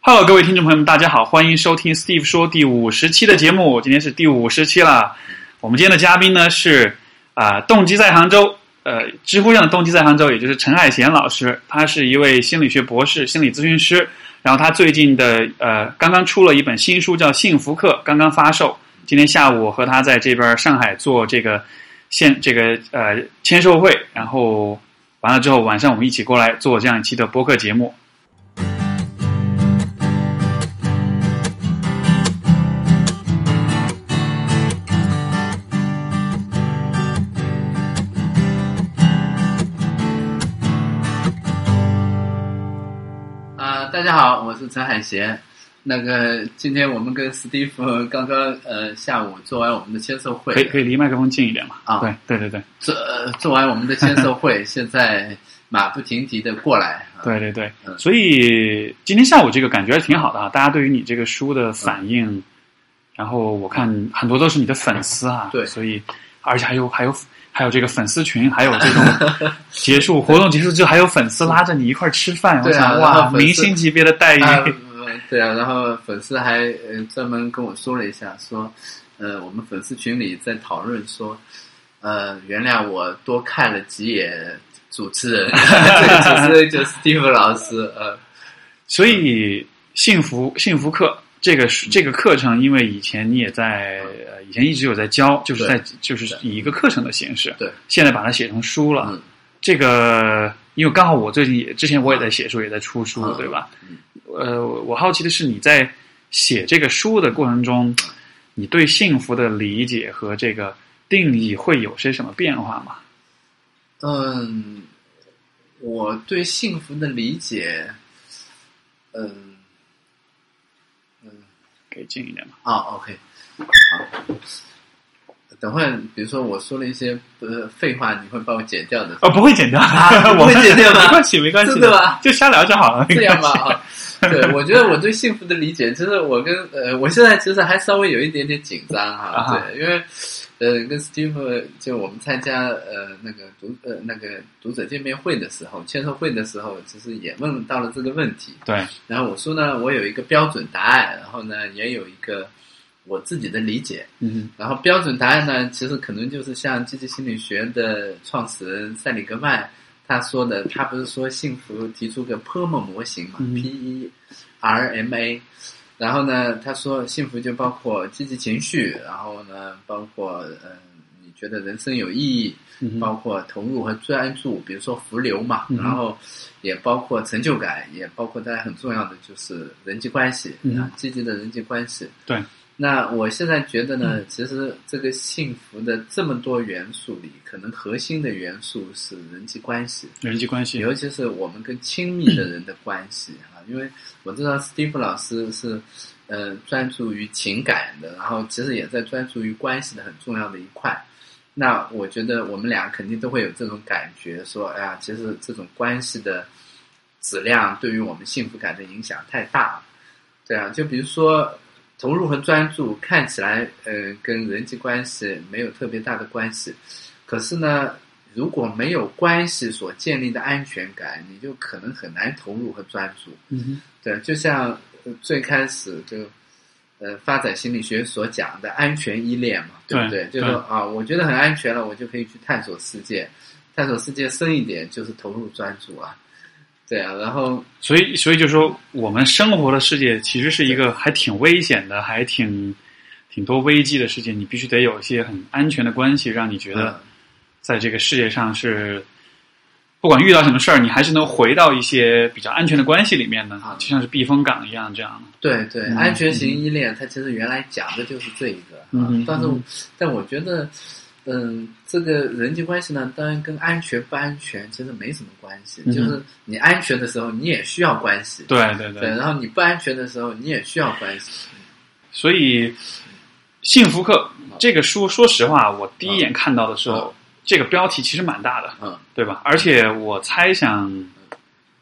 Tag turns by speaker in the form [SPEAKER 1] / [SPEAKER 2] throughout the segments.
[SPEAKER 1] Hello，各位听众朋友们，大家好，欢迎收听 Steve 说第五十期的节目，今天是第五十期啦。我们今天的嘉宾呢是啊、动机在杭州，呃，知乎上的动机在杭州，也就是陈海贤老师，他是一位心理学博士、心理咨询师。然后他最近的呃，刚刚出了一本新书，叫《幸福课》，刚刚发售。今天下午我和他在这边上海做这个现这个呃签售会，然后完了之后晚上我们一起过来做这样一期的播客节目。
[SPEAKER 2] 啊、大家好，我是陈海贤。那个，今天我们跟 Steve 刚刚呃下午做完我们的签售会
[SPEAKER 1] 可以，可以离麦克风近一点嘛？
[SPEAKER 2] 啊
[SPEAKER 1] 对对对对
[SPEAKER 2] 做、呃做完我们的签售会， 现在马不停蹄的过来。啊、
[SPEAKER 1] 对对对，
[SPEAKER 2] 嗯
[SPEAKER 1] 所以今天下午这个感觉还挺好的啊，大家对于你这个书的反应，
[SPEAKER 2] 嗯
[SPEAKER 1] 然后我看很多都是你的粉丝啊，
[SPEAKER 2] 对
[SPEAKER 1] 所以而且还有还有还有这个粉丝群，还有这 种结束活动结束之后还有粉丝拉着你一块儿吃饭，我
[SPEAKER 2] 对啊
[SPEAKER 1] 想
[SPEAKER 2] 然后
[SPEAKER 1] 哇，
[SPEAKER 2] 粉丝
[SPEAKER 1] 明星级别的待遇，
[SPEAKER 2] 啊、呃对啊，然后粉丝还呃专门跟我说了一下，说呃我们粉丝群里在讨论说，呃原谅我多看了几眼主持人， 这个主持人就是 Steve 老师，呃
[SPEAKER 1] 所以幸福幸福课这个是这个课程，因为以前你也在，呃以前一直有在教，就是在就是以一个课程的形式，
[SPEAKER 2] 对，
[SPEAKER 1] 现在把它写成书了。
[SPEAKER 2] 嗯
[SPEAKER 1] 这个因为刚好我最近也之前我也在写书，也在出书，
[SPEAKER 2] 嗯
[SPEAKER 1] 对吧？
[SPEAKER 2] 嗯
[SPEAKER 1] 呃，我好奇的是你在写这个书的过程中，你对幸福的理解和这个定义会有些什么变化吗？
[SPEAKER 2] 嗯，我对幸福的理解，嗯
[SPEAKER 1] 可以近一点吗？
[SPEAKER 2] 啊，OK，好。等会，比如说我说了一些呃废话，你会帮我剪掉的，
[SPEAKER 1] 哦，不会剪掉，
[SPEAKER 2] 啊不
[SPEAKER 1] 我
[SPEAKER 2] 会剪掉吗
[SPEAKER 1] 没关系，没关系，
[SPEAKER 2] 真的吗？
[SPEAKER 1] 就瞎聊就好了，没
[SPEAKER 2] 这
[SPEAKER 1] 关
[SPEAKER 2] 样
[SPEAKER 1] 系
[SPEAKER 2] 吧？啊，对，我觉得我对幸福的理解，就是我跟呃，我现在其实还稍微有一点点紧张
[SPEAKER 1] 啊
[SPEAKER 2] 哈，
[SPEAKER 1] 哈
[SPEAKER 2] 对，因为呃，跟 Steve 就我们参加呃那个读呃那个读者见面会的时候，签售会的时候，其实也问到了这个问题，
[SPEAKER 1] 对，
[SPEAKER 2] 然后我说呢，我有一个标准答案，然后呢也有一个我自己的理解。
[SPEAKER 1] 嗯
[SPEAKER 2] 然后标准答案呢，其实可能就是像积极心理学的创始人塞里格曼他说的，他不是说幸福提出个 PERMA 模型嘛、
[SPEAKER 1] 嗯
[SPEAKER 2] p E R M A。然后呢，他说幸福就包括积极情绪，然后呢，包括嗯、呃你觉得人生有意义，
[SPEAKER 1] 嗯哼
[SPEAKER 2] 包括投入和专注，比如说浮流嘛，
[SPEAKER 1] 嗯
[SPEAKER 2] 然后也包括成就感，也包括大家很重要的就是人际关系，
[SPEAKER 1] 嗯
[SPEAKER 2] 啊，积极的人际关系。
[SPEAKER 1] 对，嗯
[SPEAKER 2] 那我现在觉得呢，其实这个幸福的这么多元素里，可能核心的元素是人际关系，
[SPEAKER 1] 人际关系，嗯
[SPEAKER 2] 尤其是我们跟亲密的人的关系啊，因为我知道 Steve 老师是呃专注于情感的，然后其实也在专注于关系的很重要的一块。那我觉得我们俩肯定都会有这种感觉，说哎呀，其实这种关系的质量对于我们幸福感的影响太大了。对啊，就比如说投入和专注看起来，呃，跟人际关系没有特别大的关系，可是呢，如果没有关系所建立的安全感，你就可能很难投入和专注。
[SPEAKER 1] 嗯哼
[SPEAKER 2] 对，就像呃最开始就呃发展心理学所讲的安全依恋嘛，对不
[SPEAKER 1] 对
[SPEAKER 2] 对？就
[SPEAKER 1] 对
[SPEAKER 2] 说啊，我觉得很安全了，我就可以去探索世界，探索世界深一点就是投入专注啊，对啊，然后
[SPEAKER 1] 所以，所以就说我们生活的世界其实是一个还挺危险的，还挺挺多危机的世界。你必须得有一些很安全的关系，让你觉
[SPEAKER 2] 嗯
[SPEAKER 1] 得在这个世界上是，不管遇到什么事儿，你还是能回到一些比较安全的关系里面的
[SPEAKER 2] 啊，
[SPEAKER 1] 就像是避风港一样这样的。
[SPEAKER 2] 对对，
[SPEAKER 1] 嗯
[SPEAKER 2] 安全型依恋，它其实原来讲的就是这一个。啊
[SPEAKER 1] 嗯
[SPEAKER 2] 但是
[SPEAKER 1] 嗯
[SPEAKER 2] 但我觉得，嗯，这个人际关系呢，当然跟安全不安全其实没什么关系，
[SPEAKER 1] 嗯
[SPEAKER 2] 就是你安全的时候，你也需要关系。
[SPEAKER 1] 对对
[SPEAKER 2] 对，然后你不安全的时候，你也需要关系。
[SPEAKER 1] 所以，《幸福课》这个书，说实话，我第一眼看到的时候，这个标题其实蛮大的，
[SPEAKER 2] 嗯，
[SPEAKER 1] 对吧？而且我猜想，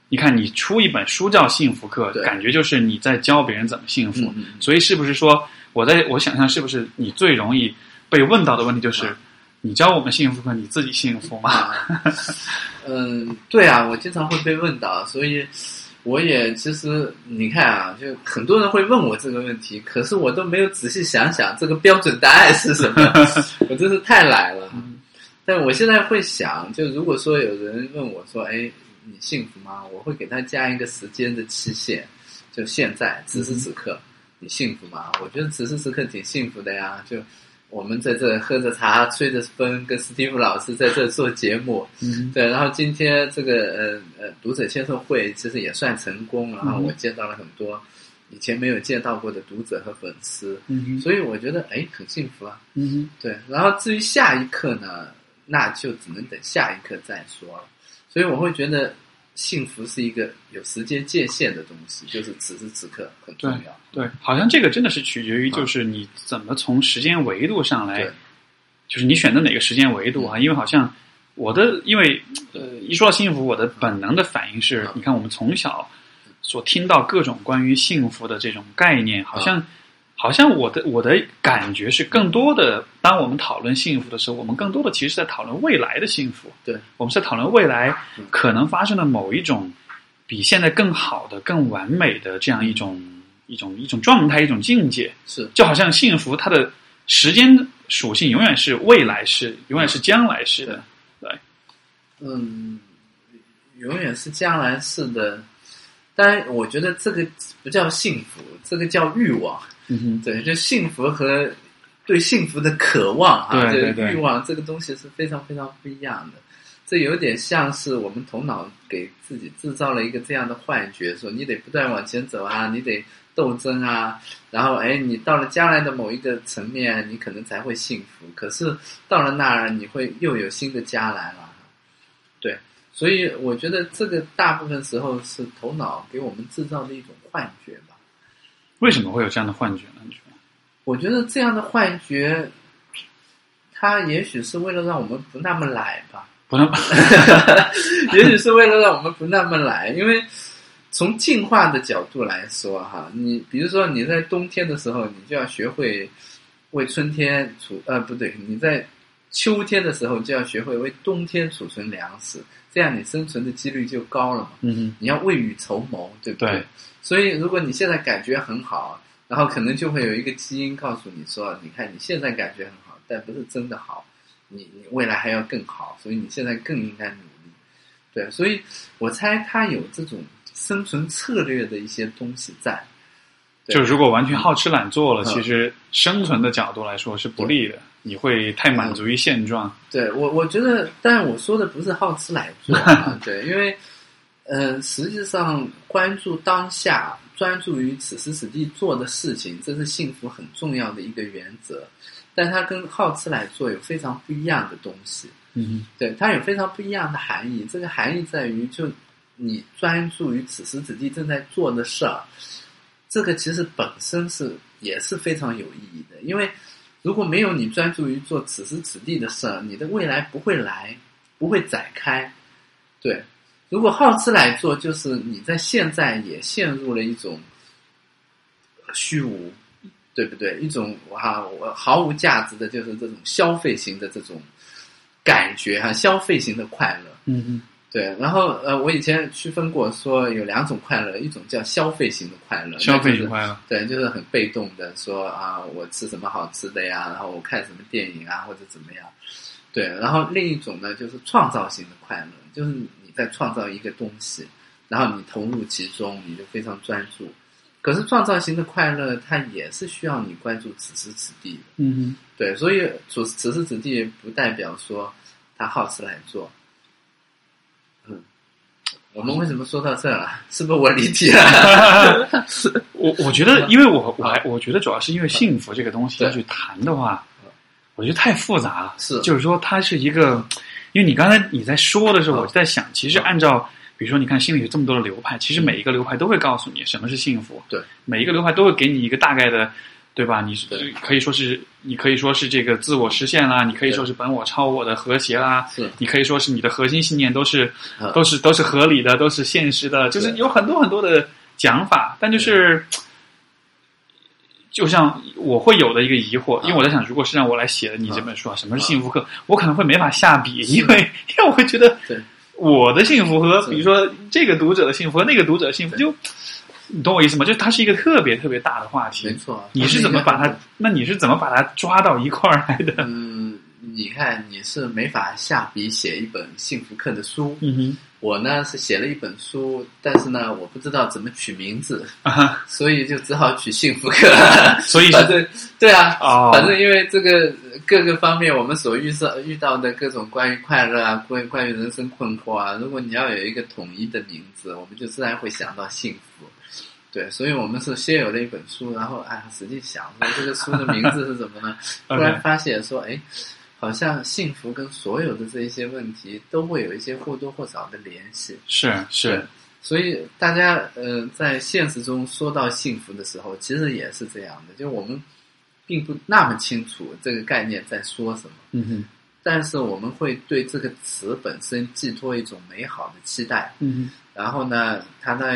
[SPEAKER 1] 你看你出一本书叫《幸福课
[SPEAKER 2] 对》，
[SPEAKER 1] 感觉就是你在教别人怎么幸福。
[SPEAKER 2] 嗯嗯嗯
[SPEAKER 1] 所以是不是说，我在我想象是不是你最容易被问到的问题就是，
[SPEAKER 2] 嗯
[SPEAKER 1] 你教我们幸福课，你 自己幸福吗？
[SPEAKER 2] 呃啊，嗯，对啊，我经常会被问到，所以我也其实你看啊，就很多人会问我这个问题，可是我都没有仔细想想这个标准答案是什么，我真是太懒了。但我现在会想，就如果说有人问我说：“哎，你幸福吗？”我会给他加一个时间的期限，就现在，此时此刻，你幸福吗？我觉得此时此刻挺幸福的呀。就我们在这喝着茶，吹着风，跟史蒂夫老师在这做节目，
[SPEAKER 1] 嗯
[SPEAKER 2] 对，然后今天这个呃呃读者签售会其实也算成功，然后我见到了很多以前没有见到过的读者和粉丝，
[SPEAKER 1] 嗯
[SPEAKER 2] 所以我觉得哎很幸福啊。
[SPEAKER 1] 嗯
[SPEAKER 2] 对，然后至于下一刻呢，那就只能等下一刻再说了。所以我会觉得幸福是一个有时间界限的东西，就是此时此刻很重要。
[SPEAKER 1] 对，好像这个真的是取决于就是你怎么从时间维度上来
[SPEAKER 2] 对，
[SPEAKER 1] 就是你选择哪个时间维度
[SPEAKER 2] 嗯
[SPEAKER 1] 啊？因为好像我的，因为呃，一说到幸福，我的本能的反应是
[SPEAKER 2] 嗯，
[SPEAKER 1] 你看我们从小所听到各种关于幸福的这种概念，好像
[SPEAKER 2] 嗯
[SPEAKER 1] 好像我的我的感觉是，更多的当我们讨论幸福的时候，我们更多的其实是在讨论未来的幸福，
[SPEAKER 2] 对，
[SPEAKER 1] 我们是在讨论未来
[SPEAKER 2] 嗯
[SPEAKER 1] 可能发生的某一种比现在更好的、更完美的这样一种
[SPEAKER 2] 嗯
[SPEAKER 1] 一种一种状态、一种境界。
[SPEAKER 2] 是
[SPEAKER 1] 就好像幸福它的时间属性永远是未来式，永远是将来式的。
[SPEAKER 2] 嗯，永远是将来式的。当然，我觉得这个不叫幸福，这个叫欲望。
[SPEAKER 1] 嗯哼，
[SPEAKER 2] 对，就幸福和对幸福的渴望啊，
[SPEAKER 1] 对
[SPEAKER 2] 这
[SPEAKER 1] 对
[SPEAKER 2] 个
[SPEAKER 1] 对
[SPEAKER 2] 欲望这个东西是非常非常不一样的。这有点像是我们头脑给自己制造了一个这样的幻觉，说你得不断往前走啊，你得斗争啊，然后哎，你到了将来的某一个层面，你可能才会幸福。可是到了那儿，你会又有新的家来了。对，所以我觉得这个大部分时候是头脑给我们制造的一种幻觉吧。
[SPEAKER 1] 为什么会有这样的幻觉呢？你觉得？
[SPEAKER 2] 我觉得这样的幻觉，它也许是为了让我们不那么懒吧，
[SPEAKER 1] 不能，
[SPEAKER 2] 也许是为了让我们不那么懒，因为从进化的角度来说，哈，你比如说你在冬天的时候，你就要学会为春天储，呃，不对，你在秋天的时候就要学会为冬天储存粮食，这样你生存的几率就高了嘛。
[SPEAKER 1] 嗯哼，
[SPEAKER 2] 你要未雨绸缪，对不
[SPEAKER 1] 对
[SPEAKER 2] 所以如果你现在感觉很好，然后可能就会有一个基因告诉你说，你看你现在感觉很好，但不是真的好，你你未来还要更好，所以你现在更应该努力。对，所以我猜他有这种生存策略的一些东西在。对
[SPEAKER 1] 就是如果完全好吃懒做了，
[SPEAKER 2] 嗯
[SPEAKER 1] 其实生存的角度来说是不利的。你会太满足于现状，
[SPEAKER 2] 对我，我觉得，但我说的不是好吃懒做啊，对，因为，呃，实际上关注当下，专注于此时此地做的事情，这是幸福很重要的一个原则。但它跟好吃懒做有非常不一样的东西，
[SPEAKER 1] 嗯
[SPEAKER 2] 对，它有非常不一样的含义。这个含义在于，就你专注于此时此地正在做的事儿，这个其实本身是也是非常有意义的。因为如果没有你专注于做此时此地的事儿，你的未来不会来，不会展开。对，如果好吃懒做，就是你在现在也陷入了一种虚无，对不对？一种啊，我毫无价值的，就是这种消费型的这种感觉哈、消费型的快乐。
[SPEAKER 1] 嗯嗯
[SPEAKER 2] 对，然后呃，我以前区分过，说有两种快乐，一种叫消费型的快乐，
[SPEAKER 1] 哼，消费
[SPEAKER 2] 那就
[SPEAKER 1] 愉
[SPEAKER 2] 是
[SPEAKER 1] 快了，
[SPEAKER 2] 对，就是很被动的说啊，我吃什么好吃的呀，然后我看什么电影啊，或者怎么样。对，然后另一种呢，就是创造性的快乐，就是你在创造一个东西，然后你投入其中，你就非常专注。可是创造型的快乐，它也是需要你关注此时此地的。
[SPEAKER 1] 嗯
[SPEAKER 2] 对，所以此此时此地不代表说他好吃懒做。嗯，我们为什么说到这儿了？是不是我离题了？
[SPEAKER 1] 哼，我我觉得，因为我我还我觉得主要是因为幸福这个东西
[SPEAKER 2] 啊对
[SPEAKER 1] 要去谈的话
[SPEAKER 2] 嗯，
[SPEAKER 1] 我觉得太复杂了。
[SPEAKER 2] 是
[SPEAKER 1] 就是说它是一个，因为你刚才你在说的时候，
[SPEAKER 2] 嗯
[SPEAKER 1] 我就在想，其实按照比如说，你看心理学这么多的流派，其实每一个流派都会告诉你什么是幸福，
[SPEAKER 2] 嗯对，
[SPEAKER 1] 每一个流派都会给你一个大概的，对吧？你是
[SPEAKER 2] 对
[SPEAKER 1] 可以说是你可以说是这个自我实现啦，你可以
[SPEAKER 2] 对
[SPEAKER 1] 说是本我、超我的和谐啦，
[SPEAKER 2] 是
[SPEAKER 1] 你可以说是你的核心信念都是
[SPEAKER 2] 嗯
[SPEAKER 1] 都是都是合理的，都是现实的，就是
[SPEAKER 2] 对
[SPEAKER 1] 有很多很多的讲法，但
[SPEAKER 2] 嗯
[SPEAKER 1] 就是。就像我会有的一个疑惑，
[SPEAKER 2] 嗯
[SPEAKER 1] 因为我在想，如果是 让我来写你这本书啊，什么是幸福课，我可能会没法下笔，因为因为我会觉得
[SPEAKER 2] 嗯对
[SPEAKER 1] 我的幸福和比如说这个读者的幸福和那个读者的幸福，就你懂我意思吗？就它是一个特别特别大的话
[SPEAKER 2] 没
[SPEAKER 1] 题。
[SPEAKER 2] 错。啊
[SPEAKER 1] 你是怎么把它？那你是怎么把它抓到一块儿来的？
[SPEAKER 2] 嗯，你看你是没法下笔写一本幸福课的书，
[SPEAKER 1] 嗯哼，
[SPEAKER 2] 我呢是写了一本书，但是呢我不知道怎么取名字，
[SPEAKER 1] 啊哈，
[SPEAKER 2] 所以就只好取幸福课。
[SPEAKER 1] 所以
[SPEAKER 2] 反
[SPEAKER 1] 是
[SPEAKER 2] 正对啊，
[SPEAKER 1] 哦，
[SPEAKER 2] 反正因为这个呃各个方面，我们所遇到遇到的各种关于快乐啊，关于关于人生困惑啊，如果你要有一个统一的名字，我们就自然会想到幸福。对，所以我们是先有了一本书，然后哎，使劲想说这个书的名字是什么呢？突
[SPEAKER 1] OK
[SPEAKER 2] 然发现说，哎，好像幸福跟所有的这一些问题都会有一些或多或少的联系。
[SPEAKER 1] 是是，
[SPEAKER 2] 所以大家呃，在现实中说到幸福的时候，其实也是这样的，就我们并不那么清楚这个概念在说什么，
[SPEAKER 1] 嗯哼，
[SPEAKER 2] 但是我们会对这个词本身寄托一种美好的期待，
[SPEAKER 1] 嗯
[SPEAKER 2] 然后呢，它呢，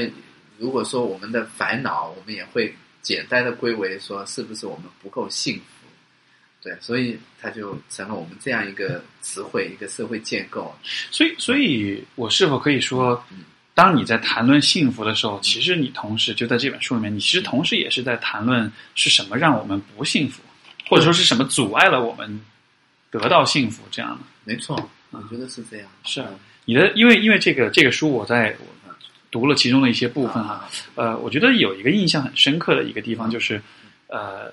[SPEAKER 2] 如果说我们的烦恼，我们也会简单的归为说是不是我们不够幸福，对，所以它就成了我们这样一个词汇，一个社会建构，
[SPEAKER 1] 哼，所以所以，我是否可以说
[SPEAKER 2] 嗯，
[SPEAKER 1] 当你在谈论幸福的时候，其实你同时就在这本书里面，你其实同时也是在谈论是什么让我们不幸福，或者说是什么阻碍了我们得到幸福这样的。
[SPEAKER 2] 没错，我觉得是这样，嗯
[SPEAKER 1] 是啊你的，因为因为这个这个书，我在我读了其中的一些部分哈，
[SPEAKER 2] 啊，
[SPEAKER 1] 呃，我觉得有一个印象很深刻的一个地方就是，呃，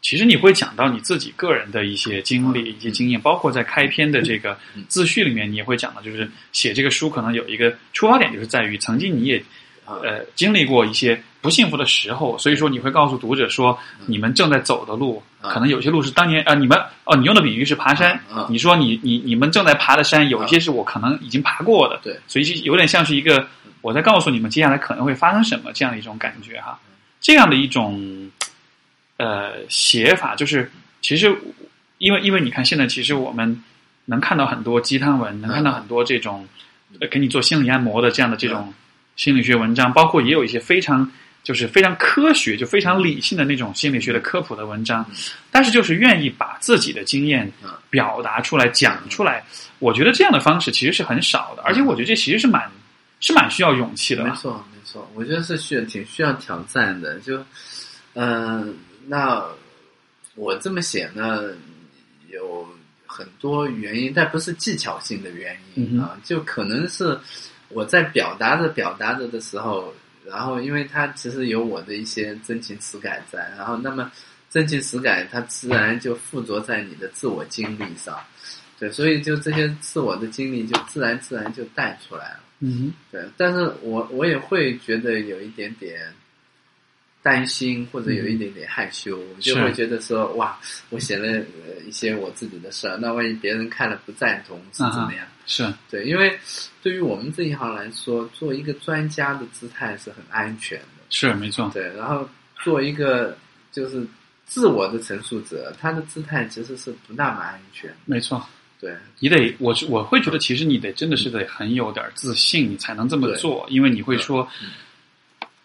[SPEAKER 1] 其实你会讲到你自己个人的一些经历、
[SPEAKER 2] 嗯
[SPEAKER 1] 一些经验，包括在开篇的这个
[SPEAKER 2] 嗯
[SPEAKER 1] 自序里面，你也会讲到，就是写这个书可能有一个出发点，就是在于曾经你也
[SPEAKER 2] 啊
[SPEAKER 1] 呃经历过一些不幸福的时候，所以说你会告诉读者说，
[SPEAKER 2] 嗯
[SPEAKER 1] 你们正在走的路，
[SPEAKER 2] 啊
[SPEAKER 1] 可能有些路是当年啊、你们哦，你用的比喻是爬山，
[SPEAKER 2] 啊啊
[SPEAKER 1] 你说你你你们正在爬的山，有一些是我可能已经爬过的，
[SPEAKER 2] 嗯对，
[SPEAKER 1] 所以就有点像是一个我在告诉你们接下来可能会发生什么这样的一种感觉哈
[SPEAKER 2] 嗯，
[SPEAKER 1] 这样的一种呃写法，就是其实因为因为你看现在其实我们能看到很多鸡汤文，
[SPEAKER 2] 嗯
[SPEAKER 1] 能看到很多这种呃给你做心理按摩的这样的这种心理学文章，包括也有一些非常就是非常科学就非常理性的那种心理学的科普的文章
[SPEAKER 2] 嗯，
[SPEAKER 1] 但是就是愿意把自己的经验
[SPEAKER 2] 嗯
[SPEAKER 1] 表达出来、讲出来，我觉得这样的方式其实是很少的，而且我觉得这其实是蛮是蛮需要勇气的啊
[SPEAKER 2] 没
[SPEAKER 1] 吧。
[SPEAKER 2] 错，没错，我觉得是需要挺需要挑战的。就，嗯、那我这么写呢，有很多原因，但不是技巧性的原因、
[SPEAKER 1] 嗯哼
[SPEAKER 2] 啊，就可能是我在表达着表达着的时候，然后因为它其实有我的一些真情实感在，然后那么真情实感它自然就附着在你的自我经历上，对，所以就这些自我的经历就自然自然就带出来了。
[SPEAKER 1] 嗯
[SPEAKER 2] 对，但是我我也会觉得有一点点担心，或者有一点点害羞，我就是会觉得说，哇，我写了、呃、一些我自己的事儿，那万一别人看了不赞同是怎么
[SPEAKER 1] 哼，
[SPEAKER 2] 样？
[SPEAKER 1] 是
[SPEAKER 2] 对，因为对于我们这一行来说，做一个专家的姿态是很安全的，
[SPEAKER 1] 是没错，
[SPEAKER 2] 对，然后做一个就是自我的陈述者，他的姿态其实是不那么安全的，
[SPEAKER 1] 没错。
[SPEAKER 2] 对，
[SPEAKER 1] 你得，我是我会觉得，其实你得真的是得很有点自信，你才能这么
[SPEAKER 2] 对
[SPEAKER 1] 做，因为你会说，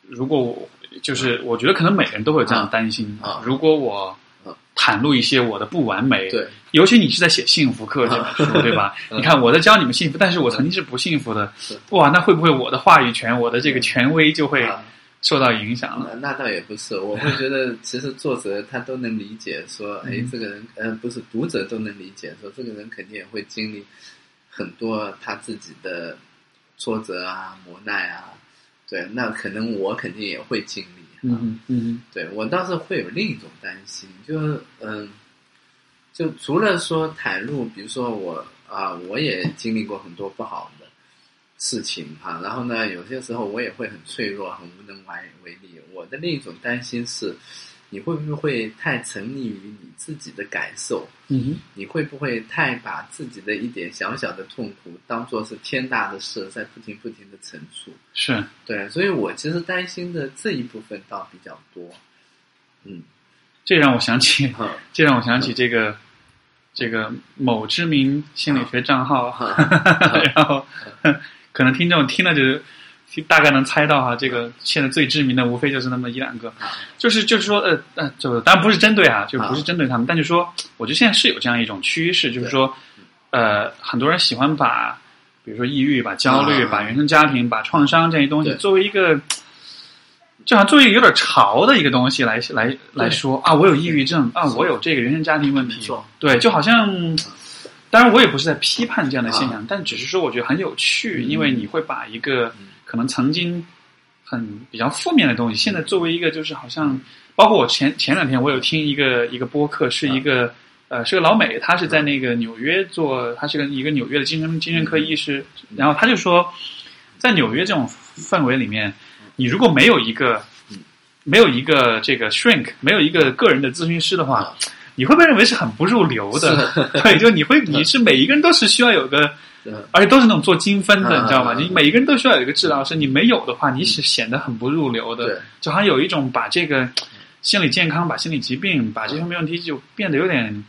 [SPEAKER 1] 如果我就是我觉得可能每个人都会有这样的担心
[SPEAKER 2] 啊
[SPEAKER 1] 如果我
[SPEAKER 2] 啊
[SPEAKER 1] 袒露一些我的不完美，
[SPEAKER 2] 对，
[SPEAKER 1] 尤其你是在写幸福课这本 书，对吧？你看我在教你们幸福，但是我曾嗯经是嗯不幸福的
[SPEAKER 2] 是，
[SPEAKER 1] 哇，那会不会我的话语权，我的这个权威就会
[SPEAKER 2] 啊
[SPEAKER 1] 受到影响了？
[SPEAKER 2] 那那倒也不是，我会觉得其实作者他都能理解说，哎，这个人，呃，不是读者都能理解说，这个人肯定也会经历很多他自己的挫折啊、磨难啊，对，那可能我肯定也会经历，啊，
[SPEAKER 1] 嗯嗯
[SPEAKER 2] 对我倒是会有另一种担心，就是嗯，就除了说袒露，比如说我啊，我也经历过很多不好的事情哈、然后呢，有些时候我也会很脆弱，很无能为为力。我的另一种担心是，你会不会太沉溺于你自己的感受？
[SPEAKER 1] 嗯
[SPEAKER 2] 你会不会太把自己的一点小小的痛苦当做是天大的事，在不停不停的陈述？
[SPEAKER 1] 是
[SPEAKER 2] 对，所以我其实担心的这一部分倒比较多。嗯，
[SPEAKER 1] 这让我想起
[SPEAKER 2] 好，
[SPEAKER 1] 这让我想起这个这个某知名心理学账号，
[SPEAKER 2] 好
[SPEAKER 1] 然后可能听众听了就是大概能猜到哈、这个现在最知名的无非就是那么一两个，就是就是说呃呃，就当然不是针对啊，就不是针对他们，但是说我觉得现在是有这样一种趋势，就是说呃很多人喜欢把比如说抑郁、把焦虑、
[SPEAKER 2] 啊
[SPEAKER 1] 把原生家庭、把创伤这些东西，
[SPEAKER 2] 对
[SPEAKER 1] 作为一个，就好像作为一个有点潮的一个东西来来来说啊，我有抑郁症啊，我有这个原生家庭问
[SPEAKER 2] 没
[SPEAKER 1] 题
[SPEAKER 2] 错，
[SPEAKER 1] 对，就好像，当然我也不是在批判这
[SPEAKER 2] 啊
[SPEAKER 1] 样的现象，但只是说我觉得很有趣，
[SPEAKER 2] 嗯
[SPEAKER 1] 因为你会把一个
[SPEAKER 2] 嗯
[SPEAKER 1] 可能曾经很比较负面的东西，现在作为一个就是好像，包括我前前两天我有听一个一个播客，是
[SPEAKER 2] 啊
[SPEAKER 1] 一个、呃是个老美，他是在那个纽约做，他是个一个纽约的精神精神
[SPEAKER 2] 嗯
[SPEAKER 1] 科医师，然后他就说，在纽约这种氛围里面，你如果没有一个
[SPEAKER 2] 嗯
[SPEAKER 1] 没有一个这个 shrink，没有一个个人的咨询师的
[SPEAKER 2] 啊
[SPEAKER 1] 话，你会被认为是很不入流的， 对，就你会你是每一个人都是需要有个。
[SPEAKER 2] 嗯
[SPEAKER 1] 而且都是那种做精分的，
[SPEAKER 2] 嗯
[SPEAKER 1] 你知道吗？
[SPEAKER 2] 嗯嗯
[SPEAKER 1] 你每一个人都需要有一个治疗师，你没有的话，你是显得很不入流的
[SPEAKER 2] 嗯对，
[SPEAKER 1] 就好像有一种把这个心理健康、把心理疾病、把这方面问题就变得有点，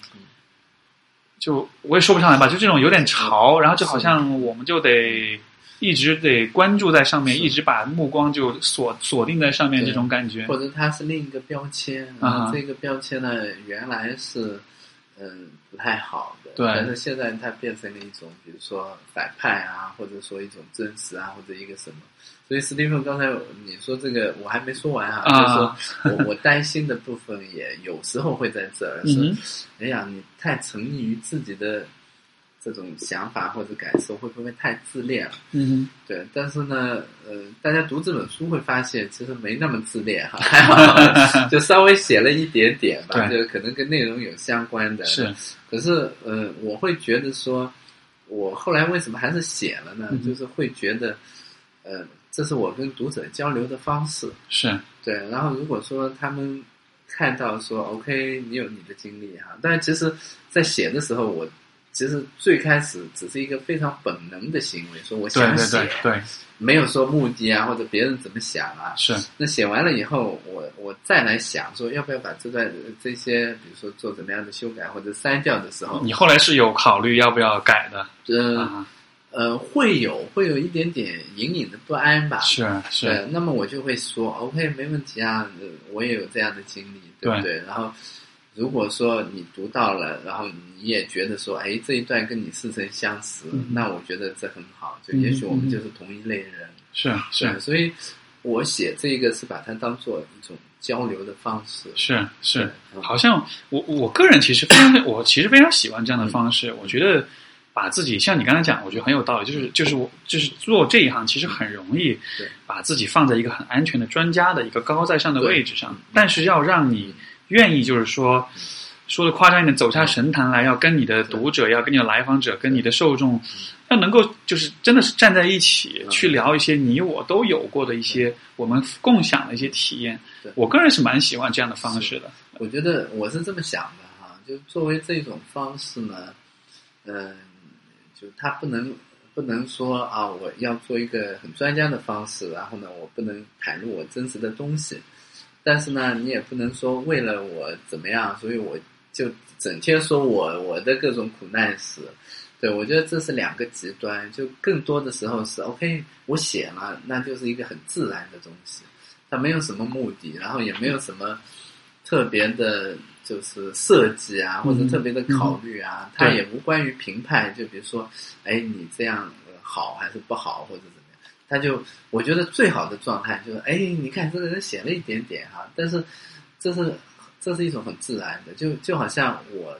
[SPEAKER 1] 就我也说不上来吧，就这种有点
[SPEAKER 2] 嗯
[SPEAKER 1] 潮，然后就好像我们就得一直得关注在上面，
[SPEAKER 2] 是
[SPEAKER 1] 一直把目光就锁锁定在上面，
[SPEAKER 2] 对
[SPEAKER 1] 这种感觉
[SPEAKER 2] 或者它是另一个标签，
[SPEAKER 1] 啊
[SPEAKER 2] 然后这个标签呢原来是嗯不太好的，
[SPEAKER 1] 对
[SPEAKER 2] 但是现在它变成了一种，比如说反派啊，或者说一种真实啊，或者一个什么。所以，史蒂芬，刚才你说这个我还没说完啊，
[SPEAKER 1] 啊
[SPEAKER 2] 就是说我 我担心的部分也有时候会在这儿，
[SPEAKER 1] 嗯
[SPEAKER 2] 是
[SPEAKER 1] 哼
[SPEAKER 2] 哎呀，你太沉溺于自己的这种想法或者感受，会不会太自恋了？
[SPEAKER 1] 嗯
[SPEAKER 2] 对，但是呢，呃，大家读这本书会发现，其实没那么自恋哈，还 好，就稍微写了一点点吧，
[SPEAKER 1] 对
[SPEAKER 2] 就可能跟内容有相关的。
[SPEAKER 1] 哼，是，
[SPEAKER 2] 可是呃，我会觉得说，我后来为什么还是写了呢？
[SPEAKER 1] 嗯哼
[SPEAKER 2] 就是会觉得，呃，这是我跟读者交流的方式。
[SPEAKER 1] 是，
[SPEAKER 2] 对，然后如果说他们看到说 OK，你有你的经历哈，但其实，在写的时候我。其实最开始只是一个非常本能的行为，说我
[SPEAKER 1] 对
[SPEAKER 2] 想
[SPEAKER 1] 对
[SPEAKER 2] 写，
[SPEAKER 1] 对对，
[SPEAKER 2] 没有说目的啊，或者别人怎么想啊。
[SPEAKER 1] 是，
[SPEAKER 2] 那写完了以后，我我再来想说要不要把这段呃这些，比如说做怎么样的修改或者删掉的时候，
[SPEAKER 1] 你后来是有考虑要不要改的
[SPEAKER 2] 呃
[SPEAKER 1] 啊？
[SPEAKER 2] 呃，会有会有一点点隐隐的不安吧。
[SPEAKER 1] 是是，
[SPEAKER 2] 对，那么我就会说，OK，没问题啊，呃我也有这样的经历，对不对？然后，如果说你读到了，然后你也觉得说，哎，这一段跟你似曾相识，
[SPEAKER 1] 嗯
[SPEAKER 2] 那我觉得这很好，就
[SPEAKER 1] 嗯
[SPEAKER 2] 也许我
[SPEAKER 1] 嗯
[SPEAKER 2] 们就是同一类人。
[SPEAKER 1] 是是
[SPEAKER 2] 对，所以我写这个是把它当做一种交流的方式。
[SPEAKER 1] 是是，
[SPEAKER 2] 嗯
[SPEAKER 1] 好像我我个人其实非常，我其实非常喜欢这样的方式。我觉得把自己像你刚才讲，我觉得很有道理，就是就是我就是做这一行，其实很容易
[SPEAKER 2] 对
[SPEAKER 1] 把自己放在一个很安全的专家的一个高高在上的
[SPEAKER 2] 对
[SPEAKER 1] 位置上
[SPEAKER 2] 嗯，
[SPEAKER 1] 但是要让你愿意，就是说。说的夸张一点，走下神坛来，要跟你的读者，要跟你的来访者，跟你的受众，要能够就是真的是站在一起
[SPEAKER 2] 嗯
[SPEAKER 1] 去聊一些你我都有过的一些我们共享的一些体验
[SPEAKER 2] 对。
[SPEAKER 1] 我个人是蛮喜欢这样的方式的。
[SPEAKER 2] 我觉得我是这么想的哈，就作为这种方式呢，嗯、就它不能不能说啊，我要做一个很专家的方式，然后呢，我不能袒露我真实的东西，但是呢，你也不能说为了我怎么样，所以我就整天说我我的各种苦难史。对，我觉得这是两个极端，就更多的时候是 OK，我写了，那就是一个很自然的东西，它没有什么目的，然后也没有什么特别的，就是设计啊，或者特别的考虑啊，它
[SPEAKER 1] 对
[SPEAKER 2] 也无关于评判，就比如说，哎，你这样呃好还是不好，或者怎么样。他就我觉得最好的状态就是，哎，你看这个人写了一点点哈、但是这是这是一种很自然的，就就好像我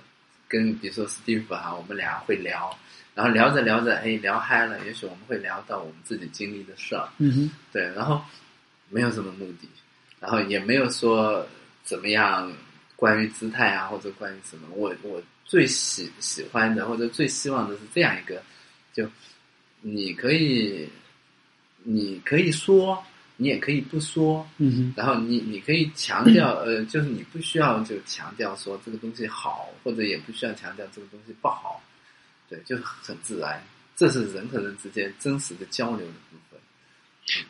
[SPEAKER 2] 跟比如说 Steve 哈、我们俩会聊，然后聊着聊着，哎，聊嗨了，也许我们会聊到我们自己经历的事儿，
[SPEAKER 1] 嗯哼，
[SPEAKER 2] 对，然后没有什么目的，然后也没有说怎么样关于姿态啊，或者关于什么，我我最喜喜欢的或者最希望的是这样一个，就你可以，你可以说，你也可以不说，
[SPEAKER 1] 嗯哼，
[SPEAKER 2] 然后你你可以强调，呃，就是你不需要就强调说这个东西好，或者也不需要强调这个东西不好，对，就是很自然，这是人和人之间真实的交流的部分。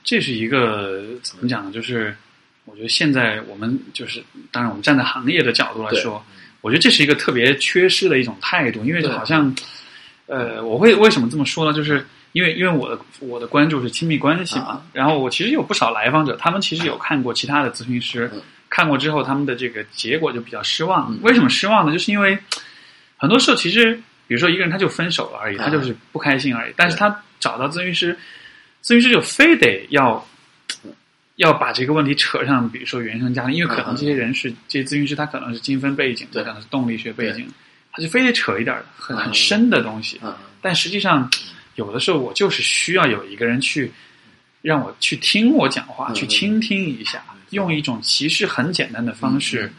[SPEAKER 1] 这是一个怎么讲呢？就是我觉得现在我们就是，当然我们站在行业的角度来
[SPEAKER 2] 对
[SPEAKER 1] 说，我觉得这是一个特别缺失的一种态度，因为
[SPEAKER 2] 对
[SPEAKER 1] 好像，呃，我会为什么这么说呢？就是因为因为我的我的关注是亲密关系嘛，
[SPEAKER 2] 啊
[SPEAKER 1] 然后我其实有不少来访者，他们其实有看过其他的咨询师，
[SPEAKER 2] 嗯
[SPEAKER 1] 看过之后他们的这个结果就比较失望。
[SPEAKER 2] 嗯
[SPEAKER 1] 为什么失望呢？就是因为很多时候其实，比如说一个人他就分手了而已，
[SPEAKER 2] 啊
[SPEAKER 1] 他就是不开心而已，但是他找到咨询师，咨询师就非得要要把这个问题扯上，比如说原生家庭，因为可能这些人是、这些咨询师，他可能是精分背景，他
[SPEAKER 2] 嗯对
[SPEAKER 1] 可能是动力学背景，他就非得扯一点儿很很
[SPEAKER 2] 嗯
[SPEAKER 1] 深的东西。
[SPEAKER 2] 嗯
[SPEAKER 1] 但实际上，有的时候我就是需要有一个人去让我去听我讲话，
[SPEAKER 2] 嗯
[SPEAKER 1] 去倾听一下，
[SPEAKER 2] 嗯
[SPEAKER 1] 用一种其实很简单的方式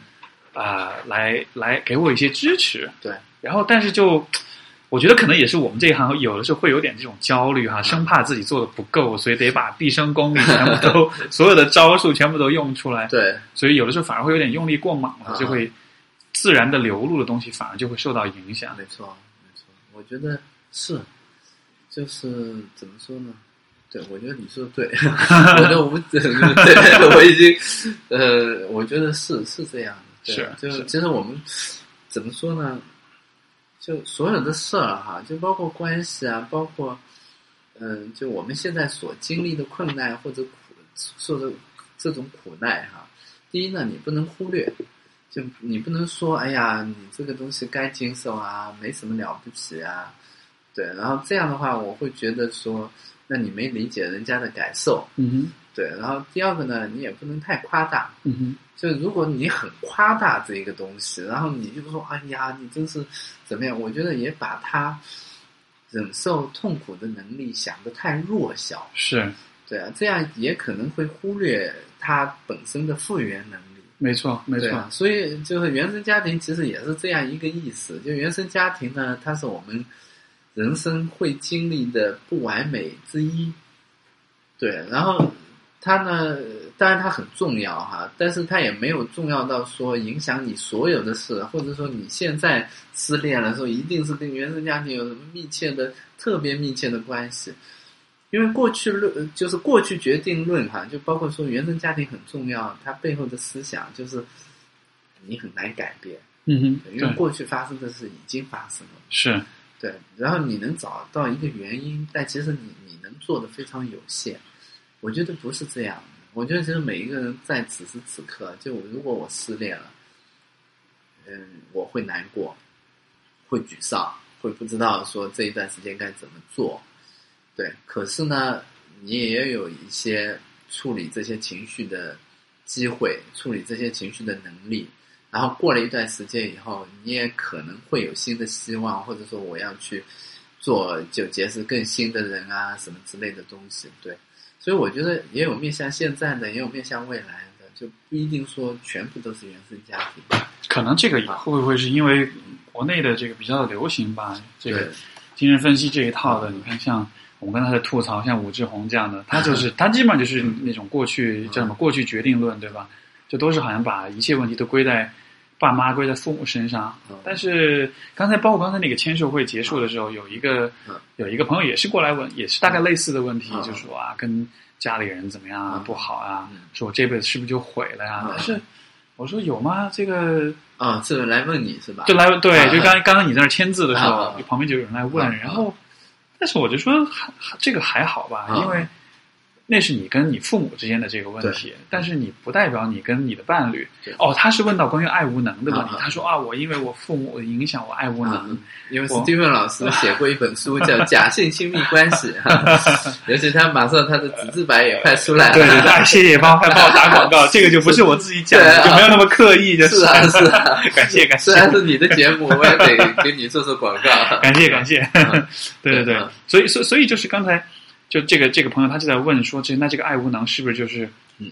[SPEAKER 1] 啊、来来给我一些支持。
[SPEAKER 2] 对，
[SPEAKER 1] 然后但是就。我觉得可能也是我们这一行有的时候会有点这种焦虑哈、生怕自己做的不够，所以得把毕生功力全部 都所有的招数全部都用出来。
[SPEAKER 2] 对，
[SPEAKER 1] 所以有的时候反而会有点用力过猛了，
[SPEAKER 2] 嗯
[SPEAKER 1] 就会自然的流露的东西反而就会受到影响。
[SPEAKER 2] 没错，没错，我觉得是，就是怎么说呢？对，我觉得你说的对，我觉得我们对，我已经，呃，我觉得是是这样的，对
[SPEAKER 1] 是
[SPEAKER 2] 就是其实我们怎么说呢？就所有的事儿哈，就包括关系啊，包括嗯，就我们现在所经历的困难或者苦受的这种苦难哈，第一呢，你不能忽略，就你不能说哎呀，你这个东西该经受啊，没什么了不起啊，对，然后这样的话，我会觉得说，那你没理解人家的感受，
[SPEAKER 1] 嗯哼，
[SPEAKER 2] 对，然后第二个呢，你也不能太夸大，
[SPEAKER 1] 嗯哼。
[SPEAKER 2] 就如果你很夸大这一个东西，然后你就说：“哎呀，你真是怎么样？”我觉得也把他忍受痛苦的能力想得太弱小，
[SPEAKER 1] 是，
[SPEAKER 2] 对啊，这样也可能会忽略他本身的复原能力。
[SPEAKER 1] 没错，没
[SPEAKER 2] 对
[SPEAKER 1] 错，
[SPEAKER 2] 啊，所以就是原生家庭其实也是这样一个意思。就原生家庭呢，它是我们人生会经历的不完美之一。对，然后它呢，当然它很重要哈，但是它也没有重要到说影响你所有的事，或者说你现在失恋了，说一定是跟原生家庭有什么密切的、特别密切的关系。因为过去论呃就是过去决定论哈，就包括说原生家庭很重要，它背后的思想就是你很难改变，
[SPEAKER 1] 嗯哼，
[SPEAKER 2] 因为
[SPEAKER 1] 对，
[SPEAKER 2] 过去发生的事已经发生了，
[SPEAKER 1] 是，
[SPEAKER 2] 对。然后你能找到一个原因，但其实你你能做的非常有限。我觉得不是这样的，我觉得其实每一个人在此时此刻，就我如果我失恋了，嗯，我会难过，会沮丧，会不知道说这一段时间该怎么做。对，可是呢，你也有一些处理这些情绪的机会，处理这些情绪的能力。然后过了一段时间以后，你也可能会有新的希望，或者说我要去做，就结识更新的人啊，什么之类的东西。对，所以我觉得也有面向现在的，也有面向未来的，就不一定说全部都是原生家庭。
[SPEAKER 1] 可能这个会不会是因为国内的这个比较流行吧？这
[SPEAKER 2] 对
[SPEAKER 1] 个精神分析这一套
[SPEAKER 2] 嗯
[SPEAKER 1] 的，你看像。我们刚才在吐槽，像武志红这样的，他 就是他基本上就是那种过去
[SPEAKER 2] 嗯
[SPEAKER 1] 叫什么过去决定论，对吧？就都是好像把一切问题都归在爸妈、归在父母身上。
[SPEAKER 2] 嗯
[SPEAKER 1] 但是刚才包括刚才那个签售会结束的时候，有一个
[SPEAKER 2] 嗯
[SPEAKER 1] 有一个朋友也是过来问，也是大概类似的问题，
[SPEAKER 2] 嗯
[SPEAKER 1] 就说啊，跟家里人怎么样啊
[SPEAKER 2] 嗯，
[SPEAKER 1] 不好啊
[SPEAKER 2] 嗯，
[SPEAKER 1] 说我这辈子是不是就毁了呀？
[SPEAKER 2] 嗯
[SPEAKER 1] 但是我说有吗？这个
[SPEAKER 2] 啊，这个来问你是吧？
[SPEAKER 1] 就来对，
[SPEAKER 2] 嗯
[SPEAKER 1] 就刚刚刚你在那儿签字的时候
[SPEAKER 2] 嗯，
[SPEAKER 1] 就旁边就有人来问，
[SPEAKER 2] 嗯
[SPEAKER 1] 然后但是我就说还还这个还好吧，
[SPEAKER 2] 嗯
[SPEAKER 1] 因为那是你跟你父母之间的这个问题，但是你不代表你跟你的伴侣
[SPEAKER 2] 对。
[SPEAKER 1] 哦，他是问到关于爱无能的问题
[SPEAKER 2] 嗯，嗯
[SPEAKER 1] 他说啊，我因为我父母的影响，我爱无
[SPEAKER 2] 啊
[SPEAKER 1] 能。，
[SPEAKER 2] 因为
[SPEAKER 1] 我
[SPEAKER 2] Steven 老师写过一本书叫《假性亲密关 系》， 尤其他马上他的纸质版也快出来
[SPEAKER 1] 对对
[SPEAKER 2] 了。
[SPEAKER 1] 对，哎谢谢帮我帮我打广 告，这个就不是我自己讲
[SPEAKER 2] 对
[SPEAKER 1] 的，
[SPEAKER 2] 啊
[SPEAKER 1] 就没有那么刻意，就是
[SPEAKER 2] 啊是啊，
[SPEAKER 1] 感谢感谢
[SPEAKER 2] 虽然是你的节目，我也得给你做做广 告。
[SPEAKER 1] 感谢感谢
[SPEAKER 2] 嗯，
[SPEAKER 1] 对对
[SPEAKER 2] 对
[SPEAKER 1] 对
[SPEAKER 2] 嗯，
[SPEAKER 1] 所以所以所以就是刚才就这个这个朋友他就在问说，这那这个爱无能是不是就是
[SPEAKER 2] 嗯，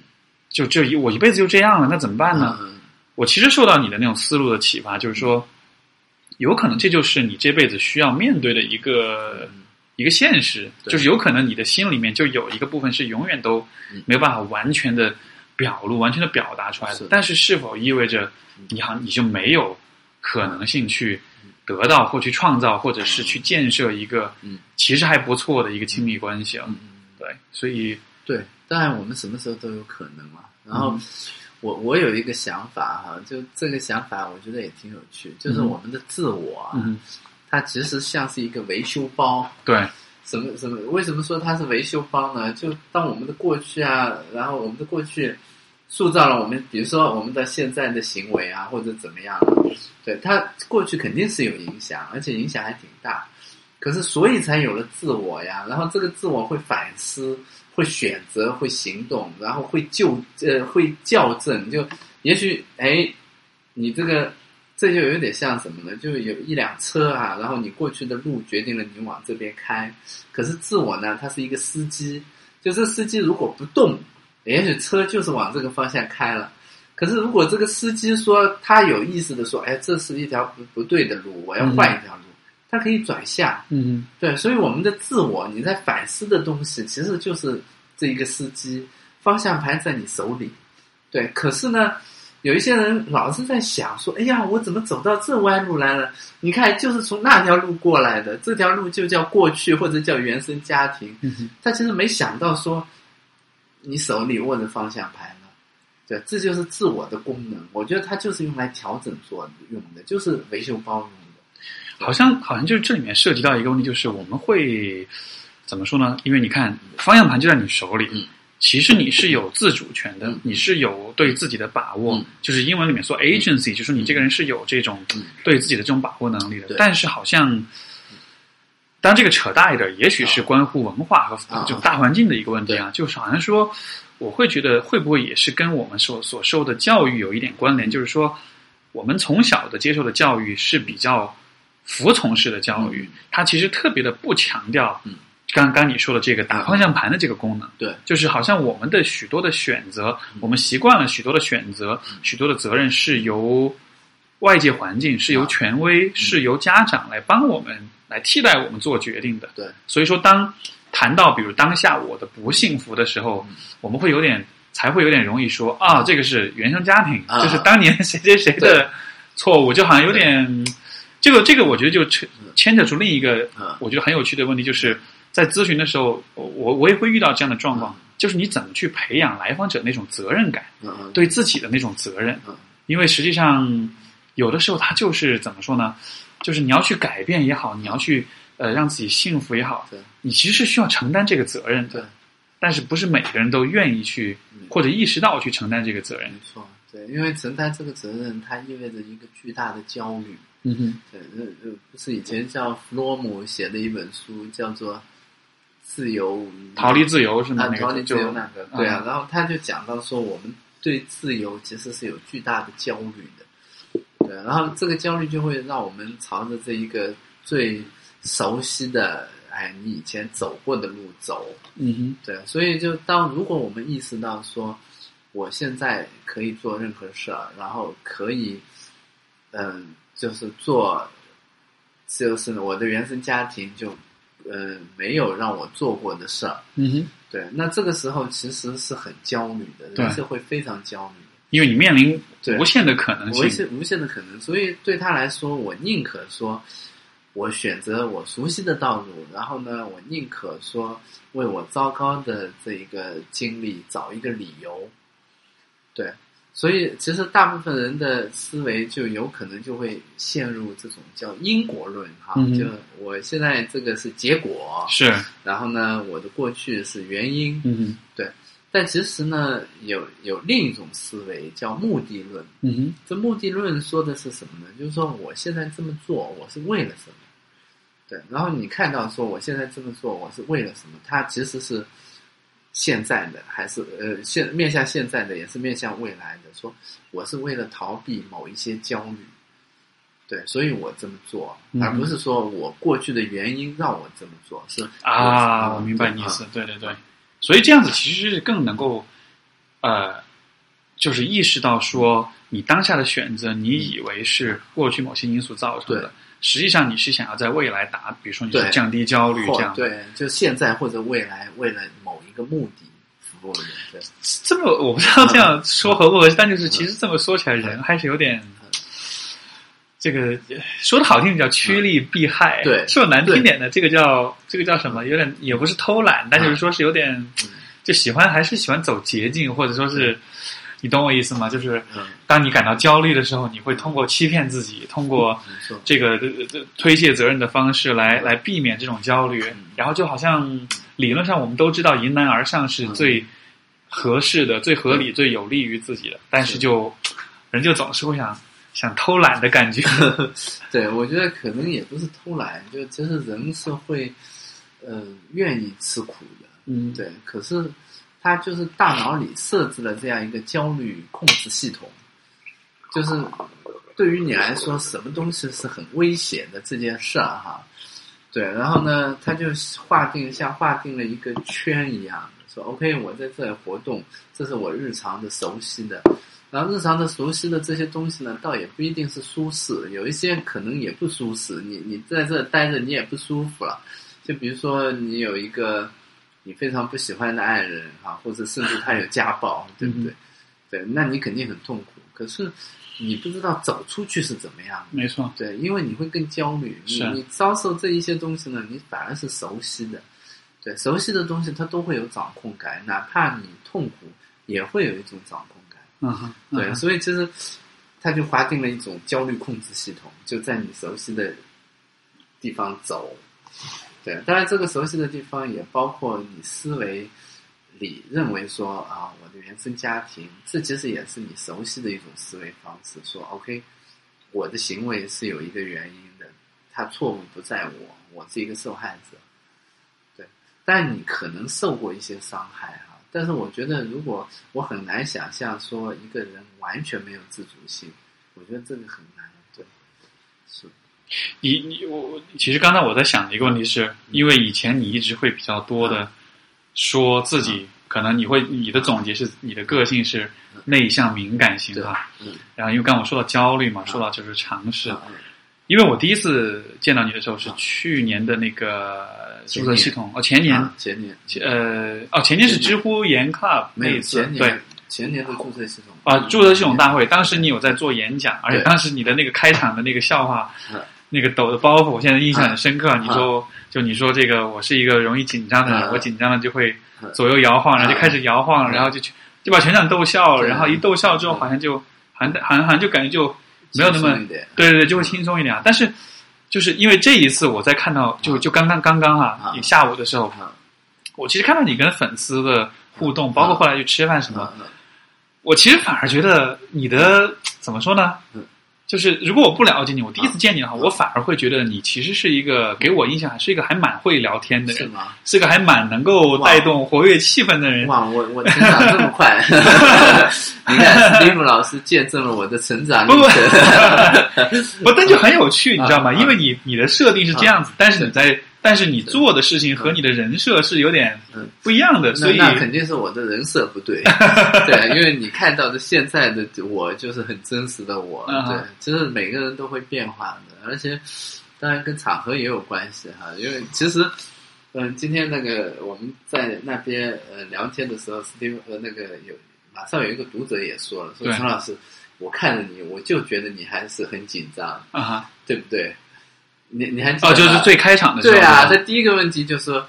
[SPEAKER 1] 就这一我一辈子就这样了，那怎么办呢？
[SPEAKER 2] 嗯
[SPEAKER 1] 我其实受到你的那种思路的启发，就是说，有可能这就是你这辈子需要面对的一个
[SPEAKER 2] 嗯
[SPEAKER 1] 一个现实，
[SPEAKER 2] 对
[SPEAKER 1] 就是有可能你的心里面就有一个部分是永远都
[SPEAKER 2] 嗯
[SPEAKER 1] 没有办法完全的表露、完全的表达出来的
[SPEAKER 2] 是。
[SPEAKER 1] 但是是否意味着
[SPEAKER 2] 嗯
[SPEAKER 1] 你好像你就没有可能性去得到或去创造，或者是去建设一个
[SPEAKER 2] 嗯
[SPEAKER 1] 其实还不错的一个亲密关系啊
[SPEAKER 2] 嗯？嗯
[SPEAKER 1] 对，所以
[SPEAKER 2] 对，当然我们什么时候都有可能嘛。然后
[SPEAKER 1] 嗯
[SPEAKER 2] 我我有一个想法哈，就这个想法我觉得也挺有趣，就是
[SPEAKER 1] 嗯
[SPEAKER 2] 我们的自我啊，
[SPEAKER 1] 嗯，
[SPEAKER 2] 它其实像是一个维修包。
[SPEAKER 1] 对，
[SPEAKER 2] 什么什么？为什么说它是维修包呢？就当我们的过去啊，然后我们的过去塑造了我们，比如说我们的现在的行为啊，或者怎么样啊，对它过去肯定是有影响，而且影响还挺大。可是所以才有了自我呀。然后这个自我会反思，会选择，会行动，然后会纠呃会校正。就也许哎，你这个这就有点像什么呢？就有一辆车啊，然后你过去的路决定了你往这边开。可是自我呢，它是一个司机，就这司机如果不动，也许车就是往这个方向开了。可是，如果这个司机说他有意识的说，哎，这是一条不不对的路，我要换一条路，他可以转向。
[SPEAKER 1] 嗯
[SPEAKER 2] 对，所以我们的自我，你在反思的东西，其实就是这一个司机方向盘在你手里。对，可是呢，有一些人老是在想说，哎呀，我怎么走到这弯路来了？你看，就是从那条路过来的，这条路就叫过去或者叫原生家庭。
[SPEAKER 1] 嗯哼
[SPEAKER 2] 他其实没想到说，你手里握着方向盘了，对，这就是自我的功能。我觉得它就是用来调整做用的，就是维修包用的。
[SPEAKER 1] 好像好像就是这里面涉及到一个问题，就是我们会怎么说呢？因为你看方向盘就在你手里，
[SPEAKER 2] 嗯
[SPEAKER 1] 其实你是有自主权的，
[SPEAKER 2] 嗯
[SPEAKER 1] 你是有对自己的把握，
[SPEAKER 2] 嗯
[SPEAKER 1] 就是英文里面说 agency，、就是你这个人是有这种
[SPEAKER 2] 嗯
[SPEAKER 1] 对自己的这种把握能力的。
[SPEAKER 2] 对
[SPEAKER 1] 但是好像，当然这个扯大一点，也许是关乎文化和
[SPEAKER 2] 啊
[SPEAKER 1] 就大环境的一个问题啊，就是好像说。我会觉得会不会也是跟我们所所受的教育有一点关联？就是说，我们从小的接受的教育是比较服从式的教育，它其实特别的不强调，
[SPEAKER 2] 嗯
[SPEAKER 1] 刚刚你说的这个打方向盘的这个功能，
[SPEAKER 2] 对，
[SPEAKER 1] 就是好像我们的许多的选择，我们习惯了许多的选择，许多的责任是由外界环境、是由权威、是由家长来帮我们来替代我们做决定的。
[SPEAKER 2] 对，
[SPEAKER 1] 所以说当谈到比如当下我的不幸福的时候，
[SPEAKER 2] 嗯
[SPEAKER 1] 我们会有点才会有点容易说啊，这个是原生家庭，
[SPEAKER 2] 啊
[SPEAKER 1] 就是当年谁谁谁的错误，就好像有点这个这个，我觉得就牵牵扯出另一个
[SPEAKER 2] 嗯
[SPEAKER 1] 我觉得很有趣的问题，就是在咨询的时候，我我我也会遇到这样的状况
[SPEAKER 2] 嗯，
[SPEAKER 1] 就是你怎么去培养来访者那种责任感，
[SPEAKER 2] 嗯嗯，
[SPEAKER 1] 对自己的那种责任，
[SPEAKER 2] 嗯
[SPEAKER 1] 因为实际上有的时候他就是怎么说呢，就是你要去改变也好，你要去呃让自己幸福也好
[SPEAKER 2] 对，
[SPEAKER 1] 你其实是需要承担这个责任
[SPEAKER 2] 对
[SPEAKER 1] 的。但是不是每个人都愿意去
[SPEAKER 2] 嗯
[SPEAKER 1] 或者意识到去承担这个责任
[SPEAKER 2] 没。错，对，因为承担这个责任，它意味着一个巨大的焦虑。
[SPEAKER 1] 嗯哼，
[SPEAKER 2] 对，呃呃，不是以前叫弗洛姆写的一本书，叫做《自由无意义
[SPEAKER 1] 逃离自由是吗？
[SPEAKER 2] 啊，
[SPEAKER 1] 那
[SPEAKER 2] 逃离
[SPEAKER 1] 个
[SPEAKER 2] 自
[SPEAKER 1] 就
[SPEAKER 2] 由那个，对啊
[SPEAKER 1] 嗯，
[SPEAKER 2] 然后他就讲到说，我们对自由其实是有巨大的焦虑的，对，然后这个焦虑就会让我们朝着这一个最熟悉的，哎，你以前走过的路走，
[SPEAKER 1] 嗯哼，
[SPEAKER 2] 对，所以就当如果我们意识到说，我现在可以做任何事儿，然后可以，嗯，就是做，就是我的原生家庭就，嗯，没有让我做过的事儿。
[SPEAKER 1] 嗯哼，
[SPEAKER 2] 对，那这个时候其实是很焦虑的，
[SPEAKER 1] 对
[SPEAKER 2] 人是会非常焦虑
[SPEAKER 1] 因为你面临
[SPEAKER 2] 对
[SPEAKER 1] 无限的可能
[SPEAKER 2] 的，无
[SPEAKER 1] 性。
[SPEAKER 2] 限无限的可能。所以对他来说，我宁可说，我选择我熟悉的道路，然后呢，我宁可说为我糟糕的这一个经历找一个理由。对，所以其实大部分人的思维就有可能就会陷入这种叫因果论哈，
[SPEAKER 1] 嗯哼
[SPEAKER 2] 就我现在这个是结果，
[SPEAKER 1] 是，
[SPEAKER 2] 然后呢，我的过去是原因，
[SPEAKER 1] 嗯哼，
[SPEAKER 2] 但其实呢，有有另一种思维叫目的论。
[SPEAKER 1] 嗯哼，
[SPEAKER 2] 这目的论说的是什么呢？就是说我现在这么做，我是为了什么？对，然后你看到说我现在这么做，我是为了什么？它其实是现在的，还是呃现面向现在的，也是面向未来的。说我是为了逃避某一些焦虑，对，所以我这么做，
[SPEAKER 1] 嗯
[SPEAKER 2] 而不是说我过去的原因让我这么做。是
[SPEAKER 1] 啊，我明白你意。
[SPEAKER 2] 嗯
[SPEAKER 1] 思，对对对，所以这样子其实是更能够，呃，就是意识到说你当下的选择，你以为是过去某些因素造成
[SPEAKER 2] 对
[SPEAKER 1] 的，实际上你是想要在未来达，比如说你是
[SPEAKER 2] 对
[SPEAKER 1] 降低焦虑这
[SPEAKER 2] 或
[SPEAKER 1] 样的。
[SPEAKER 2] 对，就现在或者未来，为了某一个目的服务人。对，
[SPEAKER 1] 这么我不知道这
[SPEAKER 2] 嗯
[SPEAKER 1] 样说合不合适，但就是其实这么说起来，人还是有点。这个说的好听点叫趋利避害，
[SPEAKER 2] 嗯对
[SPEAKER 1] 说的难听点呢，这个叫这个叫什么？有点也不是偷懒，但就是说是有点
[SPEAKER 2] 嗯
[SPEAKER 1] 就喜欢还是喜欢走捷径，或者说是你懂我意思吗？就是
[SPEAKER 2] 嗯，
[SPEAKER 1] 当你感到焦虑的时候，你会通过欺骗自己，通过
[SPEAKER 2] 没错，
[SPEAKER 1] 这个呃呃推卸责任的方式来来避免这种焦虑
[SPEAKER 2] 嗯。
[SPEAKER 1] 然后就好像理论上我们都知道迎难而上是
[SPEAKER 2] 嗯
[SPEAKER 1] 最合适的、最合理、最有利于自己的，但是
[SPEAKER 2] 是
[SPEAKER 1] 就人就总是会想想偷懒的 感觉。
[SPEAKER 2] 对，我觉得可能也不是偷懒，就其实人是会，呃，愿意吃苦的，
[SPEAKER 1] 嗯，
[SPEAKER 2] 对。可是他就是大脑里设置了这样一个焦虑控制系统，就是对于你来说，什么东西是很危险的这件事儿、哈。对，然后呢，他就划定像划定了一个圈一样，说 OK，我在这里活动，这是我日常的熟悉的，然后日常的熟悉的这些东西呢，倒也不一定是舒适，有一些可能也不舒适。你你在这待着你也不舒服了，就比如说你有一个你非常不喜欢的爱人啊，或者甚至他有家暴，对不对？对，那你肯定很痛苦。可是你不知道走出去是怎么样的。
[SPEAKER 1] 没错，
[SPEAKER 2] 对，因为你会更焦虑，你
[SPEAKER 1] 嗯是
[SPEAKER 2] 你遭受这一些东西呢，你反而是熟悉的，对，熟悉的东西它都会有掌控感，哪怕你痛苦，也会有一种掌控感，
[SPEAKER 1] 嗯哼，嗯
[SPEAKER 2] 对，
[SPEAKER 1] 哼
[SPEAKER 2] 所以其实它就划定了一种焦虑控制系统，就在你熟悉的地方走，对，当然这个熟悉的地方也包括你思维里认为说啊，我的原生家庭，这其实也是你熟悉的一种思维方式，说 OK。我的行为是有一个原因的，他错误不在我，我是一个受害者。对，但你可能受过一些伤害哈、但是我觉得，如果我很难想象说一个人完全没有自主性，我觉得这个很难。对，是，
[SPEAKER 1] 你你我我其实刚才我在想的一个问题是，
[SPEAKER 2] 嗯
[SPEAKER 1] 因为以前你一直会比较多的说自
[SPEAKER 2] 嗯
[SPEAKER 1] 己，可能你会你的总结是你的个性是内向敏感型
[SPEAKER 2] 对
[SPEAKER 1] 吧，，
[SPEAKER 2] 嗯，
[SPEAKER 1] 然后因为刚刚我说到焦虑嘛，
[SPEAKER 2] 嗯
[SPEAKER 1] 说到就是尝试，
[SPEAKER 2] 嗯
[SPEAKER 1] 因为我第一次见到你的时候是
[SPEAKER 2] 嗯
[SPEAKER 1] 去年的那个
[SPEAKER 2] 前
[SPEAKER 1] 注
[SPEAKER 2] 年
[SPEAKER 1] 册系统哦，前年
[SPEAKER 2] 啊前年
[SPEAKER 1] 前呃哦前年是知乎研 club 那
[SPEAKER 2] 没
[SPEAKER 1] 一
[SPEAKER 2] 有
[SPEAKER 1] 次
[SPEAKER 2] 前
[SPEAKER 1] 对
[SPEAKER 2] 年前年的注册系统
[SPEAKER 1] 啊注册系统大会，当时你有在做演讲，而且
[SPEAKER 2] 对
[SPEAKER 1] 当时你的那个开场的那个笑话
[SPEAKER 2] 嗯，
[SPEAKER 1] 那个抖的包袱，我现在印象很深刻。
[SPEAKER 2] 嗯
[SPEAKER 1] 你说就你说这个我是一个容易紧张的人，
[SPEAKER 2] 嗯
[SPEAKER 1] 我紧张了就会
[SPEAKER 2] 嗯
[SPEAKER 1] 左右摇晃，然后就
[SPEAKER 2] 嗯
[SPEAKER 1] 开始摇晃，
[SPEAKER 2] 嗯
[SPEAKER 1] 然后就去就把全场逗笑，
[SPEAKER 2] 对
[SPEAKER 1] 然后一逗笑之后
[SPEAKER 2] 嗯
[SPEAKER 1] 好像就韩韩寒就感觉就没有那么
[SPEAKER 2] 轻松一点
[SPEAKER 1] 对对对，就会轻松一点啊。但是就是因为这一次，我在看到就就刚刚刚刚啊，
[SPEAKER 2] 嗯
[SPEAKER 1] 也下午的时候，
[SPEAKER 2] 啊
[SPEAKER 1] 我其实看到你跟粉丝的互动，包括后来去吃饭什么，
[SPEAKER 2] 啊啊
[SPEAKER 1] 我其实反而觉得你的怎么说呢
[SPEAKER 2] 嗯？
[SPEAKER 1] 就是如果我不了解你，我第一次见你的话，
[SPEAKER 2] 嗯
[SPEAKER 1] 我反而会觉得你其实是一个给我印象还是一个还蛮会聊天的
[SPEAKER 2] 是
[SPEAKER 1] 人，
[SPEAKER 2] 吗？
[SPEAKER 1] 是个还蛮能够带动活跃气氛的人。
[SPEAKER 2] 哇，我我成长这么 快，你看 Steve 老师见证了我的成长历
[SPEAKER 1] 不不
[SPEAKER 2] 程。
[SPEAKER 1] 不，但就很有趣，你知道吗？
[SPEAKER 2] 嗯
[SPEAKER 1] 因为你你的设定是这
[SPEAKER 2] 啊
[SPEAKER 1] 样子，但是你在但是你做的事情和你的人设是有点
[SPEAKER 2] 嗯
[SPEAKER 1] 不一样的，所
[SPEAKER 2] 那
[SPEAKER 1] 以
[SPEAKER 2] 那肯定是我的人设不 对，对，啊因为你看到的现在的我就是很真实的我，
[SPEAKER 1] 嗯
[SPEAKER 2] 对，就是每个人都会变化的，而且当然跟场合也有关系哈，因为其实，嗯、今天那个我们在那边呃聊天的时候，Steve 和那个有马上有一个读者也说了，说
[SPEAKER 1] 对
[SPEAKER 2] 陈老师，我看着你，我就觉得你还是很紧张，
[SPEAKER 1] 啊哈
[SPEAKER 2] 对不对？你你还记得
[SPEAKER 1] 哦，就是
[SPEAKER 2] 吗
[SPEAKER 1] 最开场的时候，
[SPEAKER 2] 对啊，他
[SPEAKER 1] 吧
[SPEAKER 2] 第一个问题就说，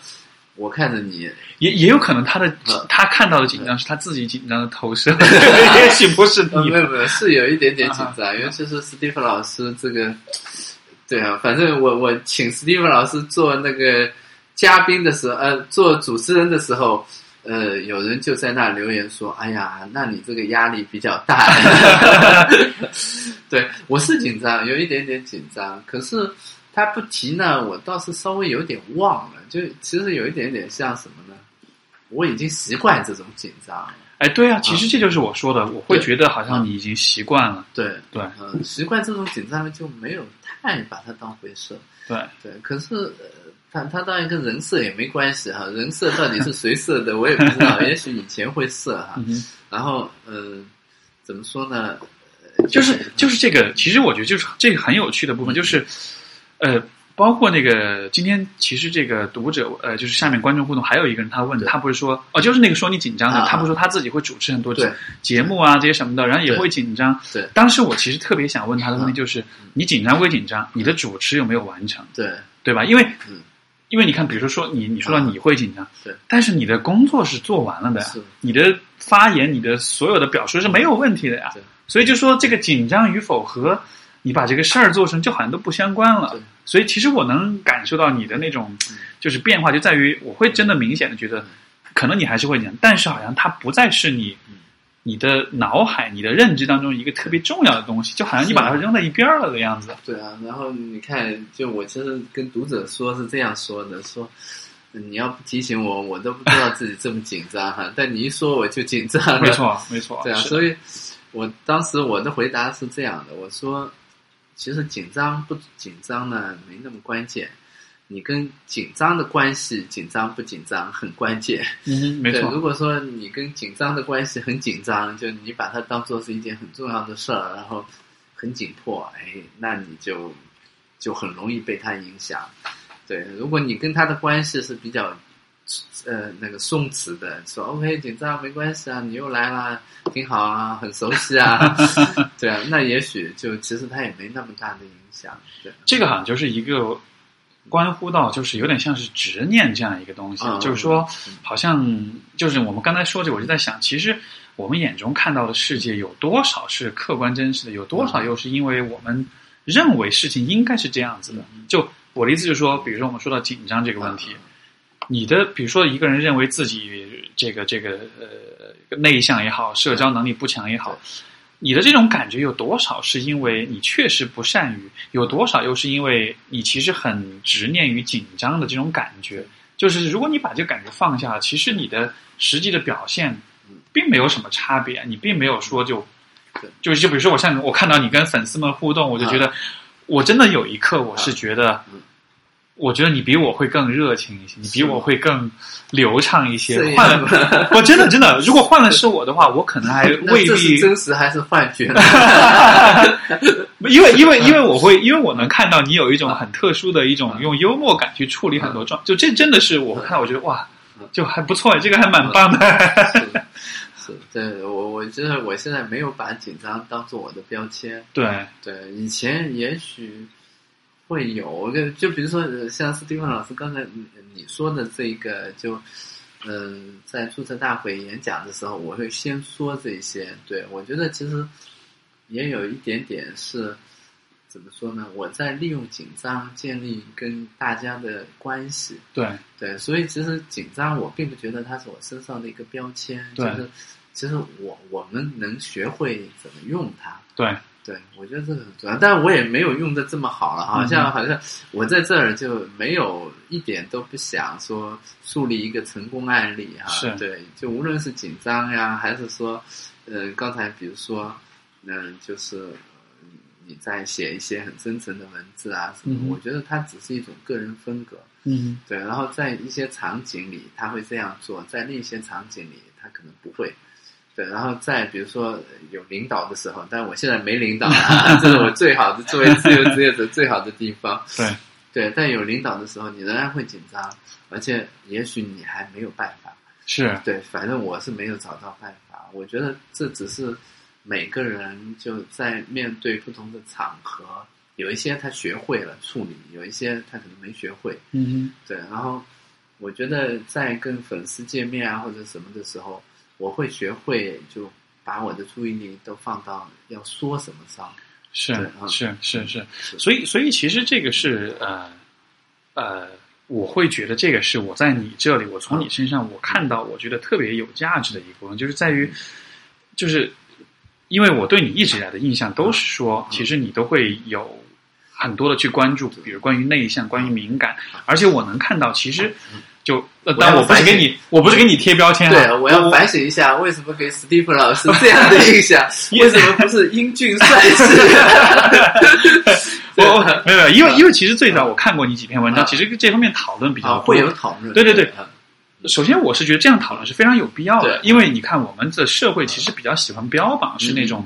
[SPEAKER 2] 我看着你，
[SPEAKER 1] 也也有可能他的
[SPEAKER 2] 嗯
[SPEAKER 1] 他看到的紧张是他自己紧张的投 射，也许不是
[SPEAKER 2] 呃，
[SPEAKER 1] 你
[SPEAKER 2] 没有没有，是有一点点紧
[SPEAKER 1] 啊
[SPEAKER 2] 张，尤其是史蒂夫老师这个，对啊，反正我我请史蒂夫老师做那个嘉宾的时候，呃，做主持人的时候，呃，有人就在那留言说：“哎呀，那你这个压力比较大。 对”我是紧张，有一点点紧张，可是他不提呢，我倒是稍微有点忘了，就其实有一点点像什么呢？我已经习惯这种紧张了，
[SPEAKER 1] 哎，对啊，其实这就是我说的，我会
[SPEAKER 2] 对
[SPEAKER 1] 觉得好像你已经习惯了。
[SPEAKER 2] 对。
[SPEAKER 1] 对
[SPEAKER 2] 嗯，习惯这种紧张呢，就没有太把它当回事。
[SPEAKER 1] 对，
[SPEAKER 2] 对，可是呃，他他当然跟人设也没关系哈，人设到底是谁设的，我也不知 道，也许以前会设哈
[SPEAKER 1] 嗯。哼
[SPEAKER 2] 然后，呃，怎么说呢？呃
[SPEAKER 1] 就是就是这个，其实我觉得就是这个很有趣的部分，就是呃，包括那个今天其实这个读者呃，就是下面观众互动还有一个人他问，
[SPEAKER 2] 对
[SPEAKER 1] 他不是说哦，就是那个说你紧张的，
[SPEAKER 2] 啊
[SPEAKER 1] 他不是说他自己会主持很多
[SPEAKER 2] 对
[SPEAKER 1] 节目啊这些什么的，然后也会紧张。
[SPEAKER 2] 对嗯
[SPEAKER 1] 当时我其实特别想问他的问题就是，你紧张归紧张，你的主持有没有完成？
[SPEAKER 2] 对，
[SPEAKER 1] 对吧？因为
[SPEAKER 2] 嗯，
[SPEAKER 1] 因为你看，比如说说你你说到你会紧张，
[SPEAKER 2] 对，
[SPEAKER 1] 但是你的工作是做完了的呀
[SPEAKER 2] 是，
[SPEAKER 1] 你的发言、你的所有的表述是没有问题的呀
[SPEAKER 2] 对。
[SPEAKER 1] 所以就说这个紧张与否和你把这个事儿做成就好像都不相关了
[SPEAKER 2] 对。
[SPEAKER 1] 所以其实我能感受到你的那种
[SPEAKER 2] 嗯
[SPEAKER 1] 就是变化，就在于我会真的明显的觉得
[SPEAKER 2] 嗯，
[SPEAKER 1] 可能你还是会紧张，但是好像它不再是你
[SPEAKER 2] 嗯。
[SPEAKER 1] 你的脑海、你的认知当中一个特别重要的东西，就好像你把它扔在一边儿了的样子。
[SPEAKER 2] 对啊，然后你看，就我其实跟读者说是这样说的，说嗯你要不提醒我，我都不知道自己这么紧张哈。但你一说我就紧张了，
[SPEAKER 1] 没，错，没错，
[SPEAKER 2] 对啊。
[SPEAKER 1] 是
[SPEAKER 2] 所以我当时我的回答是这样的，我说其实紧张不紧张呢没那么关键，你跟紧张的关系，紧张不紧张很关键。
[SPEAKER 1] 嗯哼，没
[SPEAKER 2] 对，
[SPEAKER 1] 错，
[SPEAKER 2] 如果说你跟紧张的关系很紧张，就你把它当做是一件很重要的事儿，然后很紧迫，哎，那你就就很容易被它影响。对，如果你跟他的关系是比较呃那个松弛的，说 OK 紧张没关系啊，你又来啦，挺好啊，很熟悉啊，对啊，那也许就其实他也没那么大的影响。对，
[SPEAKER 1] 这个好像就是一个关乎到，就是有点像是执念这样一个东西，
[SPEAKER 2] 嗯
[SPEAKER 1] 就是说
[SPEAKER 2] 嗯，
[SPEAKER 1] 好像就是我们刚才说这，我就在想，其实我们眼中看到的世界有多少是客观真实的，有多少
[SPEAKER 2] 嗯
[SPEAKER 1] 又是因为我们认为事情应该是这样子的。就我的意思就是说，比如说我们说到紧张这个问题，你的比如说一个人认为自己这个这个呃内向也好，社交能力不强也好
[SPEAKER 2] 对，
[SPEAKER 1] 你的这种感觉有多少是因为你确实不善于，有多少又是因为你其实很执念于紧张的这种感觉？就是如果你把这个感觉放下，其实你的实际的表现
[SPEAKER 2] 嗯
[SPEAKER 1] 并没有什么差别，你并没有说就
[SPEAKER 2] 对啊
[SPEAKER 1] 就就比如说我像我看到你跟粉丝们互动，我就觉得我真的有一刻我是觉得
[SPEAKER 2] 嗯。
[SPEAKER 1] 我觉得你比我会更热情一些，你比
[SPEAKER 2] 是吗
[SPEAKER 1] 我会更流畅一些
[SPEAKER 2] 这。样
[SPEAKER 1] 换 了，我真的真的，如果换了是我的话，我可能还
[SPEAKER 2] 那
[SPEAKER 1] 未
[SPEAKER 2] 这是
[SPEAKER 1] 必
[SPEAKER 2] 真实还是幻觉呢？
[SPEAKER 1] 因为因
[SPEAKER 2] 嗯
[SPEAKER 1] 为因为我会，因为我能看到你有一
[SPEAKER 2] 啊
[SPEAKER 1] 种很特殊的一种用幽默感去处理很多状，就这真的是我
[SPEAKER 2] 啊
[SPEAKER 1] 看到我觉得哇
[SPEAKER 2] 嗯，
[SPEAKER 1] 就还不错，这个还
[SPEAKER 2] 啊
[SPEAKER 1] 蛮棒的。
[SPEAKER 2] 是是，对我我就是我现在没有把紧张当做我的标签。
[SPEAKER 1] 对，
[SPEAKER 2] 对，以前也许会有，就就比如说呃像斯蒂芬老师刚才你你说的这个，就嗯、在注册大会演讲的时候，我会先说这些。对我觉得其实也有一点点是。怎么说呢？我在利用紧张建立跟大家的关系，
[SPEAKER 1] 对，
[SPEAKER 2] 对，所以其实紧张，我并不觉得它是我身上的一个标签，就
[SPEAKER 1] 对
[SPEAKER 2] 是其实我我们能学会怎么用它。
[SPEAKER 1] 对，
[SPEAKER 2] 对，我觉得这个很重要，但我也没有用的这么好了，好
[SPEAKER 1] 嗯
[SPEAKER 2] 像好像我在这儿就没有一点都不想说树立一个成功案例哈、
[SPEAKER 1] 是
[SPEAKER 2] 对，就无论是紧张呀，还是说，呃，刚才比如说，嗯、就是呃你在写一些很真诚的文字啊什么，
[SPEAKER 1] 嗯
[SPEAKER 2] 我觉得它只是一种个人风格，
[SPEAKER 1] 嗯，
[SPEAKER 2] 对，然后在一些场景里他会这样做，在另一些场景里他可能不会。对，然后在比如说呃有领导的时候，但我现在没领导啊，这是我最好的作为自由职业者最好的地方。
[SPEAKER 1] 对，
[SPEAKER 2] 对，但有领导的时候，你仍然会紧张，而且也许你还没有办法。
[SPEAKER 1] 是，
[SPEAKER 2] 对，反正我是没有找到办法。我觉得这只是每个人就在面对不同的场合，有一些他学会了处理，有一些他可能没学会。
[SPEAKER 1] 嗯
[SPEAKER 2] 对，然后我觉得在跟粉丝见面啊或者什么的时候，我会学会就把我的注意力都放到要说什么上。
[SPEAKER 1] 哼，是
[SPEAKER 2] 对嗯
[SPEAKER 1] 是是是，
[SPEAKER 2] 是
[SPEAKER 1] 所以所以其实这个是呃呃，我会觉得这个是我在你这里，我
[SPEAKER 2] 嗯
[SPEAKER 1] 从你身上我看到我觉得特别有价值的一个部分，就是在于就是因为我对你一直以来的印象
[SPEAKER 2] 嗯
[SPEAKER 1] 都是说，其实你都会有很多的去关注，比如关于内向、关于敏感，而且我能看到，其实就呃，
[SPEAKER 2] 嗯我要
[SPEAKER 1] 但我不是
[SPEAKER 2] 反
[SPEAKER 1] 给
[SPEAKER 2] 省
[SPEAKER 1] 你，我不是给你贴标签啊，
[SPEAKER 2] 对，我要反省一下，为什么给史蒂夫老师这样的 印象？为什么不是英俊帅气？
[SPEAKER 1] 我我
[SPEAKER 2] 啊
[SPEAKER 1] 没有没有，因为
[SPEAKER 2] 嗯
[SPEAKER 1] 因为其实最早我看过你几篇文章，其实这方面讨论比较
[SPEAKER 2] 啊，
[SPEAKER 1] 多
[SPEAKER 2] 会有讨论。
[SPEAKER 1] 对对对
[SPEAKER 2] 嗯
[SPEAKER 1] 首先，我是觉得这样讨论是非常有必要的，
[SPEAKER 2] 对
[SPEAKER 1] 因为你看，我们的社会其实比较喜欢标榜是那种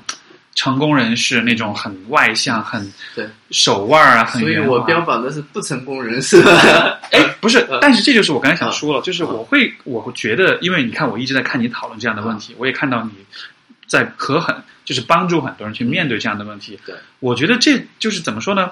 [SPEAKER 1] 成功人士，那种很外向、很
[SPEAKER 2] 对，
[SPEAKER 1] 手腕儿啊，很
[SPEAKER 2] 所以
[SPEAKER 1] 圆
[SPEAKER 2] 我
[SPEAKER 1] 滑
[SPEAKER 2] 标榜的是不成功人士。
[SPEAKER 1] 哎，不是
[SPEAKER 2] 嗯，
[SPEAKER 1] 但是这就是我刚才想说了，
[SPEAKER 2] 啊
[SPEAKER 1] 就是我会，我会觉得，因为你看，我一直在看你讨论这样的问题，我也看到你在和很，就是帮助很多人去面对这样的问题。
[SPEAKER 2] 对，
[SPEAKER 1] 我觉得这就是怎么说呢？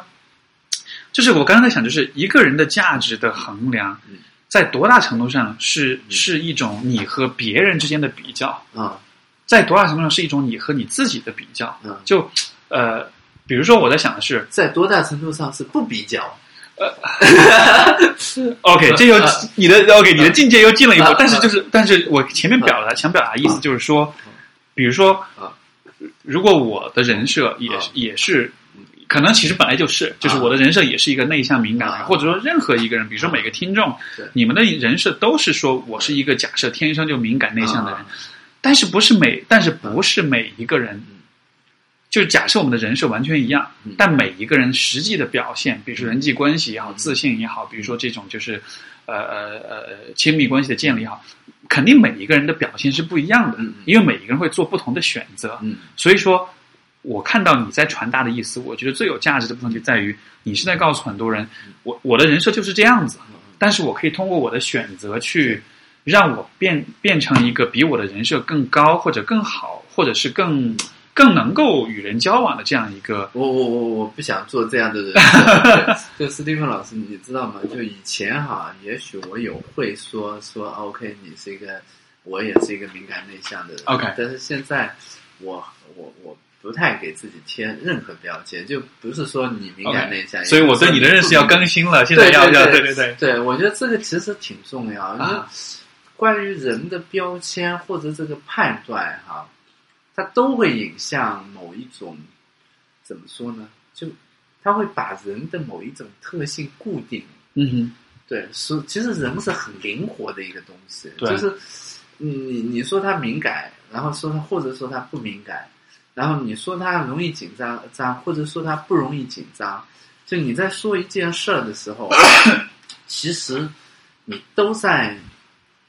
[SPEAKER 1] 就是我刚才在想，就是一个人的价值的衡量
[SPEAKER 2] 嗯，
[SPEAKER 1] 在多大程度上是
[SPEAKER 2] 嗯
[SPEAKER 1] 是一种你和别人之间的比较，
[SPEAKER 2] 啊
[SPEAKER 1] 在多大程度上是一种你和你自己的比较。
[SPEAKER 2] 嗯，
[SPEAKER 1] 就呃，比如说我在想的是
[SPEAKER 2] 在多大程度上是不比较？
[SPEAKER 1] ，OK，这又你的 OK，你的境界又进了一步
[SPEAKER 2] 嗯，
[SPEAKER 1] 但是就是，但是我前面表达想表达意思就是说，比比如说
[SPEAKER 2] 啊，
[SPEAKER 1] 如果我的人设也
[SPEAKER 2] 啊
[SPEAKER 1] 是也是，可能其实本来就是，就是我的人设也是一个内向敏感的人，
[SPEAKER 2] 啊
[SPEAKER 1] 或者说任何一个人，比如说每个听众
[SPEAKER 2] 对，
[SPEAKER 1] 你们的人设都是说我是一个假设天生就敏感内向的人，但是不是每，但是不是每一个人
[SPEAKER 2] 嗯。
[SPEAKER 1] 就是假设我们的人设完全一样
[SPEAKER 2] 嗯，
[SPEAKER 1] 但每一个人实际的表现，比如说人际关系也好，
[SPEAKER 2] 嗯
[SPEAKER 1] 自信也好，比如说这种就是，呃呃呃亲密关系的建立也好，肯定每一个人的表现是不一样的
[SPEAKER 2] 嗯嗯，
[SPEAKER 1] 因为每一个人会做不同的选择。
[SPEAKER 2] 嗯
[SPEAKER 1] 所以说，我看到你在传达的意思，我觉得最有价值的部分就在于，你是在告诉很多人，我我的人设就是这样子，但是我可以通过我的选择去让我变变成一个比我的人设更高，或者更好，或者是更更能够与人交往的这样一个
[SPEAKER 2] 我我我我不想做这样 的人设。对就斯蒂芬老师，你知道吗？就以前哈，也许我有会说说啊 OK，你是一个，我也是一个敏感内向的人。
[SPEAKER 1] OK
[SPEAKER 2] 但是现在我我我不太给自己贴任何标签，就不是说你敏感内向
[SPEAKER 1] 所以我对你的认识要更新了，现在要要哎对对对，
[SPEAKER 2] 对，我觉得这个其实挺重要。因为
[SPEAKER 1] 啊
[SPEAKER 2] 关于人的标签或者这个判断哈、它都会影响某一种，怎么说呢？就它会把人的某一种特性固定。
[SPEAKER 1] 嗯哼，
[SPEAKER 2] 对，是其实人是很灵活的一个东西，
[SPEAKER 1] 对
[SPEAKER 2] 就是你你你说他敏感，然后说他或者说他不敏感，然后你说他容易紧张张，或者说他不容易紧张，就你在说一件事儿的时候，其实你都在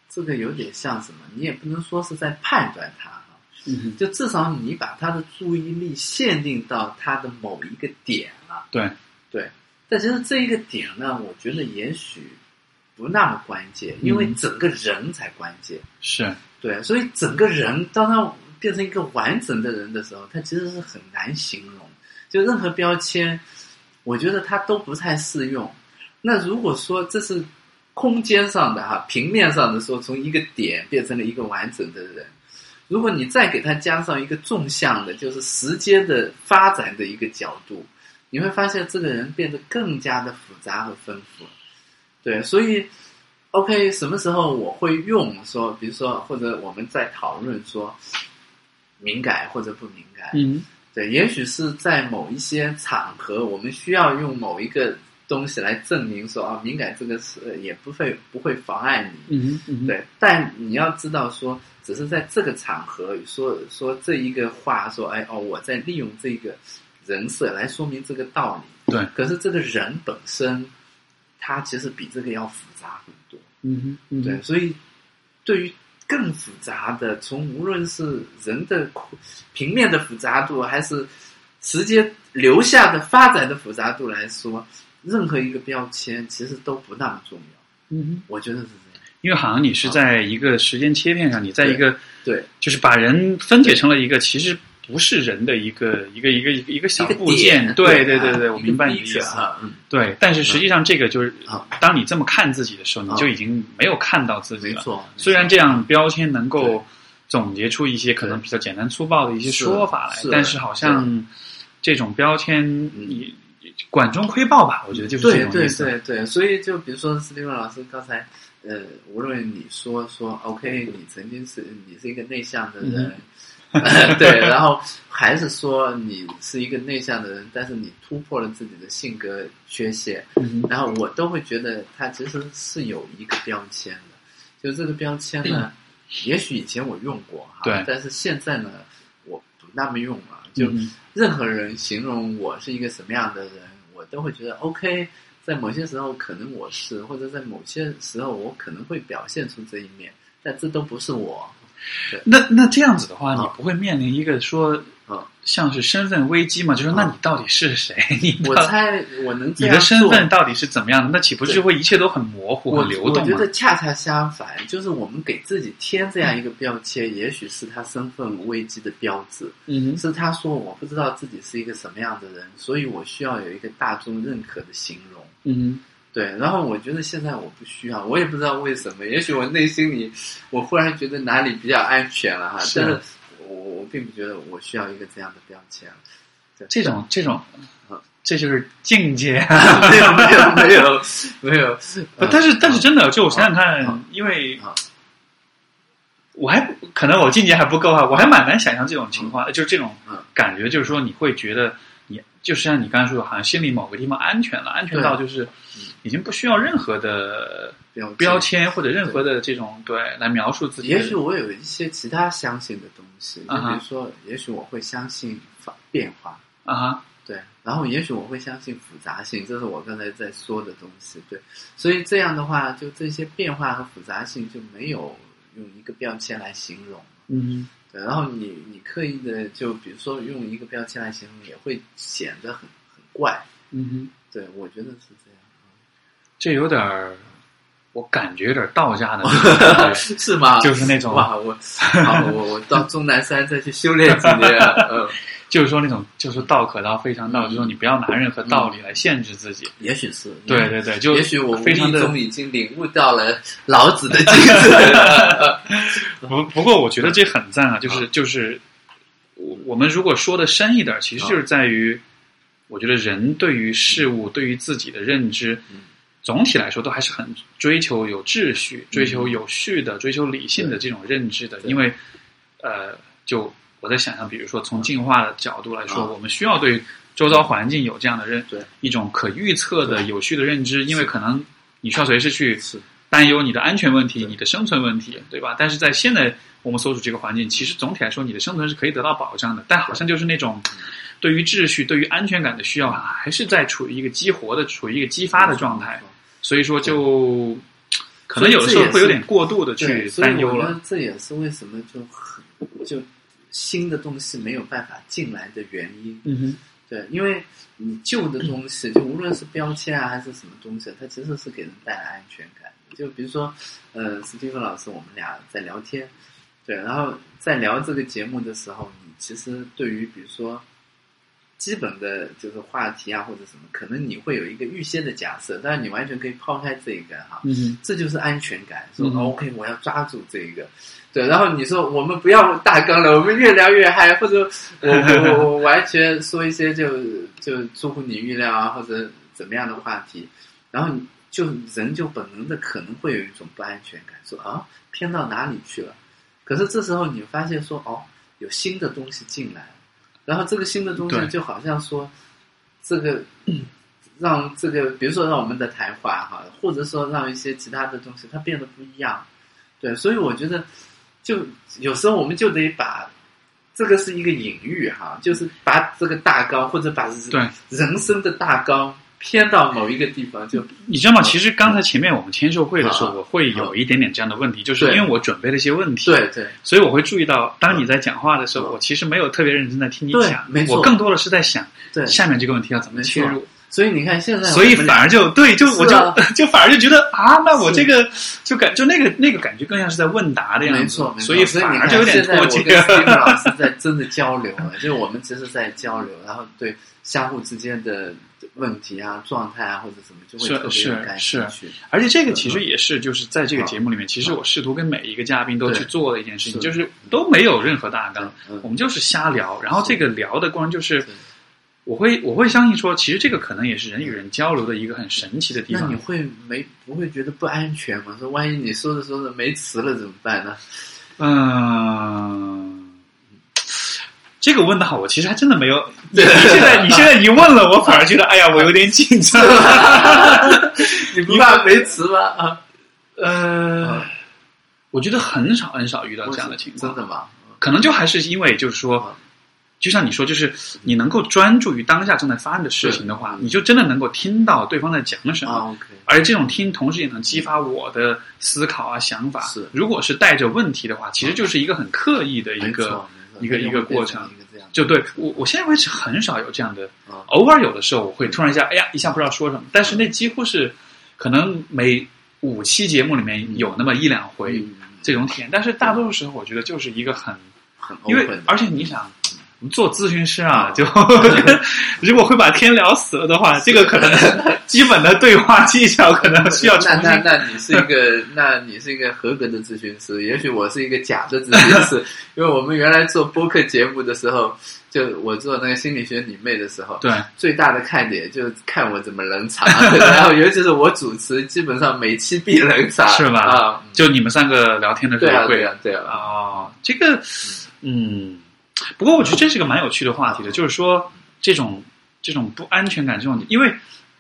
[SPEAKER 2] 这个有点像什么，你也不能说是在判断他哈，
[SPEAKER 1] 嗯哼，
[SPEAKER 2] 就至少你把他的注意力限定到他的某一个点了。
[SPEAKER 1] 对，
[SPEAKER 2] 对，但其实这一个点呢，我觉得也许不那么关键，因为整个人才关键。
[SPEAKER 1] 是
[SPEAKER 2] 对，啊所以整个人当他变成一个完整的人的时候，他其实是很难形容。就任何标签，我觉得它都不太适用。那如果说这是空间上的哈，平面上的说，从一个点变成了一个完整的人，如果你再给它加上一个纵向的，就是时间的发展的一个角度，你会发现这个人变得更加的复杂和丰富。对，所以 OK，什么时候我会用说，比如说或者我们在讨论说敏感或者不敏感，
[SPEAKER 1] 嗯
[SPEAKER 2] 对，也许是在某一些场合，我们需要用某一个东西来证明说啊，敏感这个是呃也不会不会妨碍你。
[SPEAKER 1] 嗯哼嗯哼，
[SPEAKER 2] 对，但你要知道说，只是在这个场合说说这一个话，说哎哦，我在利用这个人设来说明这个道理。
[SPEAKER 1] 对，
[SPEAKER 2] 可是这个人本身，他其实比这个要复杂很多。
[SPEAKER 1] 嗯哼嗯哼
[SPEAKER 2] 对，啊所以对于更复杂的，从无论是人的平面的复杂度，还是时间留下的发展的复杂度来说，任何一个标签其实都不那么重要。
[SPEAKER 1] 嗯哼。
[SPEAKER 2] 我觉得是这样。
[SPEAKER 1] 因为好像你是在一个时间切片上，你在一个
[SPEAKER 2] 对，
[SPEAKER 1] 就是把人分解成了一个其实不是人的一个一个一个一个一个小
[SPEAKER 2] 一个
[SPEAKER 1] 部件
[SPEAKER 2] 点。
[SPEAKER 1] 对
[SPEAKER 2] 对
[SPEAKER 1] 对对对，
[SPEAKER 2] 啊
[SPEAKER 1] 我
[SPEAKER 2] 一个
[SPEAKER 1] 明白你的意
[SPEAKER 2] feature
[SPEAKER 1] 思。
[SPEAKER 2] 啊，嗯，
[SPEAKER 1] 对，但是实际上这个就是
[SPEAKER 2] 啊，
[SPEAKER 1] 当你这么看自己的时候，你
[SPEAKER 2] 啊
[SPEAKER 1] 就已经没有看到自己
[SPEAKER 2] 没
[SPEAKER 1] 了。
[SPEAKER 2] 错。
[SPEAKER 1] 虽然这样标签能
[SPEAKER 2] 对
[SPEAKER 1] 够总结出一些可能比较简单粗暴的一些
[SPEAKER 2] 是
[SPEAKER 1] 说法来
[SPEAKER 2] 是，嗯
[SPEAKER 1] 但是好像这种标签你管中窥豹吧，我觉得就是
[SPEAKER 2] 对
[SPEAKER 1] 这种
[SPEAKER 2] 对
[SPEAKER 1] 意思。
[SPEAKER 2] 对对，所以就比如说斯蒂芬老师刚才，呃，无论你说说 OK，你曾经是你是一个内向的人，
[SPEAKER 1] 嗯
[SPEAKER 2] 对，然后还是说你是一个内向的人，但是你突破了自己的性格缺陷，
[SPEAKER 1] 嗯哼
[SPEAKER 2] 然后我都会觉得它其实是有一个标签的，就这个标签呢，也许以前我用过哈，
[SPEAKER 1] 嗯对
[SPEAKER 2] 但是现在呢，我不那么用了，就。
[SPEAKER 1] 嗯哼
[SPEAKER 2] 任何人形容我是一个什么样的人，我都会觉得 OK。在某些时候可能我是，或者在某些时候我可能会表现出这一面，但这都不是我。
[SPEAKER 1] 那那这样子的话，
[SPEAKER 2] 啊
[SPEAKER 1] 你不会面临一个说
[SPEAKER 2] 啊，
[SPEAKER 1] 像是身份危机嘛？就是那
[SPEAKER 2] 啊
[SPEAKER 1] 你到底是 谁？你
[SPEAKER 2] 我
[SPEAKER 1] 到
[SPEAKER 2] 猜我能这
[SPEAKER 1] 你
[SPEAKER 2] 样
[SPEAKER 1] 的
[SPEAKER 2] 做。
[SPEAKER 1] 身份到底是怎么样的？那岂不是
[SPEAKER 2] 对
[SPEAKER 1] 会一切都很模糊、
[SPEAKER 2] 我
[SPEAKER 1] 很流动
[SPEAKER 2] 我觉
[SPEAKER 1] 吗？
[SPEAKER 2] 得恰恰相反，就是我们给自己贴这样一个标签，也许是他身份危机的标志。
[SPEAKER 1] 嗯哼
[SPEAKER 2] 是他说我不知道自己是一个什么样的人，所以我需要有一个大众认可的形容。
[SPEAKER 1] 嗯
[SPEAKER 2] 对，然后我觉得现在我不需要，我也不知道为什么，也许我内心里，我忽然觉得哪里比较安全了哈，
[SPEAKER 1] 是
[SPEAKER 2] 但是我我并不觉得我需要一个这样的标签，对
[SPEAKER 1] 这种这种
[SPEAKER 2] 啊，
[SPEAKER 1] 这就是境 界啊。
[SPEAKER 2] 没有没有没有没有，
[SPEAKER 1] 呃不
[SPEAKER 2] 呃
[SPEAKER 1] 但是但是
[SPEAKER 2] 这
[SPEAKER 1] 嗯真的，就我想想
[SPEAKER 2] 啊
[SPEAKER 1] 看，因为
[SPEAKER 2] 啊
[SPEAKER 1] 我我还可能我境界还不够啊，我还蛮难想象这种情况，呃就是这种
[SPEAKER 2] 嗯
[SPEAKER 1] 感觉，就是说你会觉得你就是像你刚才说的，好像心里某个地方安全了，安全到就是已经不需要任何的
[SPEAKER 2] 标签
[SPEAKER 1] 标签或者任何的这种对来描述自己的。
[SPEAKER 2] 也许我有一些其他相信的东西，就
[SPEAKER 1] 嗯
[SPEAKER 2] 比
[SPEAKER 1] 哼
[SPEAKER 2] 如说，也许我会相信法变化，
[SPEAKER 1] 啊哈，
[SPEAKER 2] 对，然后也许我会相信复杂性，这是我刚才在说的东西，对，所以这样的话，就这些变化和复杂性就没有用一个标签来形容。
[SPEAKER 1] 嗯
[SPEAKER 2] 对，然后你你刻意的就比如说用一个标签来形容，也会显得很很怪。
[SPEAKER 1] 嗯哼，
[SPEAKER 2] 对，我觉得是这样。
[SPEAKER 1] 这有点儿，我感觉有点道家的那种感觉。
[SPEAKER 2] 是吗？
[SPEAKER 1] 就是那种
[SPEAKER 2] 哇，我好，我我到终南山再去修炼几年，嗯，
[SPEAKER 1] 就是说那种，就是说道可道非常道，
[SPEAKER 2] 嗯
[SPEAKER 1] 就是说你不要拿任何道理来限制自己。
[SPEAKER 2] 也许是，嗯
[SPEAKER 1] 对对对，就
[SPEAKER 2] 也许我无
[SPEAKER 1] 非常
[SPEAKER 2] 意
[SPEAKER 1] 的
[SPEAKER 2] 中已经领悟到了老子的 精神。
[SPEAKER 1] 不不过我觉得这很赞啊，就是就是我我们如果说的深一点，其实就是在于，我觉得人对于事物、对于自己的认知
[SPEAKER 2] 嗯，
[SPEAKER 1] 总体来说都还是很追求有秩序、追求有序的、追求理性的这种认知的，
[SPEAKER 2] 嗯对
[SPEAKER 1] 因为呃，就我在想象，比如说从进化的角度来说，
[SPEAKER 2] 啊
[SPEAKER 1] 我们需要对周遭环境有这样的认
[SPEAKER 2] 对
[SPEAKER 1] 一种可预测的
[SPEAKER 2] 对
[SPEAKER 1] 有序的认知，因为可能你需要随时去
[SPEAKER 2] 是
[SPEAKER 1] 担忧你的安全问题、
[SPEAKER 2] 对
[SPEAKER 1] 你的生存问题，对吧？但是在现在我们所处这个环境，其实总体来说，你的生存是可以得到保障的，但好像就是那种对于秩序、对于安全感的需要，还是在处于一个激活的、处于一个激发的状
[SPEAKER 2] 嗯
[SPEAKER 1] 态，。所以说就可能有的时候会有点过度的
[SPEAKER 2] 对，
[SPEAKER 1] 去
[SPEAKER 2] 所以
[SPEAKER 1] 担
[SPEAKER 2] 我
[SPEAKER 1] 忧
[SPEAKER 2] 觉
[SPEAKER 1] 了。
[SPEAKER 2] 得这也是为什么就很就新的东西没有办法进来的原因。
[SPEAKER 1] 嗯哼，
[SPEAKER 2] 对，因为你旧的东西，就无论是标签啊还是什么东西，它其实是给人带来安全感的。就比如说，呃，斯蒂芬老师，我们俩在聊天，对，然后在聊这个节目的时候，你其实对于比如说基本的就是话题啊或者什么，可能你会有一个预先的假设，但是你完全可以抛开这一个哈，
[SPEAKER 1] 嗯哼，
[SPEAKER 2] 这就是安全感，说、哦
[SPEAKER 1] 嗯
[SPEAKER 2] OK，我要抓住这一个。对，然后你说我们不要大纲了，我们越聊越嗨，或者我我我我完全说一些就就出乎你预料啊，或者怎么样的话题，然后你就人就本能的可能会有一种不安全感，说啊偏到哪里去了？可是这时候你发现说哦，有新的东西进来，然后这个新的东西
[SPEAKER 1] 对
[SPEAKER 2] 就好像说这个让这个，比如说让我们的谈话哈，或者说让一些其他的东西，它变得不一样。对，所以我觉得，就有时候我们就得把这个是一个隐喻哈，就是把这个大纲或者把
[SPEAKER 1] 对
[SPEAKER 2] 人生的大纲偏到某一个地方，就
[SPEAKER 1] 你知道吗？其实刚才前面我们签售会的时候，
[SPEAKER 2] 嗯
[SPEAKER 1] 我会有一点点这样的问题，就是
[SPEAKER 2] 啊对
[SPEAKER 1] 因为我准备了一些问题，
[SPEAKER 2] 对对
[SPEAKER 1] 所以我会注意到，当你在讲话的时候，
[SPEAKER 2] 嗯
[SPEAKER 1] 我其实没有特别认真在听你
[SPEAKER 2] 对
[SPEAKER 1] 讲
[SPEAKER 2] 没，错
[SPEAKER 1] 我更多的是在想
[SPEAKER 2] 对。
[SPEAKER 1] 下面这个问题要怎么切入，
[SPEAKER 2] 所以你看现在我
[SPEAKER 1] 所以
[SPEAKER 2] 们
[SPEAKER 1] 反而就对，就我
[SPEAKER 2] 是
[SPEAKER 1] 就
[SPEAKER 2] 啊
[SPEAKER 1] 就反而就觉得啊，那我
[SPEAKER 2] 是
[SPEAKER 1] 这个就感就那个那个感觉更像是在问答的样子，
[SPEAKER 2] 没错，没错
[SPEAKER 1] 所以
[SPEAKER 2] 所
[SPEAKER 1] 反
[SPEAKER 2] 以你
[SPEAKER 1] 而
[SPEAKER 2] 看，
[SPEAKER 1] 就有点
[SPEAKER 2] 现在
[SPEAKER 1] 脱
[SPEAKER 2] 我
[SPEAKER 1] 节
[SPEAKER 2] 跟。Steven 老师在真的交流了，就是我们其实在交流，然后对相互之间的问题啊、状态啊或者什么，就会
[SPEAKER 1] 是
[SPEAKER 2] 特别
[SPEAKER 1] 是
[SPEAKER 2] 有感兴趣。
[SPEAKER 1] 而且这个其
[SPEAKER 2] 嗯
[SPEAKER 1] 实也是就是在这个节目里面，其实我试图跟每一个嘉宾都
[SPEAKER 2] 啊对
[SPEAKER 1] 去做的一件事情，
[SPEAKER 2] 是
[SPEAKER 1] 就是都没有任何大纲，我
[SPEAKER 2] 嗯，
[SPEAKER 1] 们就是瞎聊，然后这个聊的过程就是
[SPEAKER 2] 是。
[SPEAKER 1] 我会我会相信说，其实这个可能也是人与人交流的一个很神奇的地
[SPEAKER 2] 那
[SPEAKER 1] 方
[SPEAKER 2] 你。会没不会觉得不安全吗？说万一你说着说着没词了怎么 办呢？
[SPEAKER 1] 嗯，这个问的好，我其实还真的 没有。你
[SPEAKER 2] 对
[SPEAKER 1] 现在你现在一问了，我反而觉得，哎呀，我有点紧 张。
[SPEAKER 2] 你不怕没词吗？ 啊，
[SPEAKER 1] 呃
[SPEAKER 2] 嗯，
[SPEAKER 1] 我觉得很少很少遇到这样的情况哦
[SPEAKER 2] 真，的吗？
[SPEAKER 1] 可能就还是因为就是说
[SPEAKER 2] 嗯，
[SPEAKER 1] 就像你说，就是你能够专注于当下正在发生的事情的话，你就真的能够听到对方在讲什么。
[SPEAKER 2] 啊，OK，
[SPEAKER 1] 而这种听，同时也能激发我的思考啊、想法。
[SPEAKER 2] 是啊
[SPEAKER 1] 如果是带着问题的话，其实就是一个很刻意的一
[SPEAKER 2] 没
[SPEAKER 1] 个
[SPEAKER 2] 错
[SPEAKER 1] 一
[SPEAKER 2] 没错
[SPEAKER 1] 个一个过程
[SPEAKER 2] 变成一个这样
[SPEAKER 1] 就对我，我现在为止很少有这样的，
[SPEAKER 2] 啊，
[SPEAKER 1] 偶尔有的时候我会突然一下，哎呀，一下不知道说什么，但是那几乎是可能每五期节目里面有那么一两回
[SPEAKER 2] 嗯
[SPEAKER 1] 这种体验，但是大多数时候我觉得就是一个很，
[SPEAKER 2] 很
[SPEAKER 1] 因为
[SPEAKER 2] open 的
[SPEAKER 1] 而且你想，我们做咨询师啊， 就如果会把天聊死了的话，这个可能基本的对话技巧可能 需要重
[SPEAKER 2] 那
[SPEAKER 1] 新。
[SPEAKER 2] 那那你是一 个，那你是一个合格的咨询师，也许我是一个假的咨询 师，因为我们原来做播客节目的时候，就我做那个心理学你妹的时候，
[SPEAKER 1] 对，
[SPEAKER 2] 最大的看点就是看我怎么冷场，啊 然后尤其是我主持，基本上每期必冷场，
[SPEAKER 1] 是吧
[SPEAKER 2] 啊，
[SPEAKER 1] 就你们三个聊天的时
[SPEAKER 2] 对啊，
[SPEAKER 1] 候
[SPEAKER 2] 对
[SPEAKER 1] 会
[SPEAKER 2] 啊，对啊，
[SPEAKER 1] 哦，这个，嗯，不过我觉得这是个蛮有趣的话题的，就是说这种这种不安全感，这种因为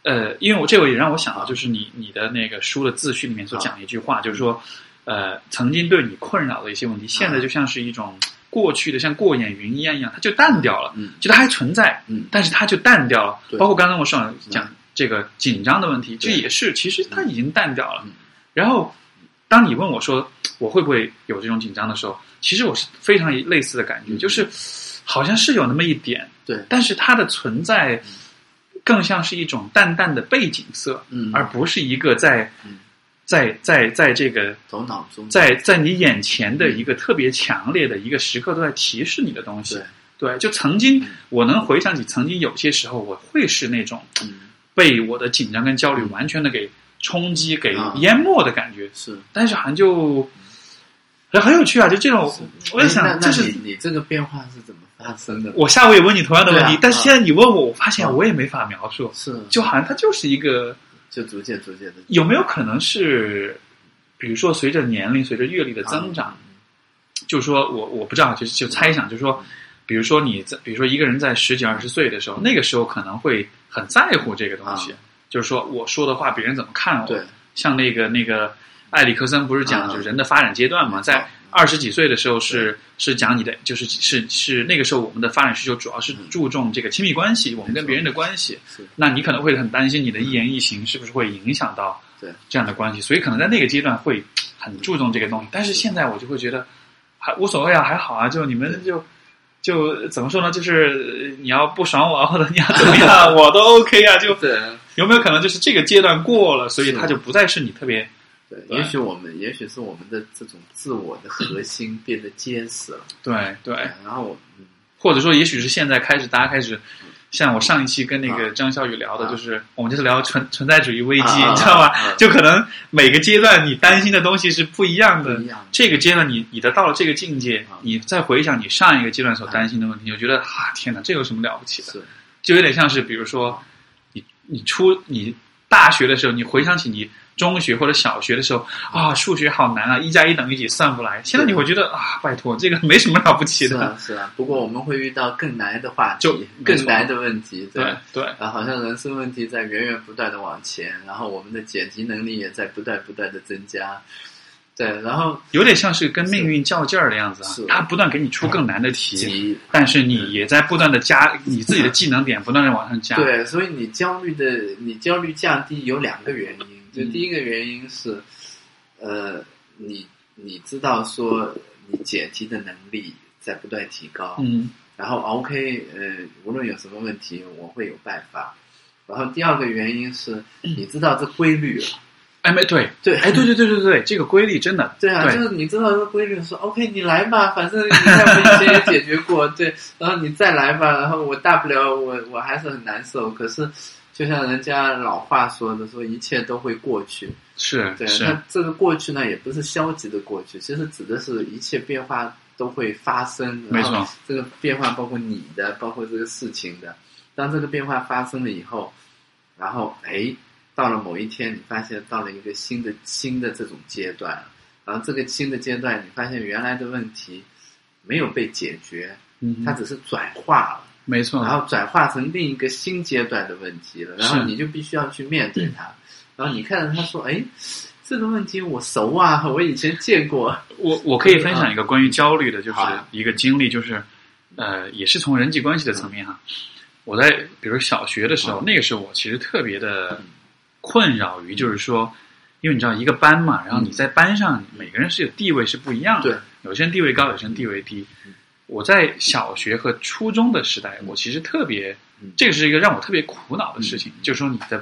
[SPEAKER 1] 呃，因为我这个也让我想到，就是你你的那个书的自序里面所讲的一句话，就是说呃，曾经对你困扰的一些问题，现在就像是一种过去的像过眼云烟一样，它就淡掉了，
[SPEAKER 2] 嗯
[SPEAKER 1] 就它还存在，
[SPEAKER 2] 嗯
[SPEAKER 1] 但是它就淡掉了。
[SPEAKER 2] 对
[SPEAKER 1] 包括刚刚我上讲
[SPEAKER 2] 嗯
[SPEAKER 1] 这个紧张的问题，这
[SPEAKER 2] 对
[SPEAKER 1] 也是其实它已经淡掉了
[SPEAKER 2] 嗯。
[SPEAKER 1] 然后，当你问我说我会不会有这种紧张的时候，其实我是非常类似的感觉，
[SPEAKER 2] 嗯
[SPEAKER 1] 就是好像是有那么一点，
[SPEAKER 2] 对啊
[SPEAKER 1] 但是它的存
[SPEAKER 2] 嗯
[SPEAKER 1] 在更像是一种淡淡的背景色，
[SPEAKER 2] 嗯，
[SPEAKER 1] 而不是一个在
[SPEAKER 2] 嗯
[SPEAKER 1] 在在在这个
[SPEAKER 2] 头脑中，
[SPEAKER 1] 在在你眼前的一个特别强烈的一个时刻都在提示你的东西
[SPEAKER 2] 嗯对。
[SPEAKER 1] 对，就曾经
[SPEAKER 2] 嗯
[SPEAKER 1] 我能回想起，曾经有些时候我会是那种
[SPEAKER 2] 嗯，
[SPEAKER 1] 被我的紧张跟焦虑完全的给冲击、给
[SPEAKER 2] 啊
[SPEAKER 1] 淹没的感觉。
[SPEAKER 2] 是。
[SPEAKER 1] 但是好像就很很有趣啊，就这种，我也
[SPEAKER 2] 哎
[SPEAKER 1] 想，
[SPEAKER 2] 那
[SPEAKER 1] 就
[SPEAKER 2] 那
[SPEAKER 1] 是
[SPEAKER 2] 你你这个变化是怎么发生的？
[SPEAKER 1] 我下午也问你同样的问
[SPEAKER 2] 对
[SPEAKER 1] 题
[SPEAKER 2] 啊，
[SPEAKER 1] 但是现在你问我，我发现
[SPEAKER 2] 嗯
[SPEAKER 1] 我也没法描述，
[SPEAKER 2] 是
[SPEAKER 1] 就好像它就是一个
[SPEAKER 2] 就逐渐逐渐的
[SPEAKER 1] 有没有可能是，比如说随着年龄、随着阅历的
[SPEAKER 2] 啊
[SPEAKER 1] 增长，，就是说我我不知道，就是就猜想，就是说，比如说你在，比如说一个人在十几二十岁的时候，那个时候可能会很在乎这个东西
[SPEAKER 2] 啊，
[SPEAKER 1] 就是说我说的话别人怎么看我，
[SPEAKER 2] 嗯对，
[SPEAKER 1] 像那个那个埃里克森不是讲
[SPEAKER 2] 嗯
[SPEAKER 1] 就是人的发展阶段嘛，
[SPEAKER 2] 嗯
[SPEAKER 1] 在二十几岁的时候是是讲你的就是是是那个时候我们的发展需求主要
[SPEAKER 2] 嗯
[SPEAKER 1] 是注重这个亲密关系，我们跟别人的关系
[SPEAKER 2] 是。
[SPEAKER 1] 那你可能会很担心你的一言一行是不是会影响到
[SPEAKER 2] 对
[SPEAKER 1] 这样的关系，所以可能在那个阶段会很注重这个东西。但是现在我就会觉得还无所谓啊，还好啊，就你们就。就怎么说呢？就是呃你要不爽我啊，或者你要怎么样，我都 OK 啊。就
[SPEAKER 2] 对
[SPEAKER 1] 有没有可能就是这个阶段过了，所以它就不再是你特别
[SPEAKER 2] 对，
[SPEAKER 1] 对
[SPEAKER 2] 也许我们也许是我们的这种自我的核心变得结实了，
[SPEAKER 1] 对对，
[SPEAKER 2] 然后我嗯
[SPEAKER 1] 或者说也许是现在开始大家开始。像我上一期跟那个张笑宇聊的，
[SPEAKER 2] 啊
[SPEAKER 1] 就是我们就是聊存存在主义危机，
[SPEAKER 2] 啊
[SPEAKER 1] 你知道吗
[SPEAKER 2] 啊啊？
[SPEAKER 1] 就可能每个阶段你担心的东西是不一样的
[SPEAKER 2] 不一样的。
[SPEAKER 1] 这个阶段你你的到了这个境界
[SPEAKER 2] 啊，
[SPEAKER 1] 你再回想你上一个阶段所担心的问题，我觉得啊，天哪，这有什么了不起的？
[SPEAKER 2] 是
[SPEAKER 1] 就有点像是比如说你你初你大学的时候，你回想起你中学或者小学的时候啊，数学好难啊，一加一等于几算不来。现在你会觉得啊，拜托，这个没什么了不起
[SPEAKER 2] 是
[SPEAKER 1] 的。
[SPEAKER 2] 啊是啊，不过我们会遇到更难的话
[SPEAKER 1] 就
[SPEAKER 2] 题，更难的问题，对。
[SPEAKER 1] 对对，
[SPEAKER 2] 啊，好像人生问题在源源不断的往前，然后我们的剪辑能力也在不断不断的增加，对，然后
[SPEAKER 1] 有点像是跟命运较劲儿的样子
[SPEAKER 2] 是
[SPEAKER 1] 啊，他不断给你出更难的题，
[SPEAKER 2] 急
[SPEAKER 1] 但是你也在不断的加你自己的技能点，不断的往上加。
[SPEAKER 2] 对，所以你焦虑的，你焦虑降低有两个原因，就
[SPEAKER 1] 嗯
[SPEAKER 2] 第一个原因是，呃，你你知道说你解题的能力在不断提高，
[SPEAKER 1] 嗯，
[SPEAKER 2] 然后 OK，呃，无论有什么问题，我会有办法。然后第二个原因是，
[SPEAKER 1] 嗯
[SPEAKER 2] 你知道这规律了，
[SPEAKER 1] 哎没对，
[SPEAKER 2] 对，
[SPEAKER 1] 哎对对对对对，这个规律真的
[SPEAKER 2] 对啊，
[SPEAKER 1] 对
[SPEAKER 2] 就是你知道这个规律说，OK，你来吧，反正你看我以前也解决过， 对，然后你再来吧，然后我大不了我我还是很难受，可是就像人家老话说的，说一切都会过去，
[SPEAKER 1] 是
[SPEAKER 2] 对，
[SPEAKER 1] 是
[SPEAKER 2] 那这个过去呢，也不是消极的过去，其实指的是一切变化都会发生，
[SPEAKER 1] 没错，
[SPEAKER 2] 这个变化包括你的，包括这个事情的，当这个变化发生了以后，然后哎，到了某一天，你发现到了一个新的新的这种阶段，然后这个新的阶段，你发现原来的问题没有被解决，
[SPEAKER 1] 嗯
[SPEAKER 2] 它，只是转化了，
[SPEAKER 1] 没错，
[SPEAKER 2] 然后转化成另一个新阶段的问题了，然后你就必须要去面对它，然后你看着他说，哎，这个问题我熟啊，我以前见过，
[SPEAKER 1] 我我可以分享一个关于焦虑的，就是
[SPEAKER 2] 嗯好呀
[SPEAKER 1] 一个经历，就是呃，也是从人际关系的层面哈。我在比如小学的时
[SPEAKER 2] 嗯
[SPEAKER 1] 候，那个时候我其实特别的困扰于，就是说，因为你知道一个班嘛，然后你在班上每个人是有地位是不一样
[SPEAKER 2] 嗯对
[SPEAKER 1] 的，有些人地位高，有些人地位低
[SPEAKER 2] 嗯。
[SPEAKER 1] 我在小学和初中的时代，我其实特别
[SPEAKER 2] 嗯，
[SPEAKER 1] 这个是一个让我特别苦恼的事情
[SPEAKER 2] 嗯，
[SPEAKER 1] 就是说你的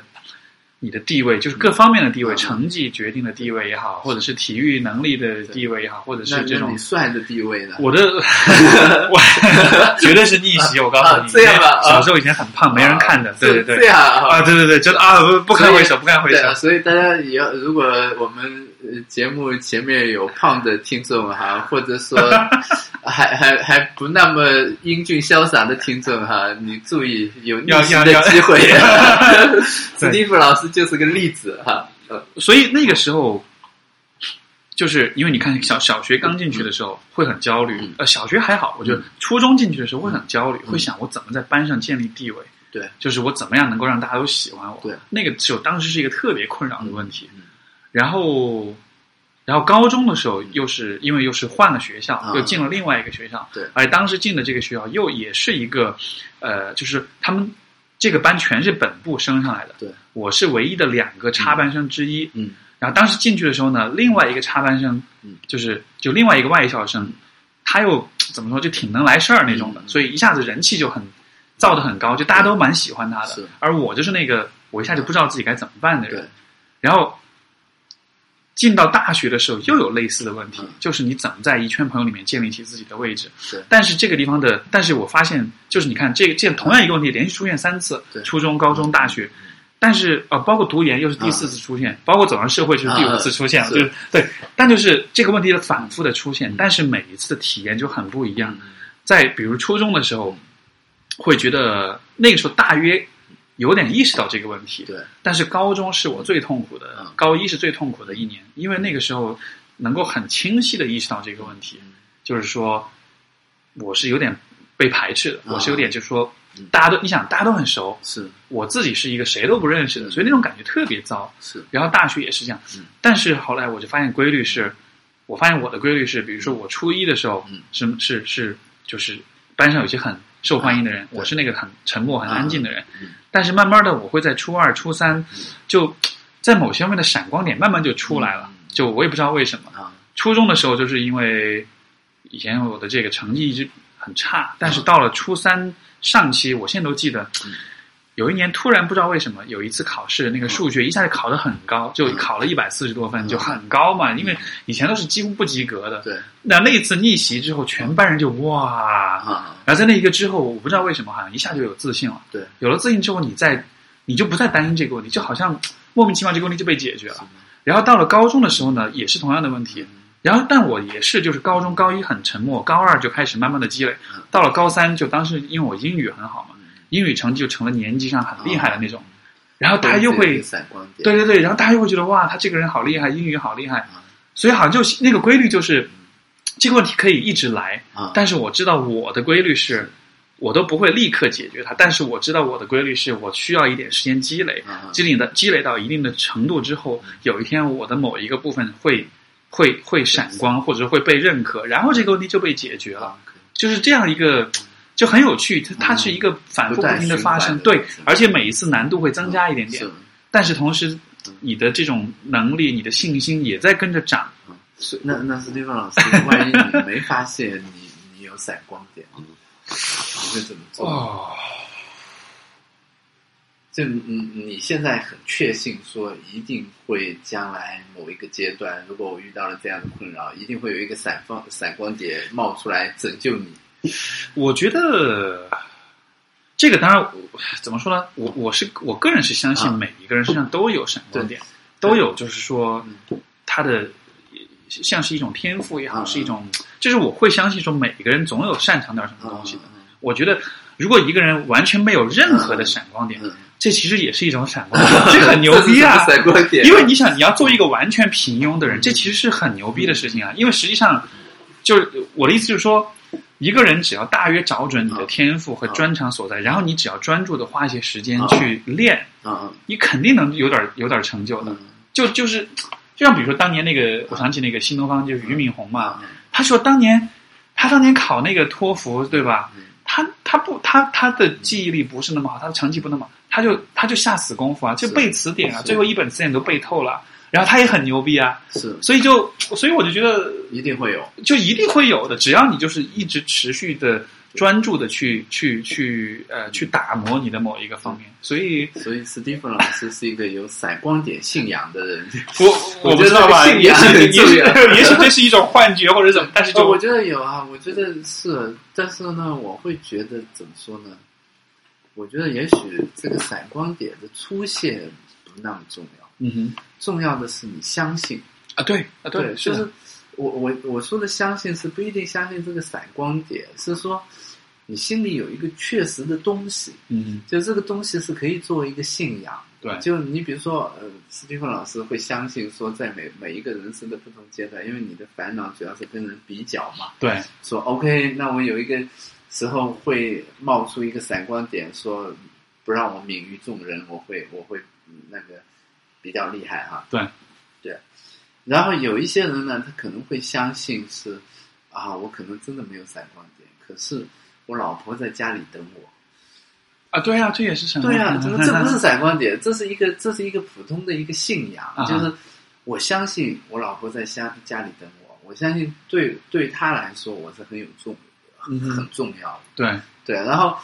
[SPEAKER 1] 你的地位，就是各方面的地位，
[SPEAKER 2] 嗯
[SPEAKER 1] 成绩决定的地位也好，或者是体育能力的地位也好，或者
[SPEAKER 2] 那
[SPEAKER 1] 是这
[SPEAKER 2] 那
[SPEAKER 1] 种
[SPEAKER 2] 你算的地位呢？
[SPEAKER 1] 我 的，我绝对是逆袭！我告诉
[SPEAKER 2] 啊
[SPEAKER 1] 你，
[SPEAKER 2] 这样吧啊
[SPEAKER 1] 小时候以前很胖，没人看的，
[SPEAKER 2] 啊
[SPEAKER 1] 对对
[SPEAKER 2] 这这
[SPEAKER 1] 对，
[SPEAKER 2] 样
[SPEAKER 1] 啊，
[SPEAKER 2] 啊，
[SPEAKER 1] 对对对，真的啊，不不堪回首，不堪回
[SPEAKER 2] 对
[SPEAKER 1] 首。
[SPEAKER 2] 啊，所以大家也要，如果我们呃节目前面有胖的听众哈，或者 说还还还不那么英俊潇洒的听众哈，你注意有逆
[SPEAKER 1] 要
[SPEAKER 2] 袭
[SPEAKER 1] 要
[SPEAKER 2] 的
[SPEAKER 1] 要
[SPEAKER 2] 机会。 史
[SPEAKER 1] 对
[SPEAKER 2] 蒂夫老师就是个例子哈，呃
[SPEAKER 1] 所以那个时候，就是因为你看小小学刚进去的时候会很焦虑
[SPEAKER 2] 嗯，
[SPEAKER 1] 呃，小学还好，我觉得初中进去的时候会很焦虑，
[SPEAKER 2] 嗯
[SPEAKER 1] 会想我怎么在班上建立地位，
[SPEAKER 2] 对，
[SPEAKER 1] 就是我怎么样能够让大家都喜欢我，
[SPEAKER 2] 对，
[SPEAKER 1] 那个时候当时是一个特别困扰的问题
[SPEAKER 2] 嗯嗯。
[SPEAKER 1] 然后，然后高中的时候又是因为又是换了学校
[SPEAKER 2] 啊，
[SPEAKER 1] 又进了另外一个学校，
[SPEAKER 2] 对
[SPEAKER 1] 而当时进的这个学校又也是一个，呃，就是他们这个班全是本部升上来的，
[SPEAKER 2] 对，
[SPEAKER 1] 我是唯一的两个插班生之一，
[SPEAKER 2] 嗯
[SPEAKER 1] 然后当时进去的时候呢，另外一个插班生
[SPEAKER 2] 嗯，
[SPEAKER 1] 就是就另外一个外校生，他又怎么说，就挺能来事儿那种的，
[SPEAKER 2] 嗯
[SPEAKER 1] 所以一下子人气就很造得很高，就大家都蛮喜欢他的
[SPEAKER 2] 是。
[SPEAKER 1] 而我就是那个我一下就不知道自己该怎么办的
[SPEAKER 2] 对
[SPEAKER 1] 人。然后进到大学的时候，又有类似的问题
[SPEAKER 2] 嗯，
[SPEAKER 1] 就是你怎么在一圈朋友里面建立起自己的位置
[SPEAKER 2] 对。
[SPEAKER 1] 但是这个地方的，但是我发现，就是你看这个这同样一个问题连续出现三次
[SPEAKER 2] 对，嗯
[SPEAKER 1] 初中、高中、大学。但是呃，包括读研又是第四次出现，包括走上社会就是第五次出现了，
[SPEAKER 2] 啊
[SPEAKER 1] 就是对。但就是这个问题的反复的出现，
[SPEAKER 2] 嗯
[SPEAKER 1] 但是每一次的体验就很不一样。
[SPEAKER 2] 嗯
[SPEAKER 1] 在比如初中的时候，会觉得那个时候大约有点意识到这个问题，
[SPEAKER 2] 对
[SPEAKER 1] 但是高中是我最痛苦的，
[SPEAKER 2] 嗯
[SPEAKER 1] 高一是最痛苦的一年，因为那个时候能够很清晰的意识到这个问题，
[SPEAKER 2] 嗯
[SPEAKER 1] 就是说我是有点被排斥的，
[SPEAKER 2] 啊
[SPEAKER 1] 我是有点就是说
[SPEAKER 2] 嗯
[SPEAKER 1] 大家都你想大家都很熟，
[SPEAKER 2] 是
[SPEAKER 1] 我自己是一个谁都不认识的，
[SPEAKER 2] 嗯
[SPEAKER 1] 所以那种感觉特别糟。
[SPEAKER 2] 是
[SPEAKER 1] 然后大学也是这样
[SPEAKER 2] 嗯，
[SPEAKER 1] 但是后来我就发现规律是，我发现我的规律是，比如说我初一的时候
[SPEAKER 2] 嗯
[SPEAKER 1] 是是是就是班上有些很受欢迎的人，
[SPEAKER 2] 对
[SPEAKER 1] 我是那个很沉默、很安静的人
[SPEAKER 2] 啊嗯，
[SPEAKER 1] 但是慢慢的我会在初二、初三就在某些方面的闪光点慢慢就出来了
[SPEAKER 2] 嗯，
[SPEAKER 1] 就我也不知道为什么。
[SPEAKER 2] 啊
[SPEAKER 1] 初中的时候就是因为以前我的这个成绩一直很差，但是到了初三上期，我现在都记得
[SPEAKER 2] 嗯，
[SPEAKER 1] 有一年突然不知道为什么有一次考试，那个数学一下就考得很高，就考了一百四十多分，
[SPEAKER 2] 嗯
[SPEAKER 1] 就很高嘛，因为以前都是几乎不及格的。
[SPEAKER 2] 对
[SPEAKER 1] 那那一次逆袭之后，全班人就哇，
[SPEAKER 2] 啊
[SPEAKER 1] 然后在那一个之后，我不知道为什么，好像一下就有自信了。
[SPEAKER 2] 对
[SPEAKER 1] 有了自信之后，你再你就不再担心这个问题，就好像莫名其妙这个问题就被解决了。然后到了高中的时候呢，也是同样的问题。然后，但我也是，就是高中高一很沉默，高二就开始慢慢的积累
[SPEAKER 2] 嗯，
[SPEAKER 1] 到了高三就当时因为我英语很好嘛，
[SPEAKER 2] 嗯
[SPEAKER 1] 英语成绩就成了年级上很厉害的那种。然后大家又
[SPEAKER 2] 这
[SPEAKER 1] 会
[SPEAKER 2] 个，闪光点
[SPEAKER 1] 哦对对对，然后大家又会觉得哇，他这个人好厉害，英语好厉害
[SPEAKER 2] 嗯。
[SPEAKER 1] 所以好像就是那个规律就是，这个问题可以一直来，
[SPEAKER 2] 啊
[SPEAKER 1] 但是我知道我的规律是，我都不会立刻解决它，但是我知道我的规律是我需要一点时间积累，
[SPEAKER 2] 啊
[SPEAKER 1] 积累的积累到一定的程度之后，有一天我的某一个部分会会会闪光，或者会被认可，然后这个问题就被解决了，
[SPEAKER 2] 啊
[SPEAKER 1] 就是这样一个。就很有趣，它它是一个反复不停的发生，
[SPEAKER 2] 不断嗯循
[SPEAKER 1] 对
[SPEAKER 2] 环的是，
[SPEAKER 1] 而且每一次难度会增加一点点
[SPEAKER 2] 是，
[SPEAKER 1] 但是同时你的这种能力、你的信心也在跟着涨。
[SPEAKER 2] 那那斯蒂芬老师，万一你没发现你你有闪光点，你会怎么做？
[SPEAKER 1] 哦，
[SPEAKER 2] 就你你现在很确信说一定会将来某一个阶段，如果我遇到了这样的困扰，一定会有一个闪光闪光点冒出来拯救你。
[SPEAKER 1] 我觉得这个当然我怎么说呢？我我是我个人是相信
[SPEAKER 2] 啊
[SPEAKER 1] 每一个人身上都有闪光点，都有就是说他的像是一种天赋也好，
[SPEAKER 2] 嗯
[SPEAKER 1] 是一种就是我会相信说每一个人总有擅长点什么
[SPEAKER 2] 嗯
[SPEAKER 1] 东西的。我觉得如果一个人完全没有任何的闪光点，
[SPEAKER 2] 嗯，
[SPEAKER 1] 这其实也是一种闪光点，这很牛逼啊！
[SPEAKER 2] 这是什么闪光点，
[SPEAKER 1] 因为你想，你要做一个完全平庸的人，这其实是很牛逼的事情啊。因为实际上，就是我的意思就是说，一个人只要大约找准你的天赋和专长所在，然后你只要专注的花一些时间去练，
[SPEAKER 2] 嗯
[SPEAKER 1] 你肯定能有点有点成就的。
[SPEAKER 2] 嗯
[SPEAKER 1] 就就是，就像比如说当年那个，我想起那个新东方就是俞敏洪嘛，
[SPEAKER 2] 嗯
[SPEAKER 1] 他说当年他当年考那个托福，对吧？
[SPEAKER 2] 嗯
[SPEAKER 1] 他他不他他的记忆力不是那么好，他的成绩不那么好，他就他就下死功夫啊，就背词典啊，
[SPEAKER 2] 是
[SPEAKER 1] 最后一本词典都背透了，然后他也很牛逼啊，
[SPEAKER 2] 是
[SPEAKER 1] 所以就所以我就觉得
[SPEAKER 2] 一定会有。
[SPEAKER 1] 就一定会有的，只要你就是一直持续的专注的去去去呃去打磨你的某一个方面，所以
[SPEAKER 2] 所以史蒂芬老师是一个有闪光点信仰的人。
[SPEAKER 1] 我
[SPEAKER 2] 我
[SPEAKER 1] 我不
[SPEAKER 2] 觉
[SPEAKER 1] 知
[SPEAKER 2] 得
[SPEAKER 1] 道吧，
[SPEAKER 2] 这个
[SPEAKER 1] 也许
[SPEAKER 2] 信
[SPEAKER 1] 也许
[SPEAKER 2] 仰这个
[SPEAKER 1] 也许 这是一种幻觉或者怎么，但是
[SPEAKER 2] 哦，我
[SPEAKER 1] 就
[SPEAKER 2] 觉得有啊，我觉得是，但是呢，我会觉得怎么说呢？我觉得也许这个闪光点的出现不那么重要，
[SPEAKER 1] 嗯哼
[SPEAKER 2] 重要的是你相信。
[SPEAKER 1] 啊对啊对
[SPEAKER 2] 就是是我我我说的相信是不一定相信这个闪光点，是说你心里有一个确实的东西，
[SPEAKER 1] 嗯
[SPEAKER 2] 就这个东西是可以作为一个信仰。
[SPEAKER 1] 对
[SPEAKER 2] 就你比如说，呃，斯蒂芬老师会相信说，在每每一个人生的不同阶段，因为你的烦恼主要是跟人比较嘛，
[SPEAKER 1] 对
[SPEAKER 2] 说 OK，那我有一个时候会冒出一个闪光点，说不让我泯于众人，我会我会嗯那个比较厉害哈。
[SPEAKER 1] 对
[SPEAKER 2] 对，然后有一些人呢，他可能会相信是啊，我可能真的没有闪光点，可是我老婆在家里等我。
[SPEAKER 1] 啊对啊，这也是什么？
[SPEAKER 2] 对啊，这这不是闪光点，这是一个这是一个普通的一个信仰，
[SPEAKER 1] 啊
[SPEAKER 2] 就是我相信我老婆在家家里等我，我相信对对她来说我是很有重
[SPEAKER 1] 嗯哼
[SPEAKER 2] 很重要的，
[SPEAKER 1] 对啊
[SPEAKER 2] 对，然后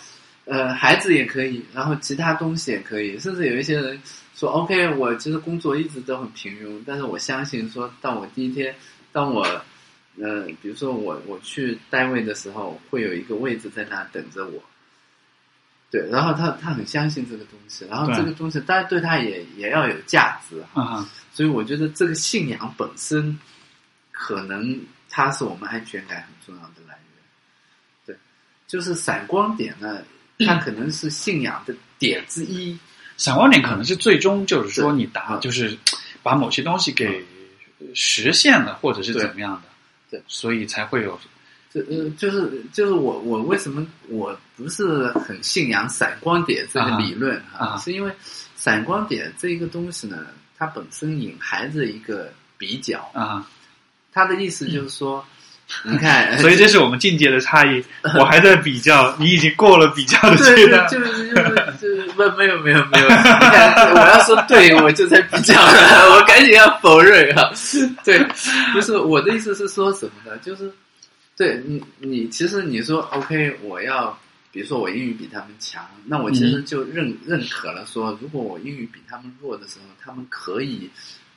[SPEAKER 2] 呃孩子也可以，然后其他东西也可以，甚至有一些人说 OK，我其实工作一直都很平庸，但是我相信说，当我第一天，当我呃比如说我我去单位的时候，会有一个位置在那等着我。对，然后他他很相信这个东西，然后
[SPEAKER 1] 对
[SPEAKER 2] 这个东西当然对他也也要有价值哈，
[SPEAKER 1] 啊哈
[SPEAKER 2] 所以我觉得这个信仰本身，可能它是我们安全感很重要的来源。对，就是闪光点呢，它可能是信仰的点之一。
[SPEAKER 1] 闪光点可能是最终就是说你达
[SPEAKER 2] 嗯
[SPEAKER 1] 就是把某些东西给实现了，或者是
[SPEAKER 2] 对
[SPEAKER 1] 怎么样的，
[SPEAKER 2] 对，
[SPEAKER 1] 所以才会有
[SPEAKER 2] 就呃，就是就是我我为什么我不是很信仰闪光点这个理论
[SPEAKER 1] 啊
[SPEAKER 2] 啊？是因为闪光点这个东西呢，它本身隐含着一个比较，
[SPEAKER 1] 啊，
[SPEAKER 2] 它的意思就是 说，你看，
[SPEAKER 1] 所以这是我们境界的差 异。我还在比较，你已经过了比较的阶
[SPEAKER 2] 对
[SPEAKER 1] 段
[SPEAKER 2] 对，。就是就是就是不没有没有没有，你看我要说对，我就在比较，我赶紧要否认啊。对，不是我的意思是说什么呢？就是对你你其实你说 OK，我要比如说我英语比他们强，那我其实就认、认可了说，如果我英语比他们弱的时候，他们可以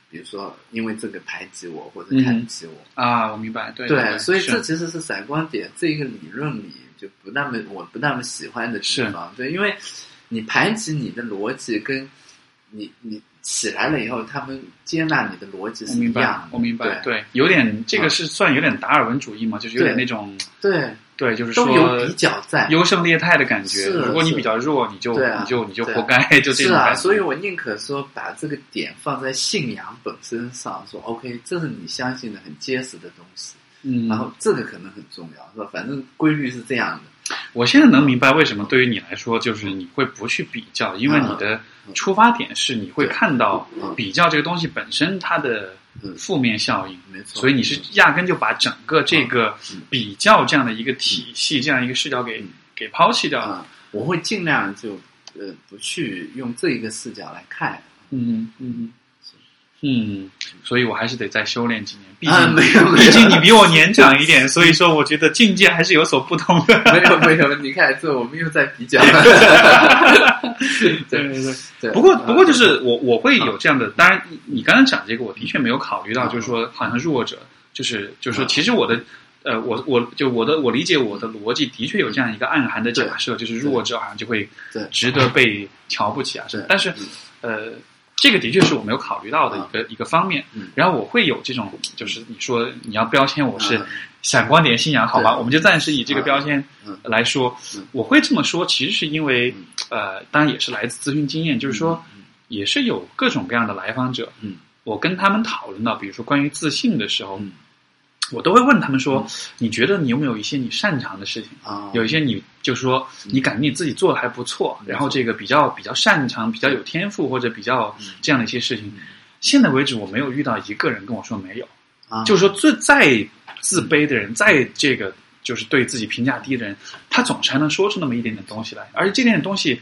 [SPEAKER 2] 比如说因为这个排挤我或者看
[SPEAKER 1] 嗯
[SPEAKER 2] 起我，
[SPEAKER 1] 啊，我明白，对
[SPEAKER 2] 对，所以
[SPEAKER 1] 是
[SPEAKER 2] 这其实是闪光点这一个理论里就不那么我不那么喜欢的地方。对，因为你盘起你的逻辑跟你你起来了以后，他们接纳你的逻辑
[SPEAKER 1] 我
[SPEAKER 2] 是一
[SPEAKER 1] 明白
[SPEAKER 2] 样的。，
[SPEAKER 1] 我明白，
[SPEAKER 2] 对啊
[SPEAKER 1] 对，有点这个是算有点达尔文主义嘛，就是有点那种
[SPEAKER 2] 对，
[SPEAKER 1] 对，就是
[SPEAKER 2] 都有
[SPEAKER 1] 说
[SPEAKER 2] 比较在。
[SPEAKER 1] 优胜劣汰的感觉。
[SPEAKER 2] 是
[SPEAKER 1] 如果你
[SPEAKER 2] 是
[SPEAKER 1] 比较弱，你就
[SPEAKER 2] 对啊
[SPEAKER 1] 你就你就
[SPEAKER 2] 对啊
[SPEAKER 1] 活该，就这
[SPEAKER 2] 是
[SPEAKER 1] 种
[SPEAKER 2] 啊，
[SPEAKER 1] 感觉。
[SPEAKER 2] 所以我宁可说把这个点放在信仰本身上，说 OK，这是你相信的很结实的东西，
[SPEAKER 1] 嗯，
[SPEAKER 2] 然后这个可能很重要，是吧？反正规律是这样的。
[SPEAKER 1] 我现在能明白为什么对于你来说，就是你会不去比较，因为你的出发点是你会看到
[SPEAKER 2] 嗯
[SPEAKER 1] 比较这个东西本身它的
[SPEAKER 2] 嗯
[SPEAKER 1] 负面效应，
[SPEAKER 2] 没错
[SPEAKER 1] 所以你是压根就把整个这个
[SPEAKER 2] 嗯
[SPEAKER 1] 比较这样的一个体系、这样一个视角给
[SPEAKER 2] 嗯
[SPEAKER 1] 给抛弃掉了。
[SPEAKER 2] 啊，我会尽量就呃不去用这一个视角来看。
[SPEAKER 1] 嗯嗯嗯，所以我还是得再修炼几年，毕
[SPEAKER 2] 啊，
[SPEAKER 1] 竟
[SPEAKER 2] 没 有没
[SPEAKER 1] 毕竟
[SPEAKER 2] 有
[SPEAKER 1] 你比我年长一点，所以说我觉得境界还是有所不同的。
[SPEAKER 2] 没有没有，你看这我们又在比 较。对
[SPEAKER 1] 对对。
[SPEAKER 2] 对，
[SPEAKER 1] 不过，
[SPEAKER 2] 啊
[SPEAKER 1] 不过就是我我会有这样的，当然你你刚刚讲这个，我的确没有考虑到，就是说好像弱者，就是就是说，
[SPEAKER 2] 嗯
[SPEAKER 1] 其实我的呃，我我就我的我理解我的逻辑的确有这样一个暗含的假设，就是弱者好像就会
[SPEAKER 2] 对
[SPEAKER 1] 值得被瞧不起啊什么
[SPEAKER 2] 嗯对，，
[SPEAKER 1] 但是
[SPEAKER 2] 嗯
[SPEAKER 1] 呃，这个的确是我没有考虑到的一个一个方面
[SPEAKER 2] 嗯。
[SPEAKER 1] 然后我会有这种，就是你说你要标签我是
[SPEAKER 2] 嗯
[SPEAKER 1] 闪光点信仰，好吧，
[SPEAKER 2] 对
[SPEAKER 1] 我们就暂时以这个
[SPEAKER 2] 嗯
[SPEAKER 1] 标签
[SPEAKER 2] 嗯
[SPEAKER 1] 来说
[SPEAKER 2] 嗯。
[SPEAKER 1] 我会这么说，其实是因为
[SPEAKER 2] 嗯
[SPEAKER 1] 呃，当然也是来自咨询经验，就是说也是有各种各样的来访者。
[SPEAKER 2] 嗯
[SPEAKER 1] 我跟他们讨论到，比如说关于自信的时候，
[SPEAKER 2] 嗯
[SPEAKER 1] 我都会问他们说：“你觉得你有没有一些你擅长的事情？
[SPEAKER 2] 啊，
[SPEAKER 1] 有一些你就说
[SPEAKER 2] 嗯
[SPEAKER 1] 你感觉你自己做的还不错，然后这个比较比较擅长、比较有天赋或者比较
[SPEAKER 2] 嗯
[SPEAKER 1] 这样的一些事情。现在为止，我没有遇到一个人跟我说没有，
[SPEAKER 2] 啊
[SPEAKER 1] 就是说最再自卑的人，再这个就是对自己评价低的人，他总是还能说出那么一点点东西来，而且这点点东西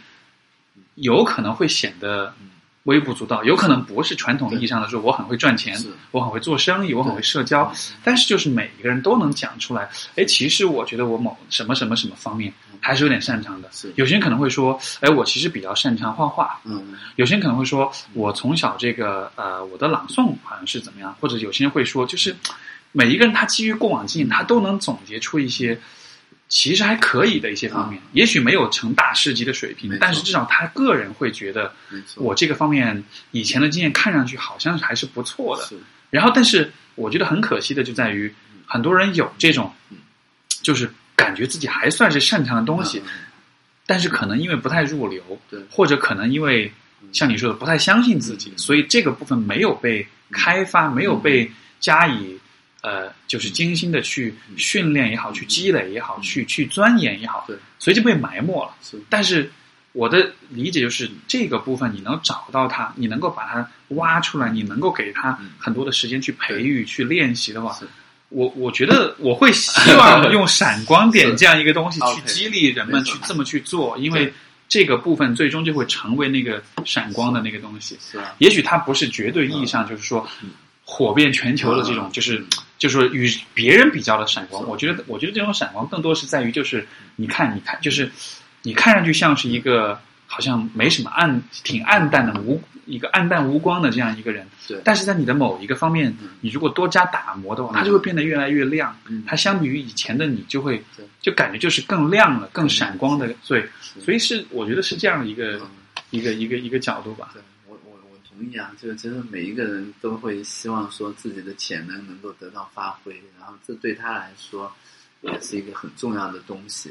[SPEAKER 1] 有可能会显得
[SPEAKER 2] 嗯
[SPEAKER 1] 微不足道，有可能不是传统意义上的说我很会赚钱
[SPEAKER 2] 是，
[SPEAKER 1] 我很会做生意，我很会社交，但是就是每一个人都能讲出来。哎，其实我觉得我某什么什么什么方面还是有点擅长的
[SPEAKER 2] 嗯是。
[SPEAKER 1] 有些人可能会说，哎，我其实比较擅长画画，
[SPEAKER 2] 嗯，
[SPEAKER 1] 有些人可能会说，我从小这个呃，我的朗诵好像是怎么样，或者有些人会说，就是每一个人他基于过往经验，他都能总结出一些其实还可以的一些方面，也许没有成大师级的水
[SPEAKER 2] 啊没
[SPEAKER 1] 平
[SPEAKER 2] 错，
[SPEAKER 1] 但是至少他个人会觉得
[SPEAKER 2] 没错，
[SPEAKER 1] 我这个方面以前的经验看上去好像还是不错的，
[SPEAKER 2] 是
[SPEAKER 1] 然后，但是我觉得很可惜的就在于，很多人有这种
[SPEAKER 2] 嗯，
[SPEAKER 1] 就是感觉自己还算是擅长的东西，
[SPEAKER 2] 嗯
[SPEAKER 1] 但是可能因为不太入流，
[SPEAKER 2] 对
[SPEAKER 1] 或者可能因为像你说的不太相信自己，
[SPEAKER 2] 嗯
[SPEAKER 1] 所以这个部分没有被开发，没有被加以呃，就是精心的去
[SPEAKER 2] 嗯
[SPEAKER 1] 训练也好，去积累也好，
[SPEAKER 2] 嗯
[SPEAKER 1] 去去钻研也好
[SPEAKER 2] 对，
[SPEAKER 1] 所以就被埋没了。
[SPEAKER 2] 是
[SPEAKER 1] 但是我的理解
[SPEAKER 2] 嗯
[SPEAKER 1] 就是，这个部分你能找到它，你能够把它挖出来，你能够给它
[SPEAKER 2] 嗯
[SPEAKER 1] 很多的时间去培育、去练习的话
[SPEAKER 2] 是，
[SPEAKER 1] 我我觉得我会希望用闪光点
[SPEAKER 2] 是
[SPEAKER 1] 这样一个东西去
[SPEAKER 2] OK，
[SPEAKER 1] 激励人们
[SPEAKER 2] 没错
[SPEAKER 1] 去这么去做，因为
[SPEAKER 2] 对
[SPEAKER 1] 这个部分最终就会成为那个闪光的那个东西。
[SPEAKER 2] 是啊，
[SPEAKER 1] 也许它不是绝对意义上就是说
[SPEAKER 2] 嗯
[SPEAKER 1] 火遍全球的这种，
[SPEAKER 2] 嗯
[SPEAKER 1] 就是就是说与别人比较的闪光。
[SPEAKER 2] 是
[SPEAKER 1] 我觉得，我觉得这种闪光更多是在于，就是你看，你看，就是你看上去像是一个好像没什么暗、挺暗淡的无一个暗淡无光的这样一个人，
[SPEAKER 2] 对，
[SPEAKER 1] 但是在你的某一个方面
[SPEAKER 2] 嗯，
[SPEAKER 1] 你如果多加打磨的话，它
[SPEAKER 2] 嗯
[SPEAKER 1] 就会变得越来越亮。
[SPEAKER 2] 嗯
[SPEAKER 1] 它相比于以前的你，就会
[SPEAKER 2] 对
[SPEAKER 1] 就感觉就是更亮了、更
[SPEAKER 2] 嗯
[SPEAKER 1] 闪光的。对，
[SPEAKER 2] 是
[SPEAKER 1] 所以是我觉得是这样的一个
[SPEAKER 2] 嗯
[SPEAKER 1] 一个一个一个角度吧。
[SPEAKER 2] 对我我我同意啊，就是其实每一个人都会希望说自己的潜能能够得到发挥，然后这对他来说也是一个很重要的东西。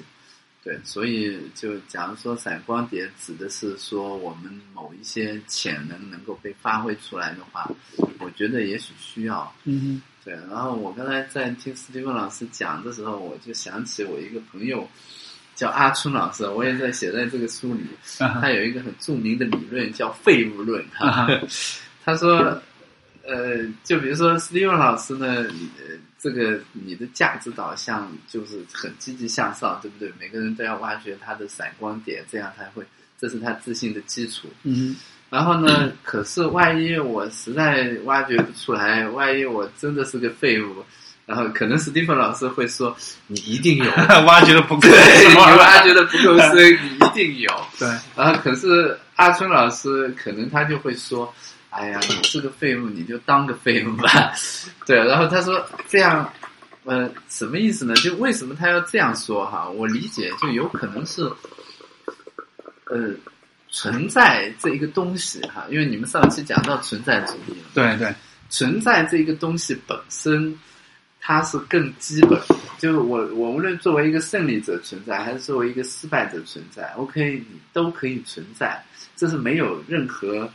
[SPEAKER 2] 对，所以就假如说闪光点指的是说我们某一些潜能能够被发挥出来的话，我觉得也许需要。
[SPEAKER 1] 嗯
[SPEAKER 2] 对，然后我刚才在听斯蒂芬老师讲的时候，我就想起我一个朋友叫阿春老师，我也在写在这个书里。
[SPEAKER 1] 哼，啊哈
[SPEAKER 2] 他有一个很著名的理论叫废物论
[SPEAKER 1] 啊
[SPEAKER 2] 哈。
[SPEAKER 1] 哈。
[SPEAKER 2] 他说，呃，就比如说 Steven 老师呢，你的这个你的价值导向就是很积极向上，对不对？每个人都要挖掘他的闪光点，这样才会，这是他自信的基础。
[SPEAKER 1] 嗯
[SPEAKER 2] 然后呢，可是万一我实在挖掘不出来，万一我真的是个废物，然后可能 Steven 老师会说，你一定 有。
[SPEAKER 1] 哼，挖掘的不够，
[SPEAKER 2] 对，
[SPEAKER 1] 是
[SPEAKER 2] 你
[SPEAKER 1] 吧
[SPEAKER 2] 挖掘的不够深，你一定有。
[SPEAKER 1] 对，
[SPEAKER 2] 然啊后可是阿春老师可能他就会说：“哎呀，你是个废物，你就当个废物吧。” 对，然后他说这样，呃，什么意思呢？就为什么他要这样说哈？我理解就有可能是，呃，存在这一个东西哈，因为你们上期讲到存在主义了，
[SPEAKER 1] 对对，
[SPEAKER 2] 存在这个东西本身，它是更基本的。就是我，我无论作为一个胜利者存在，还是作为一个失败者存在，OK，你都可以存在，这是没有任何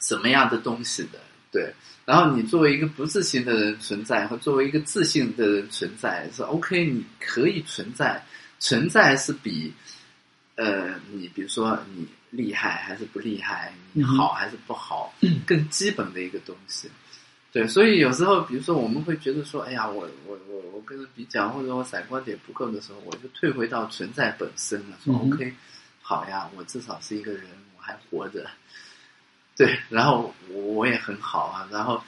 [SPEAKER 2] 什么样的东西的，对。然后你作为一个不自信的人存在，和作为一个自信的人存在是 OK，你可以存在，存在是比，呃，你比如说你厉害还是不厉害，你好还是不好，更基本的一个东西。对，所以有时候，比如说我们会觉得说，哎呀，我我我我跟人比较，或者我闪光点不够的时候，我就退回到存在本身了，说
[SPEAKER 1] 嗯哼
[SPEAKER 2] OK，好呀，我至少是一个人，我还活着。对，然后我我也很好啊，然后，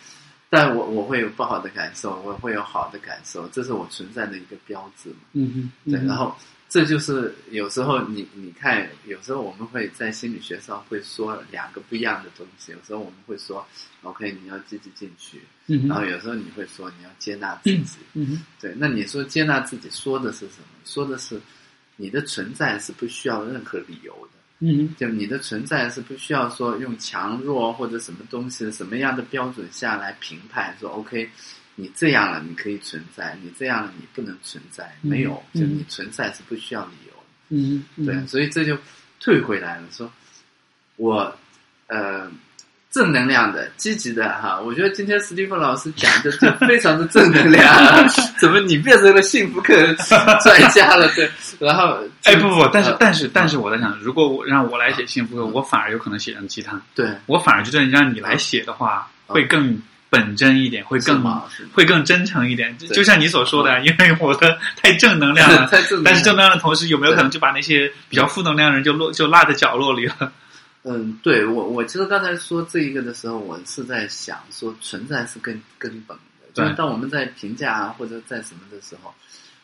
[SPEAKER 2] 但我我会有不好的感受，我会有好的感受，这是我存在的一个标志嘛。
[SPEAKER 1] 嗯哼，
[SPEAKER 2] 对，然后这就是有时候你你看，有时候我们会在心理学上会说两个不一样的东西，有时候我们会说，OK，你要积极进取，
[SPEAKER 1] 嗯
[SPEAKER 2] 然后
[SPEAKER 1] 哼，
[SPEAKER 2] 有时候你会说你要接纳自己，
[SPEAKER 1] 嗯哼，
[SPEAKER 2] 对，那你说接纳自己说的是什么？说的是你的存在是不需要任何理由的。
[SPEAKER 1] 嗯哼，
[SPEAKER 2] 就你的存在是不需要说用强弱或者什么东西什么样的标准下来评判，说 OK，你这样了你可以存在，你这样了你不能存在，
[SPEAKER 1] 嗯
[SPEAKER 2] 没有，
[SPEAKER 1] 嗯
[SPEAKER 2] 就你存在是不需要理由的。
[SPEAKER 1] 嗯哼，
[SPEAKER 2] 对，所以这就退回来了，说我呃正能量的、积极的哈，我觉得今天史蒂芬老师讲的就非常的正 能量，怎么你变成了幸福课专家了？对，然后
[SPEAKER 1] 哎不不，但是
[SPEAKER 2] 呃
[SPEAKER 1] 但是但是我在想，如果我让我来写幸福歌，我反而有可能写成鸡汤，
[SPEAKER 2] 对，
[SPEAKER 1] 我反而觉得让你来写的话，会更本真一点，会
[SPEAKER 2] 是
[SPEAKER 1] 更
[SPEAKER 2] 吗？是吗
[SPEAKER 1] 会更真诚一点。就
[SPEAKER 2] 对
[SPEAKER 1] 就像你所说的，因为我的太嗯 啊正能量了。
[SPEAKER 2] 太正能量了
[SPEAKER 1] 但是正能量的同时，有没有可能就把那些比较负能量的人就落就落在角落里了？
[SPEAKER 2] 嗯，对我，我其实刚才说这一个的时候，我是在想说存在是根根本的，就是
[SPEAKER 1] 对
[SPEAKER 2] 当我们在评价啊或者在什么的时候，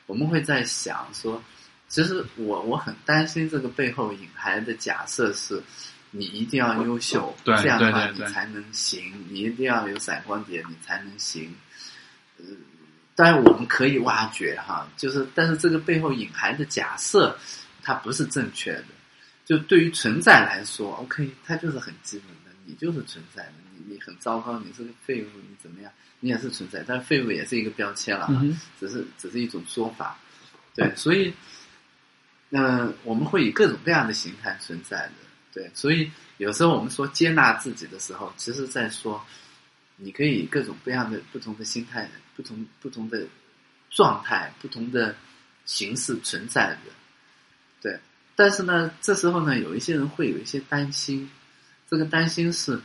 [SPEAKER 2] 我们会在想说，其实我我很担心这个背后隐含的假设是，你一定要优秀，
[SPEAKER 1] 对
[SPEAKER 2] 这样的话
[SPEAKER 1] 对对
[SPEAKER 2] 你
[SPEAKER 1] 对
[SPEAKER 2] 才能行，你一定要有闪光点，你才能行。呃，当然我们可以挖掘哈，就是但是这个背后隐含的假设，它不是正确的。就对于存在来说，OK，它就是很基本的，你就是存在的，你你很糟糕，你是个废物，你怎么样，你也是存在，但是废物也是一个标签了哈。
[SPEAKER 1] 嗯哼，
[SPEAKER 2] 只是只是一种说法。对，所以，嗯、我们会以各种各样的形态存在的。对，所以有时候我们说接纳自己的时候，其实在说，你可以以各种各样的不同的心态、不同不同的状态、不同的形式存在的。对，但是呢，这时候呢，有一些人会有一些担心，这个担心是。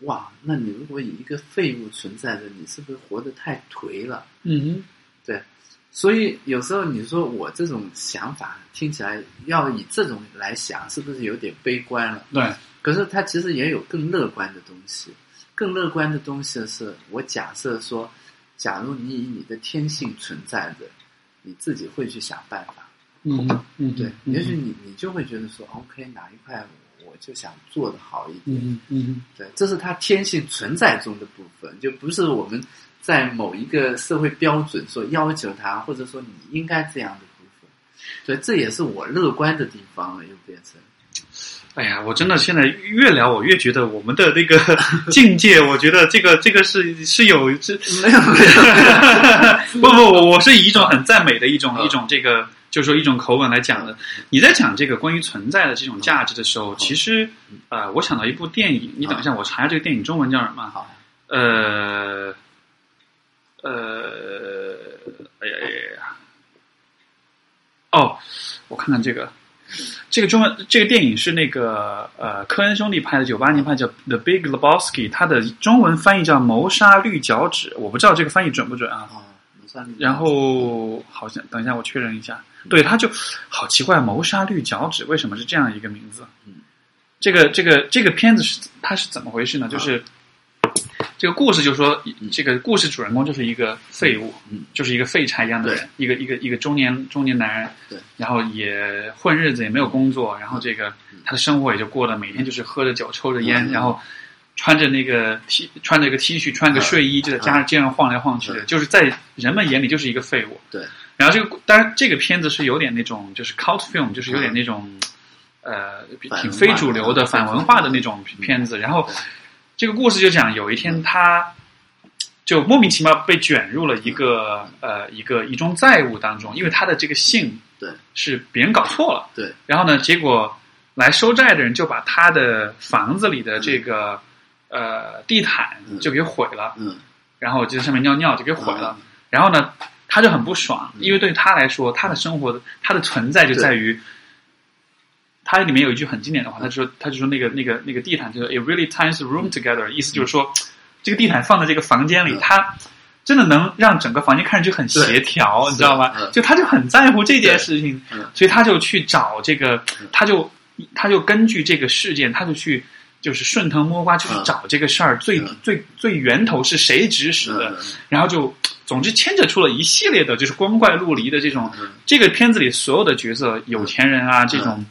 [SPEAKER 2] 哇，那你如果以一个废物存在着，你是不是活得太颓了？
[SPEAKER 1] 嗯哼，
[SPEAKER 2] 对，所以有时候你说我这种想法听起来要以这种来想，是不是有点悲观了？
[SPEAKER 1] 对，
[SPEAKER 2] 可是它其实也有更乐观的东西。更乐观的东西是我假设说，假如你以你的天性存在着，你自己会去想办法。
[SPEAKER 1] 嗯哼，嗯哼
[SPEAKER 2] 对，
[SPEAKER 1] 嗯哼
[SPEAKER 2] 也许你你就会觉得说，OK，哪一块我就想做的好一点。
[SPEAKER 1] 嗯哼，嗯
[SPEAKER 2] 对，这是它天性存在中的部分，就不是我们在某一个社会标准所要求它，或者说你应该这样的部分。对，这也是我乐观的地方了，又变成
[SPEAKER 1] 哼，哎呀，我真的现在越聊，我越觉得我们的那个 境界，我觉得这个这个是是有是
[SPEAKER 2] 没有没有，
[SPEAKER 1] 不不，我我是以一种很赞美的一种
[SPEAKER 2] 嗯
[SPEAKER 1] 一种这个，就是说一种口吻来讲的。你在讲这个关于存在的这种价值的时候，其实呃，我想到一部电影，你等一下，我查一下这个电影中文叫什么？
[SPEAKER 2] 好，
[SPEAKER 1] 呃呃，哎呀哎呀哎呀！哦，我看看这个，这个中文这个电影是那个呃科恩兄弟拍的，九八年拍的叫《The Big Lebowski》，它的中文翻译叫《谋杀绿脚趾》，我不知道这个翻译准不准啊。
[SPEAKER 2] 哦，能算
[SPEAKER 1] 然后好像等一下，我确认一下，对，他就好奇怪，谋杀绿脚趾为什么是这样一个名字？
[SPEAKER 2] 嗯，
[SPEAKER 1] 这个这个这个片子是它是怎么回事呢？就是、这个故事，就是说这个故事主人公就是一个废物，
[SPEAKER 2] 嗯
[SPEAKER 1] 就是一个废柴一样的人，一个一个一个中年中年男人，
[SPEAKER 2] 对，
[SPEAKER 1] 然后也混日子，也没有工作，然后这个他的生活也就过得每天就是喝着酒、抽着烟，
[SPEAKER 2] 嗯
[SPEAKER 1] 然后。穿着那个 T，穿着一个 T 恤，穿个睡衣，就在家街上晃来晃去的，
[SPEAKER 2] 嗯
[SPEAKER 1] 就是在人们眼里就是一个废物。
[SPEAKER 2] 对，
[SPEAKER 1] 然后这个当然这个片子是有点那种就是 cult film，就是有点那种、呃比
[SPEAKER 2] 嗯反文化
[SPEAKER 1] 挺非主流的
[SPEAKER 2] 嗯
[SPEAKER 1] 反文化的那种片子。然后
[SPEAKER 2] 对
[SPEAKER 1] 这个故事就讲有一天他就莫名其妙被卷入了一个
[SPEAKER 2] 嗯
[SPEAKER 1] 呃一个一宗债务当中，因为他的这个姓
[SPEAKER 2] 对
[SPEAKER 1] 是别人搞错了。
[SPEAKER 2] 对，
[SPEAKER 1] 然后呢，结果来收债的人就把他的房子里的这个、呃地毯
[SPEAKER 2] 嗯
[SPEAKER 1] 就给毁了，
[SPEAKER 2] 嗯，
[SPEAKER 1] 然后就在上面尿尿就给毁了。
[SPEAKER 2] 嗯，
[SPEAKER 1] 然后呢，他就很不爽，
[SPEAKER 2] 嗯
[SPEAKER 1] 因为对他来说，他的生活的他的存在就在于，他里面有一句很经典的话，他就说他就说那个那个那个地毯就是 it really ties the room together，意思就是说，这个地毯放在这个房间里，
[SPEAKER 2] 嗯
[SPEAKER 1] 它真的能让整个房间看上去很协调，
[SPEAKER 2] 对
[SPEAKER 1] 你知道吗
[SPEAKER 2] 是嗯？
[SPEAKER 1] 就他就很在乎这件事情
[SPEAKER 2] 对嗯，
[SPEAKER 1] 所以他就去找这个
[SPEAKER 2] 嗯，
[SPEAKER 1] 他就他就根据这个事件，他就去。就是顺藤摸瓜，就去
[SPEAKER 2] 嗯
[SPEAKER 1] 找这个事儿最、
[SPEAKER 2] 嗯
[SPEAKER 1] 最最源头是谁指使的，
[SPEAKER 2] 嗯
[SPEAKER 1] 然后就总之牵扯出了一系列的，就是光怪陆离的这种。
[SPEAKER 2] 嗯
[SPEAKER 1] 这个片子里所有的角色，有钱人啊，这种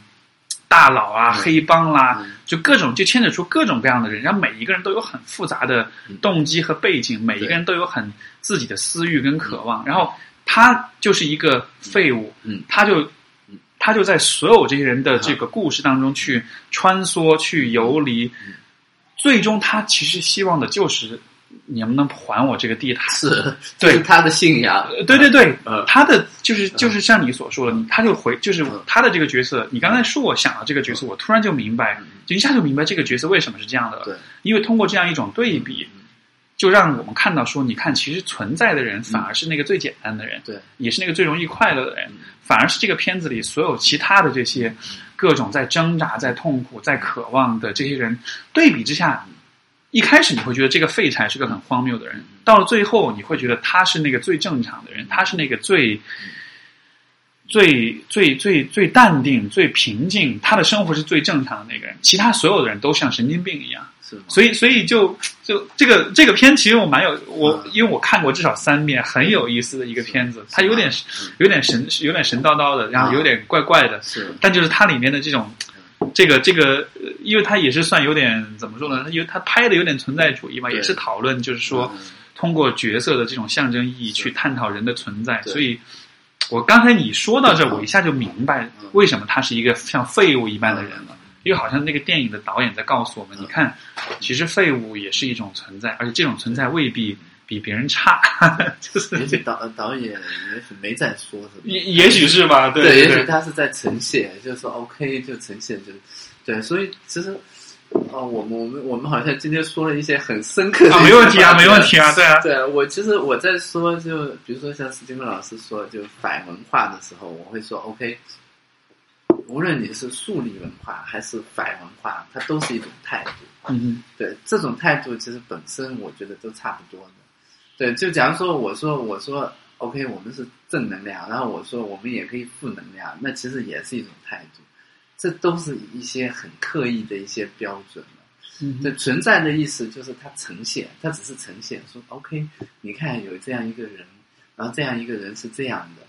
[SPEAKER 1] 大佬啊，
[SPEAKER 2] 嗯
[SPEAKER 1] 黑帮啦、
[SPEAKER 2] 嗯
[SPEAKER 1] 就各种就牵扯出各种各样的人，然后每一个人都有很复杂的
[SPEAKER 2] 嗯
[SPEAKER 1] 动机和背景，每一个人都有很自己的私欲跟渴望。然后他就是一个废物，
[SPEAKER 2] 嗯
[SPEAKER 1] 他就
[SPEAKER 2] 嗯
[SPEAKER 1] 他就在所有这些人的这个故事当中去穿梭、去游离
[SPEAKER 2] 嗯，
[SPEAKER 1] 最终他其实希望的就是你能不能还我这个地毯？
[SPEAKER 2] 是，
[SPEAKER 1] 对
[SPEAKER 2] 这是他的信仰，
[SPEAKER 1] 呃对对对
[SPEAKER 2] 嗯，
[SPEAKER 1] 他的就是就是像你所说的，他就回就是
[SPEAKER 2] 嗯
[SPEAKER 1] 他的这个角色，你刚才说我想到这个角色，我突然就明白
[SPEAKER 2] 嗯，
[SPEAKER 1] 就一下就明白这个角色为什么是这样的了。
[SPEAKER 2] 对，嗯
[SPEAKER 1] 因为通过这样一种对比，就让我们看到说，你看其实存在的人
[SPEAKER 2] 嗯
[SPEAKER 1] 反而是那个最简单的人，
[SPEAKER 2] 对，
[SPEAKER 1] 也是那个最容易快乐的人
[SPEAKER 2] 嗯，
[SPEAKER 1] 反而是这个片子里所有其他的这些各种在挣扎、在痛苦、在渴望的这些人，对比之下，一开始你会觉得这个废柴是个很荒谬的人，到了最后你会觉得他是那个最正常的人，他是那个最最最最最淡定、最平静，他的生活是最正常的那个人，其他所有的人都像神经病一样。
[SPEAKER 2] 是吗？
[SPEAKER 1] 所以，所以就就这个这个片，其实我蛮有我
[SPEAKER 2] 嗯，
[SPEAKER 1] 因为我看过至少三遍，很有意思的一个片子，它有点
[SPEAKER 2] 嗯
[SPEAKER 1] 有点神有点神叨叨的，然后有点怪怪的，
[SPEAKER 2] 是
[SPEAKER 1] 但就是它里面的这种这个这个，呃因为它也是算有点怎么说呢？因为它拍的有点存在主义嘛，
[SPEAKER 2] 对
[SPEAKER 1] 也是讨论就是说
[SPEAKER 2] 嗯
[SPEAKER 1] 通过角色的这种象征意义去
[SPEAKER 2] 是
[SPEAKER 1] 探讨人的存在，
[SPEAKER 2] 对
[SPEAKER 1] 所以。我刚才你说到这儿，我一下就明白
[SPEAKER 2] 嗯
[SPEAKER 1] 为什么他是一个像废物一般的人了。
[SPEAKER 2] 嗯
[SPEAKER 1] 因为好像那个电影的导演在告诉我们，
[SPEAKER 2] 嗯
[SPEAKER 1] 你看，其实废物也是一种存在，而且这种存在未必比别人差， 就是
[SPEAKER 2] 也许导导演也许没在说什么，
[SPEAKER 1] 也也许是吧，对
[SPEAKER 2] 对，也许
[SPEAKER 1] 对
[SPEAKER 2] 他是在呈现，就是说 OK 就呈现，就是对，所以其实哦，我们我们我们好像今天说了一些很深刻的
[SPEAKER 1] 啊，没问题啊，没问
[SPEAKER 2] 题。
[SPEAKER 1] 题啊，对啊，
[SPEAKER 2] 对我其实我在说，就比如说像斯蒂芬老师说，就反文化的时候，我会说 OK，无论你是树立文化还是反文化，它都是一种态度。
[SPEAKER 1] 嗯
[SPEAKER 2] 对这种态度，其实本身我觉得都差不多的。对，就假如说我说我说 OK，我们是正能量，然后我说我们也可以负能量，那其实也是一种态度。这都是一些很刻意的一些标准了。
[SPEAKER 1] 嗯
[SPEAKER 2] 对，存在的意思就是它呈现，它只是呈现，说 OK，你看有这样一个人，然后这样一个人是这样的，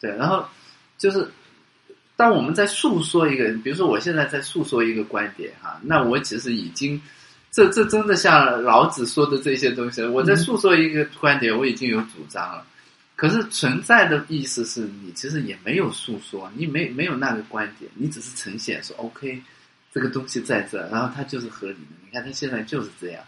[SPEAKER 2] 对，然后就是当我们在诉说一个人，比如说我现在在诉说一个观点哈，那我其实已经。这这真的像老子说的这些东西，我在
[SPEAKER 1] 嗯
[SPEAKER 2] 诉说一个观点，我已经有主张了。可是存在的意思是你其实也没有诉说，你没没有那个观点，你只是呈现说 OK，这个东西在这儿，然后它就是合理的。你看它现在就是这样，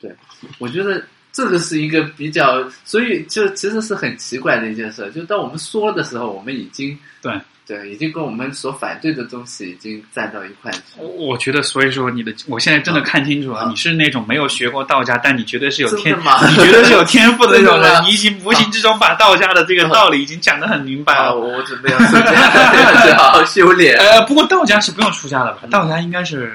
[SPEAKER 2] 对，我觉得这个是一个比较，所以就其实是很奇怪的一件事。就当我们说的时候，我们已经
[SPEAKER 1] 对
[SPEAKER 2] 对，已经跟我们所反对的东西已经站到一块去
[SPEAKER 1] 我
[SPEAKER 2] 了。
[SPEAKER 1] 我觉得，所以说你的，我现在真的看清楚了，
[SPEAKER 2] 啊
[SPEAKER 1] 你是那种没有学过道家，但你绝对是有天，
[SPEAKER 2] 真的吗
[SPEAKER 1] 你绝对是有天赋的那种
[SPEAKER 2] 真的
[SPEAKER 1] 人，
[SPEAKER 2] 吗
[SPEAKER 1] 你已经无形之中把道家的这个道理已经讲得很明白
[SPEAKER 2] 啊，
[SPEAKER 1] 了。
[SPEAKER 2] 我 我准备要出家，要好好修炼。
[SPEAKER 1] 呃，不过道家是不用出家的吧？道家应该是，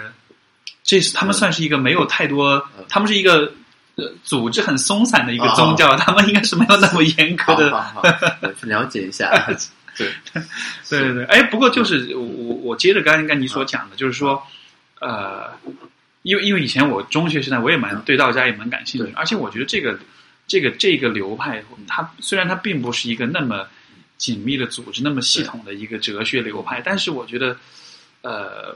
[SPEAKER 1] 这是他们算是一个没有太多
[SPEAKER 2] 嗯，哦
[SPEAKER 1] 他们是一个呃组织很松散的一个宗教，他们应该是没有那么严格
[SPEAKER 2] 好
[SPEAKER 1] 的。
[SPEAKER 2] 好好，我去了解一下。 对，
[SPEAKER 1] 对对对，哎，不过就是我我我接着刚才跟你所讲的，就是说，呃，因为因为以前我中学时代我也蛮
[SPEAKER 2] 嗯
[SPEAKER 1] 对道家也蛮感兴趣
[SPEAKER 2] 对，
[SPEAKER 1] 而且我觉得这个这个这个流派，它虽然它并不是一个那么紧密的组织、那么系统的一个哲学流派，但是我觉得，呃，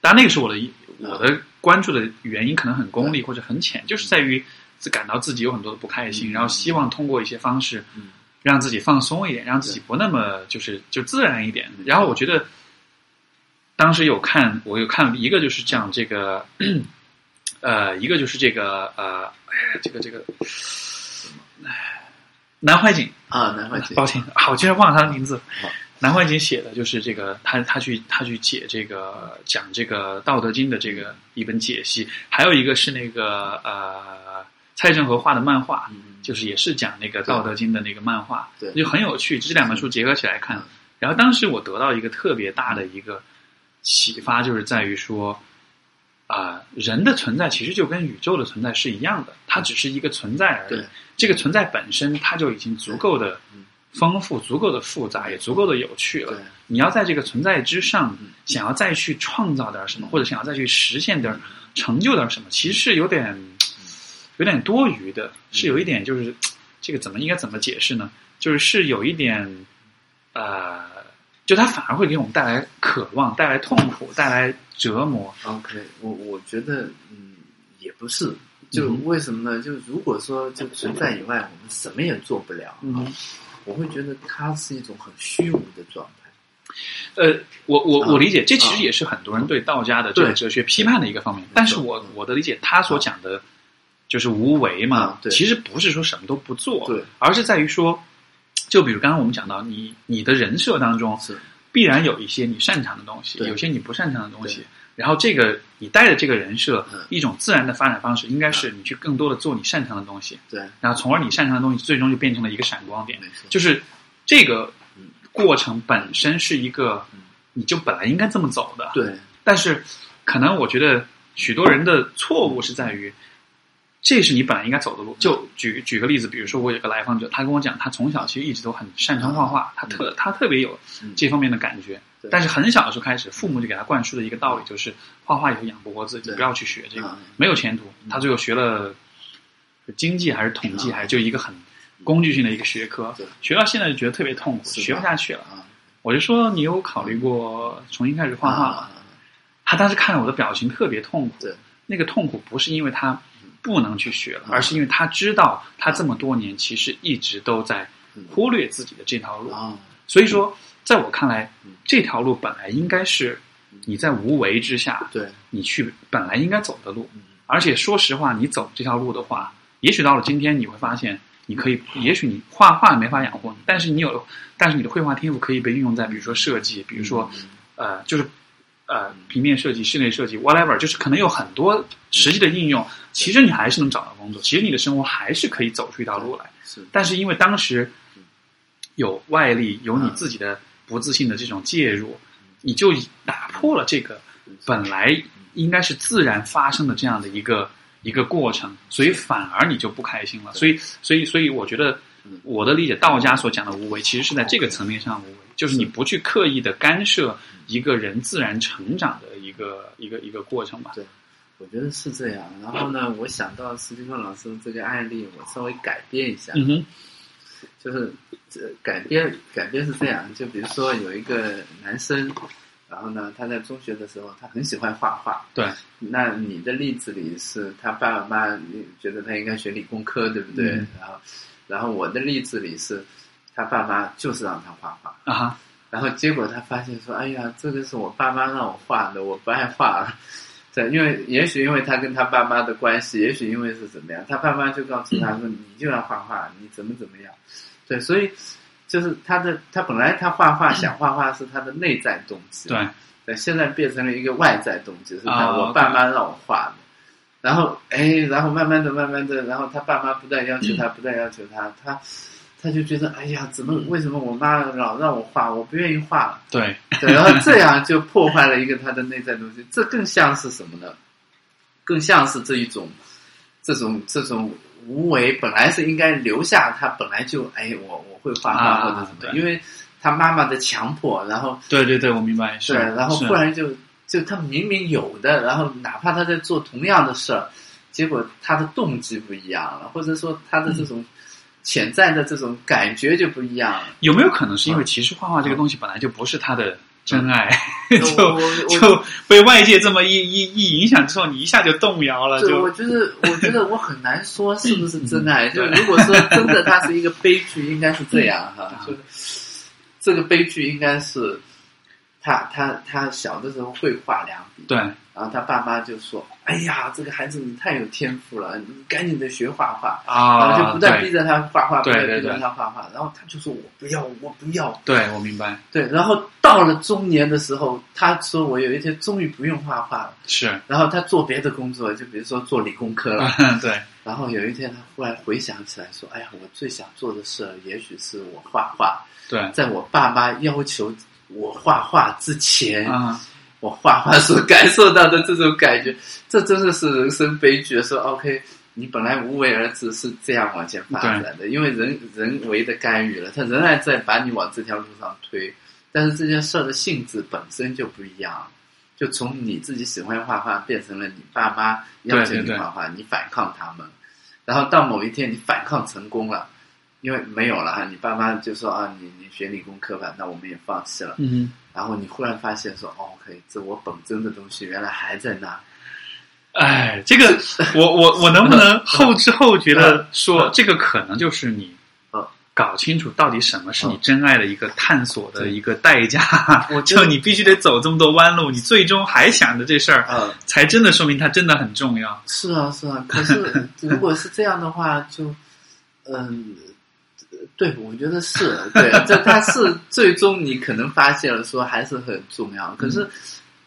[SPEAKER 1] 当然那个是我的一
[SPEAKER 2] 嗯
[SPEAKER 1] 我的关注的原因可能很功利或者很浅，就是在于自感到自己有很多的不开心，
[SPEAKER 2] 嗯
[SPEAKER 1] 然后希望通过一些方式。
[SPEAKER 2] 嗯
[SPEAKER 1] 让自己放松一点，让自己不那么就是就自然一点
[SPEAKER 2] 嗯。
[SPEAKER 1] 然后我觉得，当时有看，我有看一个就是讲这个， 呃，一个就是这个呃，哎呀这个这个，哎南怀瑾，
[SPEAKER 2] 啊，难怪姐
[SPEAKER 1] 抱歉，好，我竟然忘了他的名字
[SPEAKER 2] 好。
[SPEAKER 1] 南怀瑾写的就是这个，他他去他去解这个讲这个《道德经》的这个一本解析，还有一个是那个呃蔡振和画的漫画，
[SPEAKER 2] 嗯
[SPEAKER 1] 就是也是讲那个《道德经》的那个漫画，
[SPEAKER 2] 对
[SPEAKER 1] 就很有趣。这两本书结合起来看
[SPEAKER 2] 嗯，
[SPEAKER 1] 然后当时我得到一个特别大的一个启发，就是在于说，啊、人的存在其实就跟宇宙的存在是一样的，它只是一个存在而已
[SPEAKER 2] 对。
[SPEAKER 1] 这个存在本身，它就已经足够的
[SPEAKER 2] 嗯
[SPEAKER 1] 丰富、足够的复杂，也足够的有趣了
[SPEAKER 2] 对。
[SPEAKER 1] 你要在这个存在之上
[SPEAKER 2] 嗯，
[SPEAKER 1] 想要再去创造点什么，
[SPEAKER 2] 嗯
[SPEAKER 1] 或者想要再去实现点、成就点什么，其实是有点有点多余的，是
[SPEAKER 2] 嗯
[SPEAKER 1] 有一点就是这个怎么应该怎么解释呢？就是是有一点呃，就它反而会给我们带来渴望、带来痛苦、带来折磨。
[SPEAKER 2] OK，我我觉得嗯也不是，就
[SPEAKER 1] 嗯哼
[SPEAKER 2] 为什么呢？就如果说就存在以外，我们什么也做不了，啊
[SPEAKER 1] 嗯，
[SPEAKER 2] 我会觉得它是一种很虚无的状态。
[SPEAKER 1] 呃，我我
[SPEAKER 2] 啊
[SPEAKER 1] 我理解，这其
[SPEAKER 2] 啊
[SPEAKER 1] 实也是很多人对道家的这个
[SPEAKER 2] 对嗯
[SPEAKER 1] 哲学批判的一个方面。但是我我的理解，他所讲的就是无为嘛
[SPEAKER 2] 啊，对
[SPEAKER 1] 其实不是说什么都不做，
[SPEAKER 2] 对，
[SPEAKER 1] 而是在于说，就比如刚刚我们讲到，你你的人设当中
[SPEAKER 2] 是
[SPEAKER 1] 必然有一些你擅长的东西，
[SPEAKER 2] 对
[SPEAKER 1] 有些你不擅长的东西
[SPEAKER 2] 对。
[SPEAKER 1] 然后这个你带着这个人设
[SPEAKER 2] 嗯，
[SPEAKER 1] 一种自然的发展方式，应该是你去更多的做你擅长的东西，
[SPEAKER 2] 对，
[SPEAKER 1] 然后从而你擅长的东西最终就变成了一个闪光点。
[SPEAKER 2] 没错，
[SPEAKER 1] 就是这个
[SPEAKER 2] 嗯
[SPEAKER 1] 过程本身是一个
[SPEAKER 2] 嗯，
[SPEAKER 1] 你就本来应该这么走的。，
[SPEAKER 2] 对
[SPEAKER 1] 但是可能我觉得许多人的错误是在于，这是你本来应该走的
[SPEAKER 2] 嗯
[SPEAKER 1] 路。就举举个例子，比如说我有个来访者，他跟我讲，他从小其实一直都很擅长画画，他特他特别有
[SPEAKER 2] 嗯
[SPEAKER 1] 这方面的感觉
[SPEAKER 2] 对。
[SPEAKER 1] 但是很小的时候开始，父母就给他灌输的一个道理就是，画画以后养不活自己，
[SPEAKER 2] 对
[SPEAKER 1] 不要去学这个
[SPEAKER 2] 啊，
[SPEAKER 1] 没有前途。他最后学了经济还是统计，还是就一个很工具性的一个学科
[SPEAKER 2] 对，
[SPEAKER 1] 学到现在就觉得特别痛苦，
[SPEAKER 2] 是吧
[SPEAKER 1] 学不下去了。
[SPEAKER 2] 啊
[SPEAKER 1] 我就说你有考虑过重新开始画画吗？
[SPEAKER 2] 啊
[SPEAKER 1] 他当时看我的表情特别痛苦，
[SPEAKER 2] 对，
[SPEAKER 1] 那个痛苦不是因为他不能去学了，
[SPEAKER 2] 嗯
[SPEAKER 1] 而是因为他知道他这么多年其实一直都在忽略自己的这条路。
[SPEAKER 2] 嗯啊
[SPEAKER 1] 所以说，在我看来
[SPEAKER 2] 嗯，
[SPEAKER 1] 这条路本来应该是你在无为之下
[SPEAKER 2] 对，
[SPEAKER 1] 你去本来应该走的路。
[SPEAKER 2] 嗯
[SPEAKER 1] 而且说实话，你走这条路的话，也许到了今天你会发现，你可以，也许你画画没法养活你，但是你有，但是你的绘画天赋可以被运用在比如说设计，比如说呃，就是呃平面设计、室内设计，whatever，就是可能有很多实际的应用。其实你还是能找到工作，其实你的生活还是可以走出一条路来。
[SPEAKER 2] 是
[SPEAKER 1] 但是因为当时有外力，有你自己的不自信的这种介入，你就打破了这个本来应该是自然发生的这样的一个一个过程，所以反而你就不开心了。所以，所以，所以，我觉得
[SPEAKER 2] 嗯
[SPEAKER 1] 我的理解，道家所讲的无为，其实是在这个层面上无为，就是你不去刻意的干涉一个人自然成长的一个一个一个过程吧。
[SPEAKER 2] 我觉得是这样。然后呢，我想到斯蒂芬老师这个案例，我稍微改变一下，
[SPEAKER 1] 嗯哼，
[SPEAKER 2] 就是这改变改变是这样，就比如说有一个男生，然后呢，他在中学的时候，他很喜欢画画。
[SPEAKER 1] 对，
[SPEAKER 2] 那你的例子里是他爸爸妈妈觉得他应该学理工科，对不对？
[SPEAKER 1] 嗯
[SPEAKER 2] 然后，然后我的例子里是，他爸妈就是让他画画。
[SPEAKER 1] 啊哈，
[SPEAKER 2] 然后结果他发现说：“哎呀，这个是我爸妈让我画的，我不爱画。”对，因为也许因为他跟他爸妈的关系，也许因为是怎么样，他爸妈就告诉他说：“你就要画画，你怎么怎么样。”对，所以就是他的他本来他画画想画画是他的内在动机，
[SPEAKER 1] 对，
[SPEAKER 2] 对，现在变成了一个外在动机，是他
[SPEAKER 1] 啊
[SPEAKER 2] 我爸妈让我画的。然后哎，然后慢慢的、慢慢的，然后他爸妈不断要求他，
[SPEAKER 1] 嗯
[SPEAKER 2] 不断要求他，他他就觉得哎呀，怎么为什么我妈老让我画，我不愿意画了？
[SPEAKER 1] 对，
[SPEAKER 2] 对，然后这样就破坏了一个他的内在东西。这更像是什么呢？更像是这一种，这种这种无为，本来是应该留下他，本来就哎，我我会画画
[SPEAKER 1] 啊
[SPEAKER 2] 或者什么，
[SPEAKER 1] 对
[SPEAKER 2] 因为他妈妈的强迫，然后
[SPEAKER 1] 对，对，对，我明白，是，
[SPEAKER 2] 对，然后
[SPEAKER 1] 是
[SPEAKER 2] 不然就就他明明有的，然后哪怕他在做同样的事儿，结果他的动机不一样了，或者说他的
[SPEAKER 1] 嗯
[SPEAKER 2] 这种潜在的这种感觉就不一 样了。
[SPEAKER 1] 有没有可能是因
[SPEAKER 2] 嗯
[SPEAKER 1] 为其实画画这个东西本来就不是他的真爱，
[SPEAKER 2] 我
[SPEAKER 1] 就
[SPEAKER 2] 我嗯 我
[SPEAKER 1] 就被外界这么一一一影响之后，你一下就动摇了，
[SPEAKER 2] 对，我
[SPEAKER 1] 就
[SPEAKER 2] 觉得，我觉得我很难说是不是 真爱。就
[SPEAKER 1] 对
[SPEAKER 2] 如果说真的，它是一个悲剧，应该是这样哈，
[SPEAKER 1] 嗯
[SPEAKER 2] 就是这个悲剧应该是他他他小的时候会画两笔，
[SPEAKER 1] 对，
[SPEAKER 2] 然后他爸妈就说：“哎呀，这个孩子你太有天赋了，你赶紧的学画画。”然
[SPEAKER 1] 啊，
[SPEAKER 2] 后就不断逼着他画画，不
[SPEAKER 1] 对
[SPEAKER 2] 断
[SPEAKER 1] 对
[SPEAKER 2] 逼着
[SPEAKER 1] 对
[SPEAKER 2] 他画画，然后他就说：“我不要，我不要。
[SPEAKER 1] 对，对我明白，”
[SPEAKER 2] 对，然后到了中年的时候，他说：“我有一天终于不用画画了。
[SPEAKER 1] 是，”
[SPEAKER 2] 然后他做别的工作，就比如说做理工科
[SPEAKER 1] 嗯
[SPEAKER 2] 了，
[SPEAKER 1] 对，
[SPEAKER 2] 然后有一天，他忽然回想起来，说：“哎呀，我最想做的事儿，也许是我画画。
[SPEAKER 1] 对，
[SPEAKER 2] 在我爸妈要求我画画之前，
[SPEAKER 1] 啊，
[SPEAKER 2] 我画画所感受到的这种感觉，这真的是人生悲剧。说 OK，你本来无为而治是这样往前发展的，因为人人为的干预了，他仍然在把你往这条路上推。但是这件事儿的性质本身就不一样，就从你自己喜欢画画变成了你爸妈要求
[SPEAKER 1] 对对
[SPEAKER 2] 你
[SPEAKER 1] 对
[SPEAKER 2] 画画，你反抗他们，然后到某一天你反抗成功了。因为没有了哈，你爸妈就说啊，你你学理工科吧，那我们也放弃了。
[SPEAKER 1] 嗯
[SPEAKER 2] 然后你忽然发现说，哦，可以，这我本真的东西原来还在那。
[SPEAKER 1] 哼，哎，这 个我我我能不能后知后觉的说，这个可能就是你
[SPEAKER 2] 嗯。
[SPEAKER 1] 搞清楚到底什么是你真爱的一个探索的一个代价，
[SPEAKER 2] 我觉得
[SPEAKER 1] 就你必须得走这么多弯路，你最终还想着这事儿，
[SPEAKER 2] 嗯，
[SPEAKER 1] 才真的说明它真的很重要。
[SPEAKER 2] 是啊，是啊。可是如果是这样的话，就，嗯，对，我觉得是对，这它是最终你可能发现了说还是很重要。可是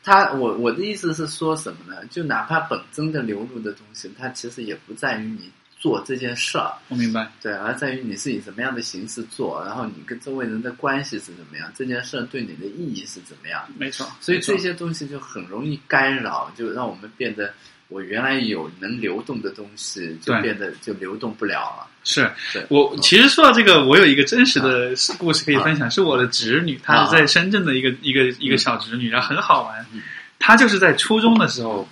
[SPEAKER 2] 它，我我的意思是说什么呢？就哪怕本真的流露的东西，它其实也不在于你做这件事儿，
[SPEAKER 1] 我明白。
[SPEAKER 2] 对，而在于你是以什么样的形式做，然后你跟周围人的关系是怎么样，这件事儿对你的意义是怎么样，
[SPEAKER 1] 没错，
[SPEAKER 2] 所以
[SPEAKER 1] 没错
[SPEAKER 2] 这些东西就很容易干扰，就让我们变得我原来有能流动的东西，就
[SPEAKER 1] 对
[SPEAKER 2] 变得就流动不了了。
[SPEAKER 1] 是
[SPEAKER 2] 对，嗯
[SPEAKER 1] 我其实说到这个，我有一个真实的故事可以分享，是我的侄女，她
[SPEAKER 2] 啊
[SPEAKER 1] 是在深圳的一个一个一个小侄女，然后很好玩
[SPEAKER 2] 嗯。
[SPEAKER 1] 她就是在初中的时候，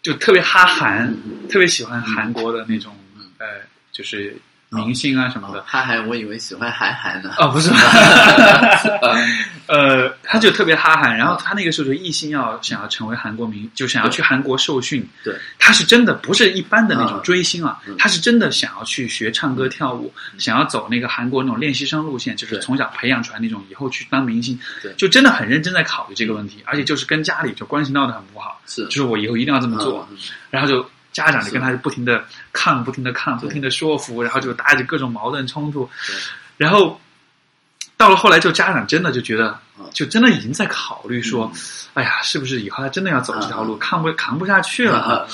[SPEAKER 1] 就特别哈韩，特别喜欢韩国的那种
[SPEAKER 2] 嗯
[SPEAKER 1] 呃，就是明星啊什么的。
[SPEAKER 2] 哈韩，哦我以为喜欢韩寒呢。
[SPEAKER 1] 哦，不是，
[SPEAKER 2] 啊
[SPEAKER 1] 呃，她就特别哈韩，然后她那个时候就一心要想要成为韩国明，就想要去韩国受训。
[SPEAKER 2] 对，
[SPEAKER 1] 她是真的不是一般的那种
[SPEAKER 2] 嗯
[SPEAKER 1] 追星啊
[SPEAKER 2] 嗯，
[SPEAKER 1] 她是真的想要去学唱歌跳舞，想要走那个韩国那种练习生路线，就是
[SPEAKER 2] 对
[SPEAKER 1] 从小培养出来那种以后去当明星
[SPEAKER 2] 对，
[SPEAKER 1] 就真的很认真在考虑这个问题，而且就是跟家里就关系闹得很不好，
[SPEAKER 2] 是
[SPEAKER 1] 就是我以后一定要这么做，
[SPEAKER 2] 嗯
[SPEAKER 1] 然后就家长就跟他就不停的抗，不停的抗，
[SPEAKER 2] 对
[SPEAKER 1] 不停的说服，然后就搭着各种矛盾冲突，
[SPEAKER 2] 对
[SPEAKER 1] 然后到了后来，就家长真的就觉得
[SPEAKER 2] 嗯，
[SPEAKER 1] 就真的已经在考虑说，哎呀，是不是以后他真的要走这条路，抗不扛不下去了啊？
[SPEAKER 2] 啊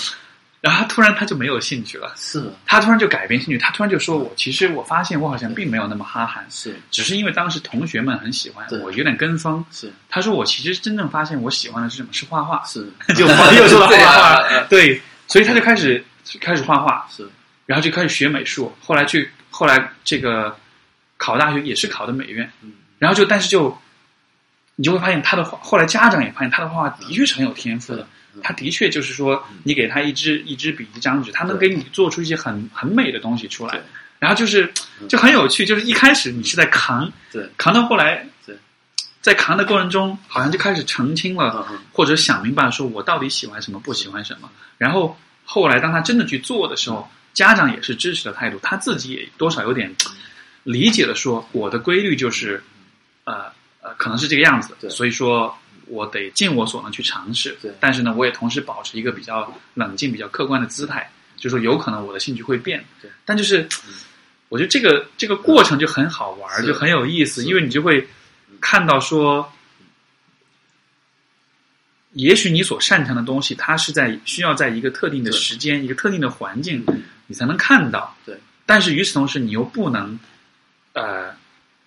[SPEAKER 1] 然后他突然他就没有兴趣了，
[SPEAKER 2] 是
[SPEAKER 1] 他突然就改变兴趣，他突然就说我其实我发现我好像并没有那么哈韩，
[SPEAKER 2] 是
[SPEAKER 1] 只是因为当时同学们很喜欢
[SPEAKER 2] 对
[SPEAKER 1] 我，有点跟风。
[SPEAKER 2] 是
[SPEAKER 1] 他说我其实真正发现我喜欢的是什么？是画画，
[SPEAKER 2] 是
[SPEAKER 1] 就又说到
[SPEAKER 2] 对
[SPEAKER 1] 画
[SPEAKER 2] 啊
[SPEAKER 1] 画，对，所以他就开始开始画画，
[SPEAKER 2] 是
[SPEAKER 1] 然后就开始学美术，后来去后来这个考大学也是考的美院，
[SPEAKER 2] 嗯
[SPEAKER 1] 然后就但是就你就会发现他的画，后来家长也发现他的画的确是很有天赋的，
[SPEAKER 2] 嗯
[SPEAKER 1] 他的确就是说
[SPEAKER 2] 嗯
[SPEAKER 1] 你给他一支一支笔一张纸，他能给
[SPEAKER 2] 对
[SPEAKER 1] 你做出一些很很美的东西出来
[SPEAKER 2] 对，
[SPEAKER 1] 然后就是
[SPEAKER 2] 嗯
[SPEAKER 1] 就很有趣，就是一开始你是在扛
[SPEAKER 2] 对
[SPEAKER 1] 扛到后来
[SPEAKER 2] 对，
[SPEAKER 1] 在扛的过程中好像就开始澄清了。
[SPEAKER 2] 嗯嗯
[SPEAKER 1] 或者想明白说我到底喜欢什么，不喜欢什么。然后后来当他真的去做的时候，
[SPEAKER 2] 嗯
[SPEAKER 1] 家长也是支持的态度，他自己也多少有点理解了，说我的规律就是，呃呃，可能是这个样子，
[SPEAKER 2] 对
[SPEAKER 1] 所以说。我得尽我所能去尝试
[SPEAKER 2] 对，
[SPEAKER 1] 但是呢，我也同时保持一个比较冷静、比较客观的姿态，就说有可能我的兴趣会变
[SPEAKER 2] 对，嗯
[SPEAKER 1] 但就是我觉得这个这个过程就很好玩儿，
[SPEAKER 2] 是
[SPEAKER 1] 就很有意思，
[SPEAKER 2] 是
[SPEAKER 1] 因为你就会看到说，也许你所擅长的东西，它是在需要在一个特定的
[SPEAKER 2] 对
[SPEAKER 1] 时间、一个特定的环境，你才能看到。
[SPEAKER 2] 对，
[SPEAKER 1] 但是与此同时，你又不能，呃，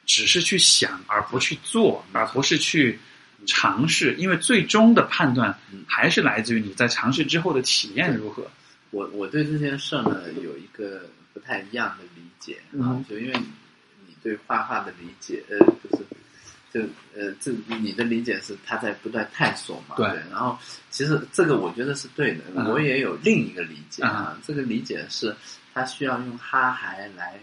[SPEAKER 1] 只是去想而不去做，而不是去尝试，因为最终的判断
[SPEAKER 2] 嗯
[SPEAKER 1] 还是来自于你在尝试之后的体验如何。
[SPEAKER 2] 我我对这件事儿呢有一个不太一样的理解啊
[SPEAKER 1] 嗯，
[SPEAKER 2] 就因为你你对画画的理解，呃，就是就呃，这你的理解是他在不断探索嘛，
[SPEAKER 1] 对
[SPEAKER 2] 然后其实这个我觉得是对的，
[SPEAKER 1] 嗯
[SPEAKER 2] 我也有另一个理解啊，这个理解是他需要用哈韩来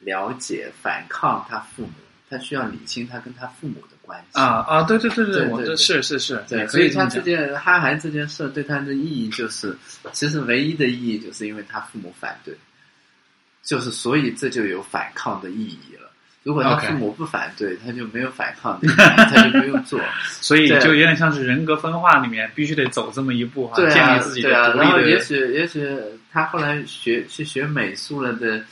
[SPEAKER 2] 了解反抗他父母，他需要理清他跟他父母的关系
[SPEAKER 1] 啊。啊，对对对
[SPEAKER 2] 对对
[SPEAKER 1] 我这
[SPEAKER 2] 对
[SPEAKER 1] 是是是，
[SPEAKER 2] 对，
[SPEAKER 1] 你可
[SPEAKER 2] 所以
[SPEAKER 1] 以这
[SPEAKER 2] 他
[SPEAKER 1] 么
[SPEAKER 2] 这
[SPEAKER 1] 讲。
[SPEAKER 2] 件哈韩这件事对他的意义就是，其实唯一的意义就是因为他父母反对，就是所以这就有反抗的意义了。如果他
[SPEAKER 1] OK
[SPEAKER 2] 父母不反对他就没有反抗的意义，他就不 用做。
[SPEAKER 1] 所以
[SPEAKER 2] 对
[SPEAKER 1] 就有点像是人格分化里面必须得走这么一步
[SPEAKER 2] 对
[SPEAKER 1] 建
[SPEAKER 2] 啊
[SPEAKER 1] 立自，己
[SPEAKER 2] 对啊
[SPEAKER 1] 的。独立
[SPEAKER 2] 然后
[SPEAKER 1] 的
[SPEAKER 2] 也许也许他后来学去学美术了的呃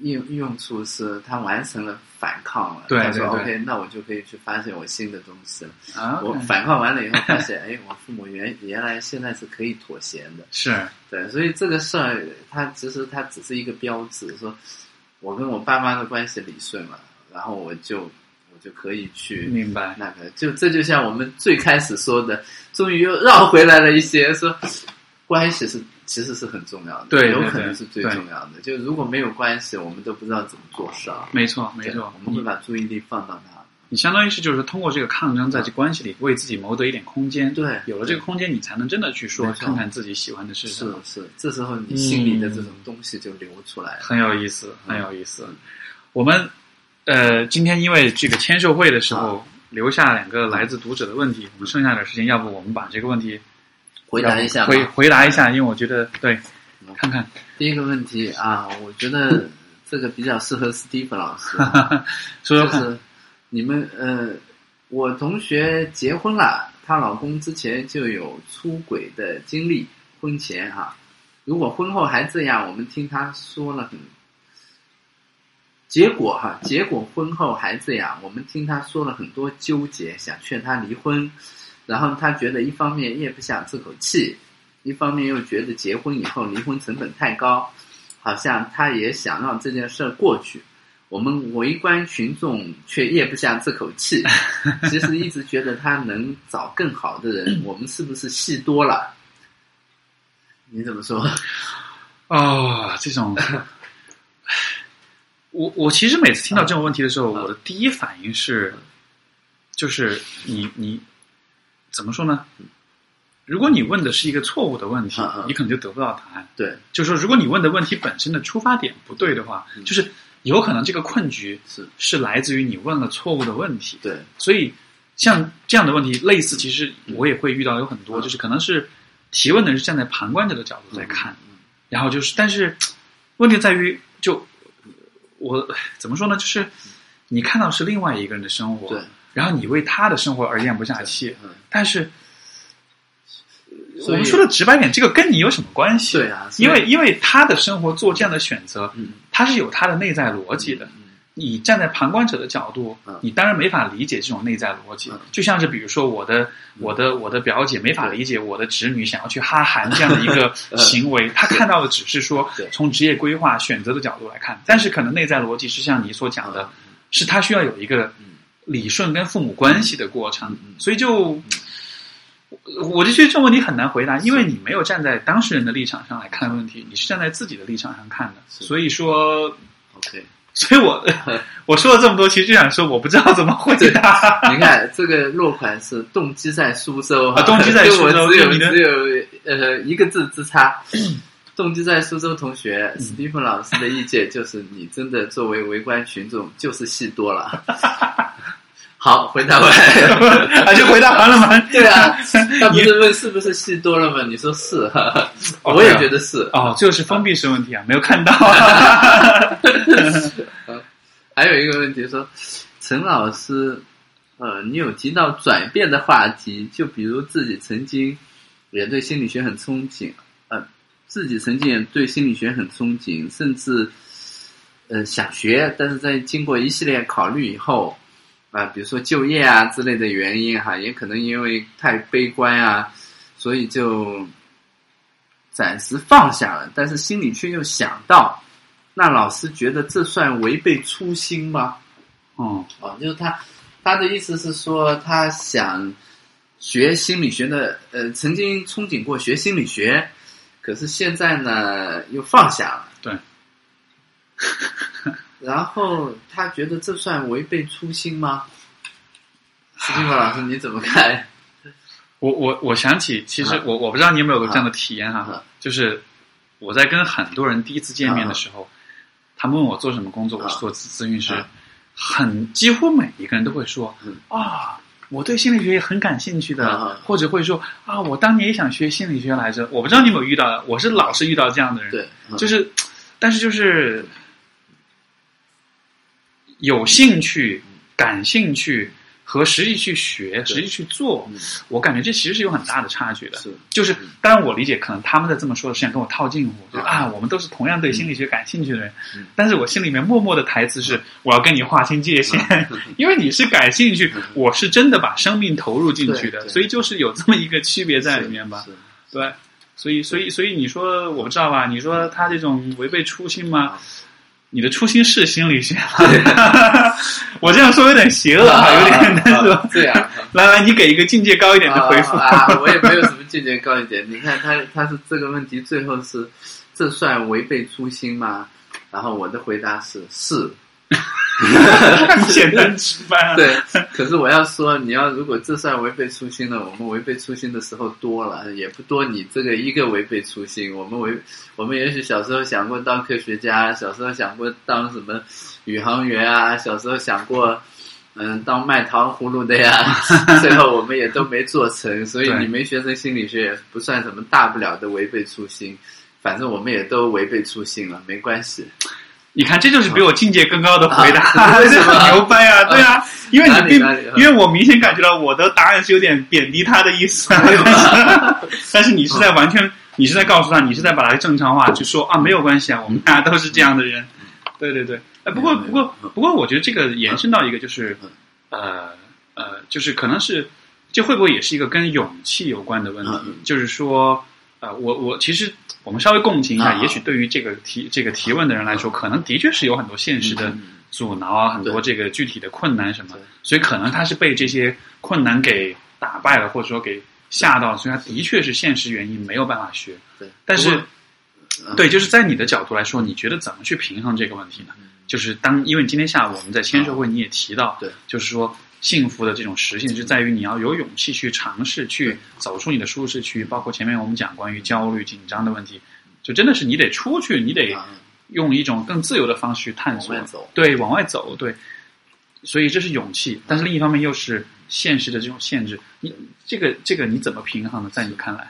[SPEAKER 2] 用用处是，他完成了反抗了。
[SPEAKER 1] 对
[SPEAKER 2] 他说
[SPEAKER 1] 对
[SPEAKER 2] OK，那我就可以去发现我新的东西了。
[SPEAKER 1] 啊，
[SPEAKER 2] 我反抗完了以后发现，哎，我父母原原来现在是可以妥协的，
[SPEAKER 1] 是
[SPEAKER 2] 对，所以这个事儿，它其实它只是一个标志，说我跟我爸妈的关系理顺了，然后我就我就可以去
[SPEAKER 1] 明白，
[SPEAKER 2] 那个，就这就像我们最开始说的，终于又绕回来了一些，说关系是其实是很重要的，
[SPEAKER 1] 对对
[SPEAKER 2] 有可能是最
[SPEAKER 1] 对
[SPEAKER 2] 重要的，就如果没有关系，我们都不知道怎么做事儿，
[SPEAKER 1] 没错没
[SPEAKER 2] 对
[SPEAKER 1] 错
[SPEAKER 2] 我，们会
[SPEAKER 1] 你
[SPEAKER 2] 把注意力放到那儿，
[SPEAKER 1] 你相当于是就是通过这个抗争，在这关系里为自己谋得一点空间，
[SPEAKER 2] 对
[SPEAKER 1] 有了这个空间，你才能真的去说
[SPEAKER 2] 没错
[SPEAKER 1] 看看自己喜欢的是什
[SPEAKER 2] 是
[SPEAKER 1] 么，
[SPEAKER 2] 是，这时候你心里的这种东西就流出来了。
[SPEAKER 1] 很有意思，
[SPEAKER 2] 嗯
[SPEAKER 1] 很有意思。我们呃，今天因为这个签售会的时
[SPEAKER 2] 啊
[SPEAKER 1] 候。留下两个来自读者的问题，我们剩下点时间，要不我们把这个问题
[SPEAKER 2] 回答一下吧。
[SPEAKER 1] 回回答一下，因为我觉得对
[SPEAKER 2] 嗯，
[SPEAKER 1] 看看
[SPEAKER 2] 第一个问题啊，我觉得这个比较适合 Steve 老师啊，
[SPEAKER 1] 说说
[SPEAKER 2] 就
[SPEAKER 1] 看，
[SPEAKER 2] 是你们呃，我同学结婚了，她老公之前就有出轨的经历，婚前哈、如果婚后还这样，我们听她说了很。结果哈、结果婚后还这样，我们听她说了很多纠结，想劝她离婚，然后她觉得一方面咽不下这口气，一方面又觉得结婚以后离婚成本太高，好像他也想让这件事儿过去。我们围观群众却咽不下这 口气，其实一直觉得他能找更好的 人，我们是不是戏多了？你怎么说？
[SPEAKER 1] 哦，这种， 我我其实每次听到这种问题的时
[SPEAKER 2] 嗯
[SPEAKER 1] 候，我的第一反应是，就是你你怎么说呢？如果你问的是一个错误的问题
[SPEAKER 2] 嗯嗯，
[SPEAKER 1] 你可能就得不到答案。
[SPEAKER 2] 对，
[SPEAKER 1] 就是说，如果你问的问题本身的出发点不对的话，
[SPEAKER 2] 嗯
[SPEAKER 1] 就是有可能这个困局
[SPEAKER 2] 是，
[SPEAKER 1] 是来自于你问了错误的问题。
[SPEAKER 2] 对，
[SPEAKER 1] 所以像这样的问题，类似其实我也会遇到有很多，
[SPEAKER 2] 嗯
[SPEAKER 1] 就是可能是提问的人是站在旁观者的角度在看，
[SPEAKER 2] 嗯，
[SPEAKER 1] 然后就是，但是问题在于，就我怎么说呢？就是你看到是另外一个人的生
[SPEAKER 2] 嗯
[SPEAKER 1] 活，
[SPEAKER 2] 对，
[SPEAKER 1] 然后你为他的生活而咽不下气，
[SPEAKER 2] 嗯，
[SPEAKER 1] 但是我
[SPEAKER 2] 所以
[SPEAKER 1] 们说的直白点，这个跟你有什么关系？
[SPEAKER 2] 对啊，所以
[SPEAKER 1] 因为因为他的生活做这样的选择，
[SPEAKER 2] 嗯，
[SPEAKER 1] 他是有他的内在逻
[SPEAKER 2] 我
[SPEAKER 1] 辑的。你站在旁观者的角度
[SPEAKER 2] 嗯，
[SPEAKER 1] 你当然没法理解这种内在逻辑
[SPEAKER 2] 嗯。
[SPEAKER 1] 就像是比如说我的我的我的表姐没法理解我的侄女想要去哈韩这样的一个
[SPEAKER 2] 嗯
[SPEAKER 1] 行为，她看到的只是说
[SPEAKER 2] 对
[SPEAKER 1] 从职业规划选择的角度来看，但是可能内在逻辑是像你所讲的，是她需要有一个
[SPEAKER 2] 嗯
[SPEAKER 1] 理顺跟父母关系的过程
[SPEAKER 2] 嗯嗯，
[SPEAKER 1] 所以就。我我就觉得这种问题很难回答，因为你没有站在当事人的立场上来看问题，你是站在自己的立场上看的，
[SPEAKER 2] 是
[SPEAKER 1] 所以说
[SPEAKER 2] OK，
[SPEAKER 1] 所以 我我说了这么多，其实就想说我不知道怎么回答。
[SPEAKER 2] 你看这个落款是动机在苏州
[SPEAKER 1] 啊动机在苏州
[SPEAKER 2] 跟我只有
[SPEAKER 1] 对你的
[SPEAKER 2] 只有呃一个字之差。动机在苏州同
[SPEAKER 1] 嗯
[SPEAKER 2] 学，史蒂芬老师的意见就是，你真的作为围观群众，就是戏 多了。好，回答完。
[SPEAKER 1] 啊，就回答完了吗？
[SPEAKER 2] 对啊，他不是问是不是戏多了吗？你说是，哈哈
[SPEAKER 1] 哦
[SPEAKER 2] 我也觉得是。
[SPEAKER 1] 哦，这个是封闭式问题啊，没有看到。啊
[SPEAKER 2] 还有一个问题说，陈老师，呃，你有提到转变的话题，就比如自己曾经也对心理学很憧憬，呃，自己曾经也对心理学很憧憬，甚至呃想学，但是在经过一系列考虑以后，啊、比如说就业啊之类的原因哈，也可能因为太悲观啊，所以就暂时放下了，但是心里却又想到。那老师觉得这算违背初心吗？
[SPEAKER 1] 哦，
[SPEAKER 2] 哦，就是他他的意思是说，他想学心理学的，呃，曾经憧憬过学心理学，可是现在呢又放下了。
[SPEAKER 1] 对。
[SPEAKER 2] 然后他觉得这算违背初心吗？史蒂夫老师，你怎么 看？
[SPEAKER 1] 我我我想起，其
[SPEAKER 2] 嗯
[SPEAKER 1] 实我我不知道你有没有这样的体验
[SPEAKER 2] 啊
[SPEAKER 1] 哈，就是我在跟很多人第一次见
[SPEAKER 2] 嗯
[SPEAKER 1] 面的时候，他们问我做什么工作，
[SPEAKER 2] 啊
[SPEAKER 1] 我是做咨咨询师
[SPEAKER 2] 啊，
[SPEAKER 1] 很几乎每一个人都会说
[SPEAKER 2] 嗯
[SPEAKER 1] 啊。我对心理学也很感兴趣
[SPEAKER 2] 啊
[SPEAKER 1] 的，或者会说啊，我当年也想学心理学来着。我不知道你有没有遇到，我是老是遇到这样的人。
[SPEAKER 2] 对，嗯
[SPEAKER 1] 就是，但是就是有兴趣、感兴趣和实际去学、实际去做
[SPEAKER 2] 嗯，
[SPEAKER 1] 我感觉这其实是有很大的差距的。
[SPEAKER 2] 是嗯
[SPEAKER 1] 就是，当然我理解，可能他们在这么说是想跟我套近乎，就
[SPEAKER 2] 啊
[SPEAKER 1] 啊，我们都是同样对心理学感兴趣的人
[SPEAKER 2] 嗯，
[SPEAKER 1] 但是我心里面默默的台词是，我要跟你划清界限， 因为你是感兴趣
[SPEAKER 2] 嗯，
[SPEAKER 1] 我是真的把生命投入进去
[SPEAKER 2] 对
[SPEAKER 1] 的，
[SPEAKER 2] 对
[SPEAKER 1] 所以就是有这么一个区别在里面吧。
[SPEAKER 2] 是 是
[SPEAKER 1] 对，所以所以所以你说我不知道吧？你说他这种违背初心吗？你的初心是心理学吗？ 我这样说有点邪恶啊，有点，但是吧
[SPEAKER 2] 啊这样。啊
[SPEAKER 1] 来来，你给一个境界高一点的回复。
[SPEAKER 2] 啊啊！我也没有什么境界高一点。你看他，他是这个问题最后是，这算违背初心吗？然后我的回答是是，
[SPEAKER 1] 啊 简单直白 啊。
[SPEAKER 2] 对。可是我要说，你要如果这算违背初心了，我们违背初心的时候多了，也不多。你这个一个违背初心，我们违，我们也许小时候想过当科学家，小时候想过当什么宇航员啊，小时候想过。嗯，当卖糖葫芦 的呀，最后我们也都没做成，所以
[SPEAKER 1] 对
[SPEAKER 2] 你没学成心理学也不算什么大不了的违背初心，反正我们也都违背初心了，没关系。
[SPEAKER 1] 你看，这就是比我境界更高的回答，
[SPEAKER 2] 啊
[SPEAKER 1] 这很牛掰啊！对啊，因为你并
[SPEAKER 2] 哪里哪里啊，
[SPEAKER 1] 因为我明显感觉到我的答案是有点贬低他的意思，但是但是你是在完全，你是在告诉他，你是在把它正常化，就说啊，没有关系啊，我们大家都是这样的
[SPEAKER 2] 嗯
[SPEAKER 1] 人，对对对。哎，不过
[SPEAKER 2] 没有
[SPEAKER 1] 不过不过，我觉得这个延伸到一个就是
[SPEAKER 2] 嗯，
[SPEAKER 1] 呃呃，就是可能是这会不会也是一个跟勇气有关的问题
[SPEAKER 2] 嗯嗯？
[SPEAKER 1] 就是说，呃，我我其实我们稍微共情一下，
[SPEAKER 2] 啊
[SPEAKER 1] 也许对于这个提这个提问的人来说，可能的确是有很多现实的
[SPEAKER 2] 嗯
[SPEAKER 1] 阻挠啊，很多这个具体的困难什么，所以可能他是被这些困难给打败了，或者说给吓到了，所以他的确是现实原因没有办法学。
[SPEAKER 2] 对，
[SPEAKER 1] 但
[SPEAKER 2] 不
[SPEAKER 1] 是
[SPEAKER 2] 过，嗯
[SPEAKER 1] 对，就是在你的角度来说，你觉得怎么去平衡这个问题
[SPEAKER 2] 嗯
[SPEAKER 1] 呢？就是当因为今天下午我们在签售会，你也提到，
[SPEAKER 2] 啊对，
[SPEAKER 1] 就是说幸福的这种实现是在于你要有勇气去尝试，去
[SPEAKER 2] 对
[SPEAKER 1] 走出你的舒适区。包括前面我们讲关于焦虑、紧张的问题，就真的是你得出去，你得
[SPEAKER 2] 啊
[SPEAKER 1] 用一种更自由的方式去探索
[SPEAKER 2] 往外走，
[SPEAKER 1] 对，往外走，对。所以这是勇气，但是另一方面又是现实的这种限制。你这个这个你怎么平衡呢？在你看来，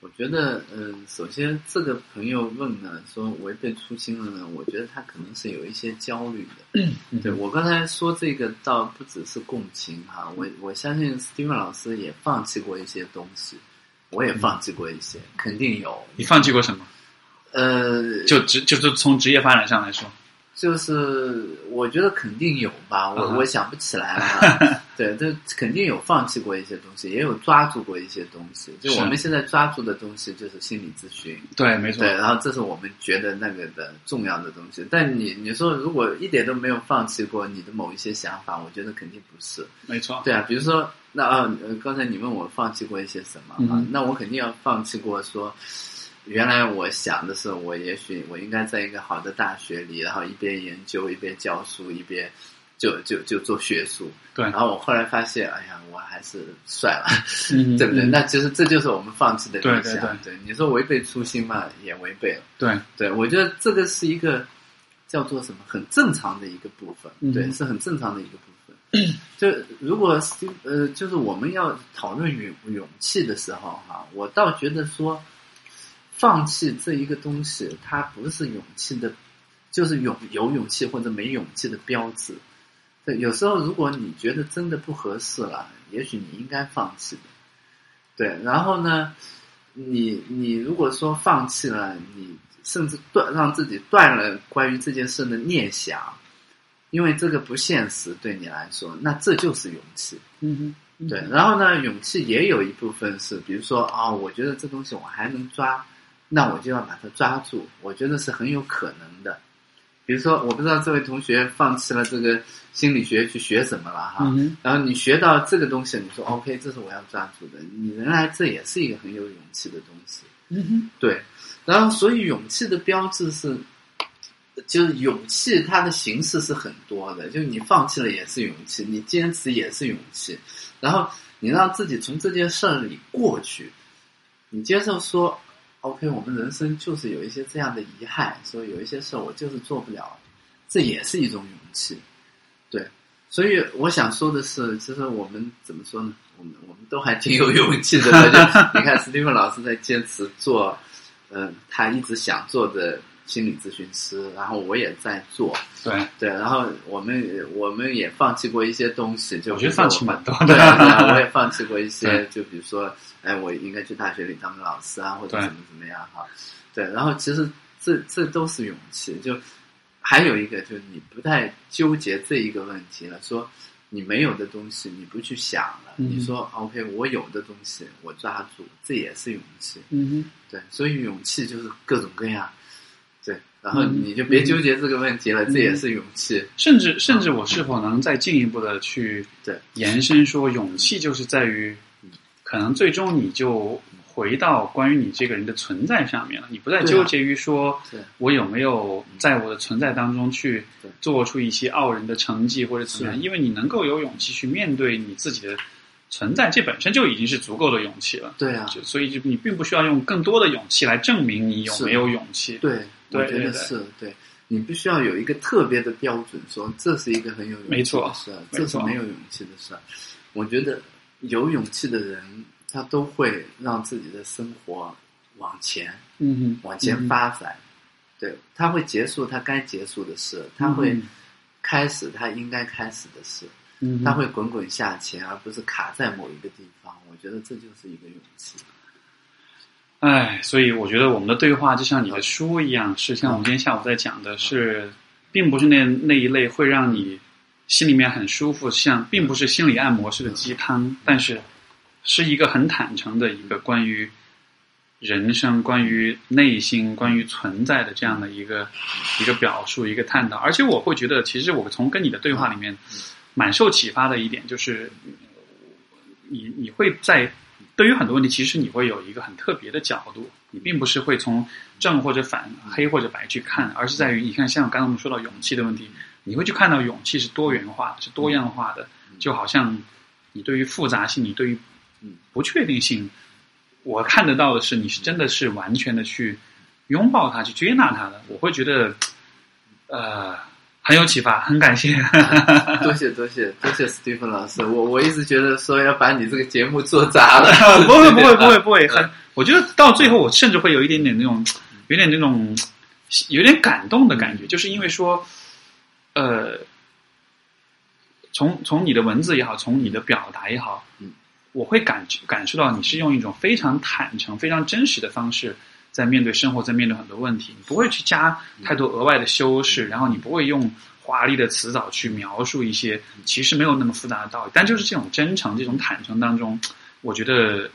[SPEAKER 2] 我觉得，嗯、首先这个朋友问呢，说违背初心了呢，我觉得他可能是有一些焦虑的。
[SPEAKER 1] 嗯
[SPEAKER 2] 对我刚才说这个，倒不只是共情哈，我我相信 Steven 老师也放弃过一些东西，我
[SPEAKER 1] 嗯
[SPEAKER 2] 也放弃过一些，肯定有。
[SPEAKER 1] 你放弃过什么？
[SPEAKER 2] 呃，
[SPEAKER 1] 就职就是从职业发展上来说，
[SPEAKER 2] 就是我觉得肯定有吧，我、
[SPEAKER 1] 啊
[SPEAKER 2] 我想不起 来了。对，这肯定有放弃过一些东西，也有抓住过一些东西。就是我们现在抓住的东西就是心理咨询，
[SPEAKER 1] 对，没错
[SPEAKER 2] 对，，然后这是我们觉得那个的重要的东西。但你你说如果一点都没有放弃过你的某一些想法，我觉得肯定不是。
[SPEAKER 1] 没错，
[SPEAKER 2] 对啊，比如说那啊、呃，刚才你问我放弃过一些什么啊、
[SPEAKER 1] 嗯
[SPEAKER 2] 那我肯定要放弃过说，原来我想的是，我也许我应该在一个好的大学里，然后一边研究一边教书，一边就就就做学术。
[SPEAKER 1] 对
[SPEAKER 2] 然后我后来发现，哎呀，我还是算了，
[SPEAKER 1] 嗯
[SPEAKER 2] 对不对？
[SPEAKER 1] 嗯
[SPEAKER 2] 那其实这就是我们放弃的
[SPEAKER 1] 对
[SPEAKER 2] 方
[SPEAKER 1] 对
[SPEAKER 2] 向。对，你说违背初心嘛，也违背了。
[SPEAKER 1] 对，
[SPEAKER 2] 对，我觉得这个是一个叫做什么很正常的一个部分，
[SPEAKER 1] 嗯
[SPEAKER 2] 对，是很正常的一个部分。就如果是呃，就是我们要讨论勇勇气的时候哈、我倒觉得说，放弃这一个东西，它不是勇气的，就是勇有勇气或者没勇气的标志。对，有时候如果你觉得真的不合适了，也许你应该放弃的。对，然后呢，你你如果说放弃了，你甚至断让自己断了关于这件事的念想，因为这个不现实对你来说，那这就是勇气。
[SPEAKER 1] 嗯哼，
[SPEAKER 2] 对，然后呢，勇气也有一部分是，比如说啊、我觉得这东西我还能抓，那我就要把它抓住，我觉得是很有可能的。比如说，我不知道这位同学放弃了这个心理学去学什么了哈，
[SPEAKER 1] 嗯哼，
[SPEAKER 2] 然后你学到这个东西，你说 OK，这是我要抓住的，你原来这也是一个很有勇气的东西。
[SPEAKER 1] 嗯哼，
[SPEAKER 2] 对，然后所以勇气的标志是，就是勇气它的形式是很多的，就是你放弃了也是勇气，你坚持也是勇气，然后你让自己从这件事儿里过去，你接受说，OK，我们人生就是有一些这样的遗憾，说有一些事儿我就是做不了，这也是一种勇气，对。所以我想说的是，其实我们怎么说呢？我们我们都还挺有勇气的。就你看，史蒂芬老师在坚持做，嗯，他一直想做的心理咨询师，然后我也在做，
[SPEAKER 1] 对，
[SPEAKER 2] 对，然后我们我们也放弃过一些东西，就
[SPEAKER 1] 我
[SPEAKER 2] 比
[SPEAKER 1] 觉得
[SPEAKER 2] 如说
[SPEAKER 1] 放弃蛮多
[SPEAKER 2] 对啊，对
[SPEAKER 1] 的，嗯
[SPEAKER 2] 啊我也放弃过一些
[SPEAKER 1] 对，
[SPEAKER 2] 就比如说，哎，我应该去大学里当个老师啊，或者
[SPEAKER 1] 对
[SPEAKER 2] 怎么怎么样哈、对，然后其实这这都是勇气。就还有一个，就是你不太纠结这一个问题了，说你没有的东西你不去想了，
[SPEAKER 1] 嗯
[SPEAKER 2] 你说啊 OK，我有的东西我抓住，这也是勇气。
[SPEAKER 1] 嗯哼，
[SPEAKER 2] 对，所以勇气就是各种各样。对，然后
[SPEAKER 1] 嗯
[SPEAKER 2] 你就别纠结这个问题了，
[SPEAKER 1] 嗯
[SPEAKER 2] 这也是勇气。
[SPEAKER 1] 甚至甚至我是否能再进一步的去
[SPEAKER 2] 对
[SPEAKER 1] 延伸说，勇气就是在于，可能最终你就回到关于你这个人的存在上面了，你不再
[SPEAKER 2] 对啊
[SPEAKER 1] 纠结于说
[SPEAKER 2] 对。
[SPEAKER 1] 我有没有在我的存在当中去
[SPEAKER 2] 对
[SPEAKER 1] 做出一些傲人的成绩或者怎么样，
[SPEAKER 2] 是
[SPEAKER 1] 因为你能够有勇气去面对你自己的存在，这本身就已经是足够的勇气了。
[SPEAKER 2] 对啊，
[SPEAKER 1] 就所以就你并不需要用更多的勇气来证明你有没有勇气。
[SPEAKER 2] 对，
[SPEAKER 1] 对
[SPEAKER 2] 我觉
[SPEAKER 1] 对对
[SPEAKER 2] 得是对。你必须要有一个特别的标准，说这是一个很有勇气
[SPEAKER 1] 没错
[SPEAKER 2] 的事儿，
[SPEAKER 1] 没错
[SPEAKER 2] 这是没有勇气的事儿。我觉得有勇气的人，他都会让自己的生活往前
[SPEAKER 1] 嗯哼，
[SPEAKER 2] 往前发展。对，他会结束他该结束的事，他会
[SPEAKER 1] 嗯
[SPEAKER 2] 开始他应该开始的事，
[SPEAKER 1] 嗯哼，
[SPEAKER 2] 他会滚滚向前，而不是卡在某一个地方。我觉得这就是一个勇气。
[SPEAKER 1] 哎，所以我觉得我们的对话就像你的书一样，是像我们今天下午在讲的是，并不是那那一类会让你心里面很舒服，像并不是心理按摩式的鸡汤，但是是一个很坦诚的一个关于人生、关于内心、关于存在的这样的一个一个表述、一个探讨。而且我会觉得，其实我从跟你的对话里面蛮受启发的一点就是，你你会在对于很多问题，其实你会有一个很特别的角度，你并不是会从正或者反、黑或者白去看，而是在于你看，像刚才我们说到勇气的问题，你会去看到勇气是多元化的，是多样化的，就好像你对于复杂性，你对于不确定性，我看得到的是，你是真的是完全的去拥抱它，去接纳它的。我会觉得，呃，很有启发，很感谢。，
[SPEAKER 2] 多谢多谢多谢 Stephen 老师，我我一直觉得说要把你这个节目做砸了
[SPEAKER 1] 不会不会不会不会，很，我觉得到最后我甚至会有一点点那种，有点那种，有点感动的感觉，就是因为说，呃，从从你的文字也好，从你的表达也好
[SPEAKER 2] 嗯，
[SPEAKER 1] 我会感感受到你是用一种非常坦诚、非常真实的方式。在面对生活，在面对很多问题，你不会去加太多额外的修饰，然后你不会用华丽的词藻去描述一些其实没有那么复杂的道理，但就是这种真诚、这种坦诚当中，我觉得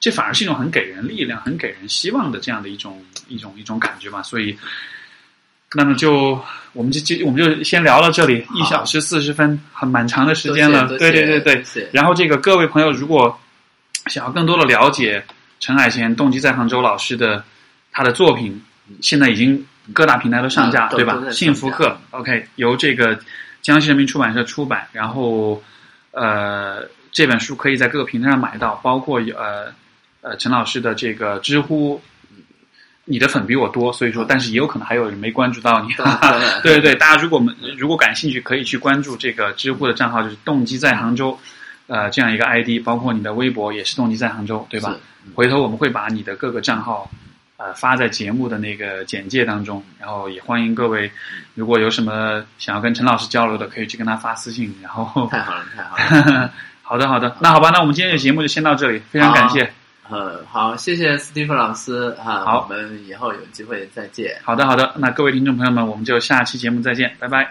[SPEAKER 1] 这反而是一种很给人力量、很给人希望的这样的一种一种一种感觉吧。所以，那么就我们就就我们就先聊到这里，一小时四十分，很蛮长的时间了。
[SPEAKER 2] 多
[SPEAKER 1] 对
[SPEAKER 2] 谢
[SPEAKER 1] 对对对
[SPEAKER 2] 多。谢
[SPEAKER 1] 然后这个各位朋友，如果想要更多的了解陈海贤《动机在杭州》老师的他的作品，现在已经各大平台都上架，
[SPEAKER 2] 嗯都
[SPEAKER 1] 对吧
[SPEAKER 2] 都在？上架
[SPEAKER 1] 幸福课，OK，由这个江西人民出版社出版，然后呃，这本书可以在各个平台上买到，包括呃呃陈老师的这个知乎。你的粉比我多，所以说，但是也有可能还有人没关注到你，
[SPEAKER 2] 当然当然
[SPEAKER 1] 对对对，大家如果我们如果感兴趣，可以去关注这个知乎的账号，就是“动机在杭州”，呃，这样一个 ID，包括你的微博也是“动机在杭州”，对吧
[SPEAKER 2] 是？
[SPEAKER 1] 回头我们会把你的各个账号呃发在节目的那个简介当中，然后也欢迎各位如果有什么想要跟陈老师交流的，可以去跟他发私信。然后，
[SPEAKER 2] 太好了太好了，
[SPEAKER 1] 好的好的，那好吧，那我们今天的节目就先到这里，非常感谢。
[SPEAKER 2] 呃，好，谢谢 Stephen 老师啊，
[SPEAKER 1] 好
[SPEAKER 2] 我们以后有机会再见。
[SPEAKER 1] 好的好的，那各位听众朋友们，我们就下期节目再见，拜拜。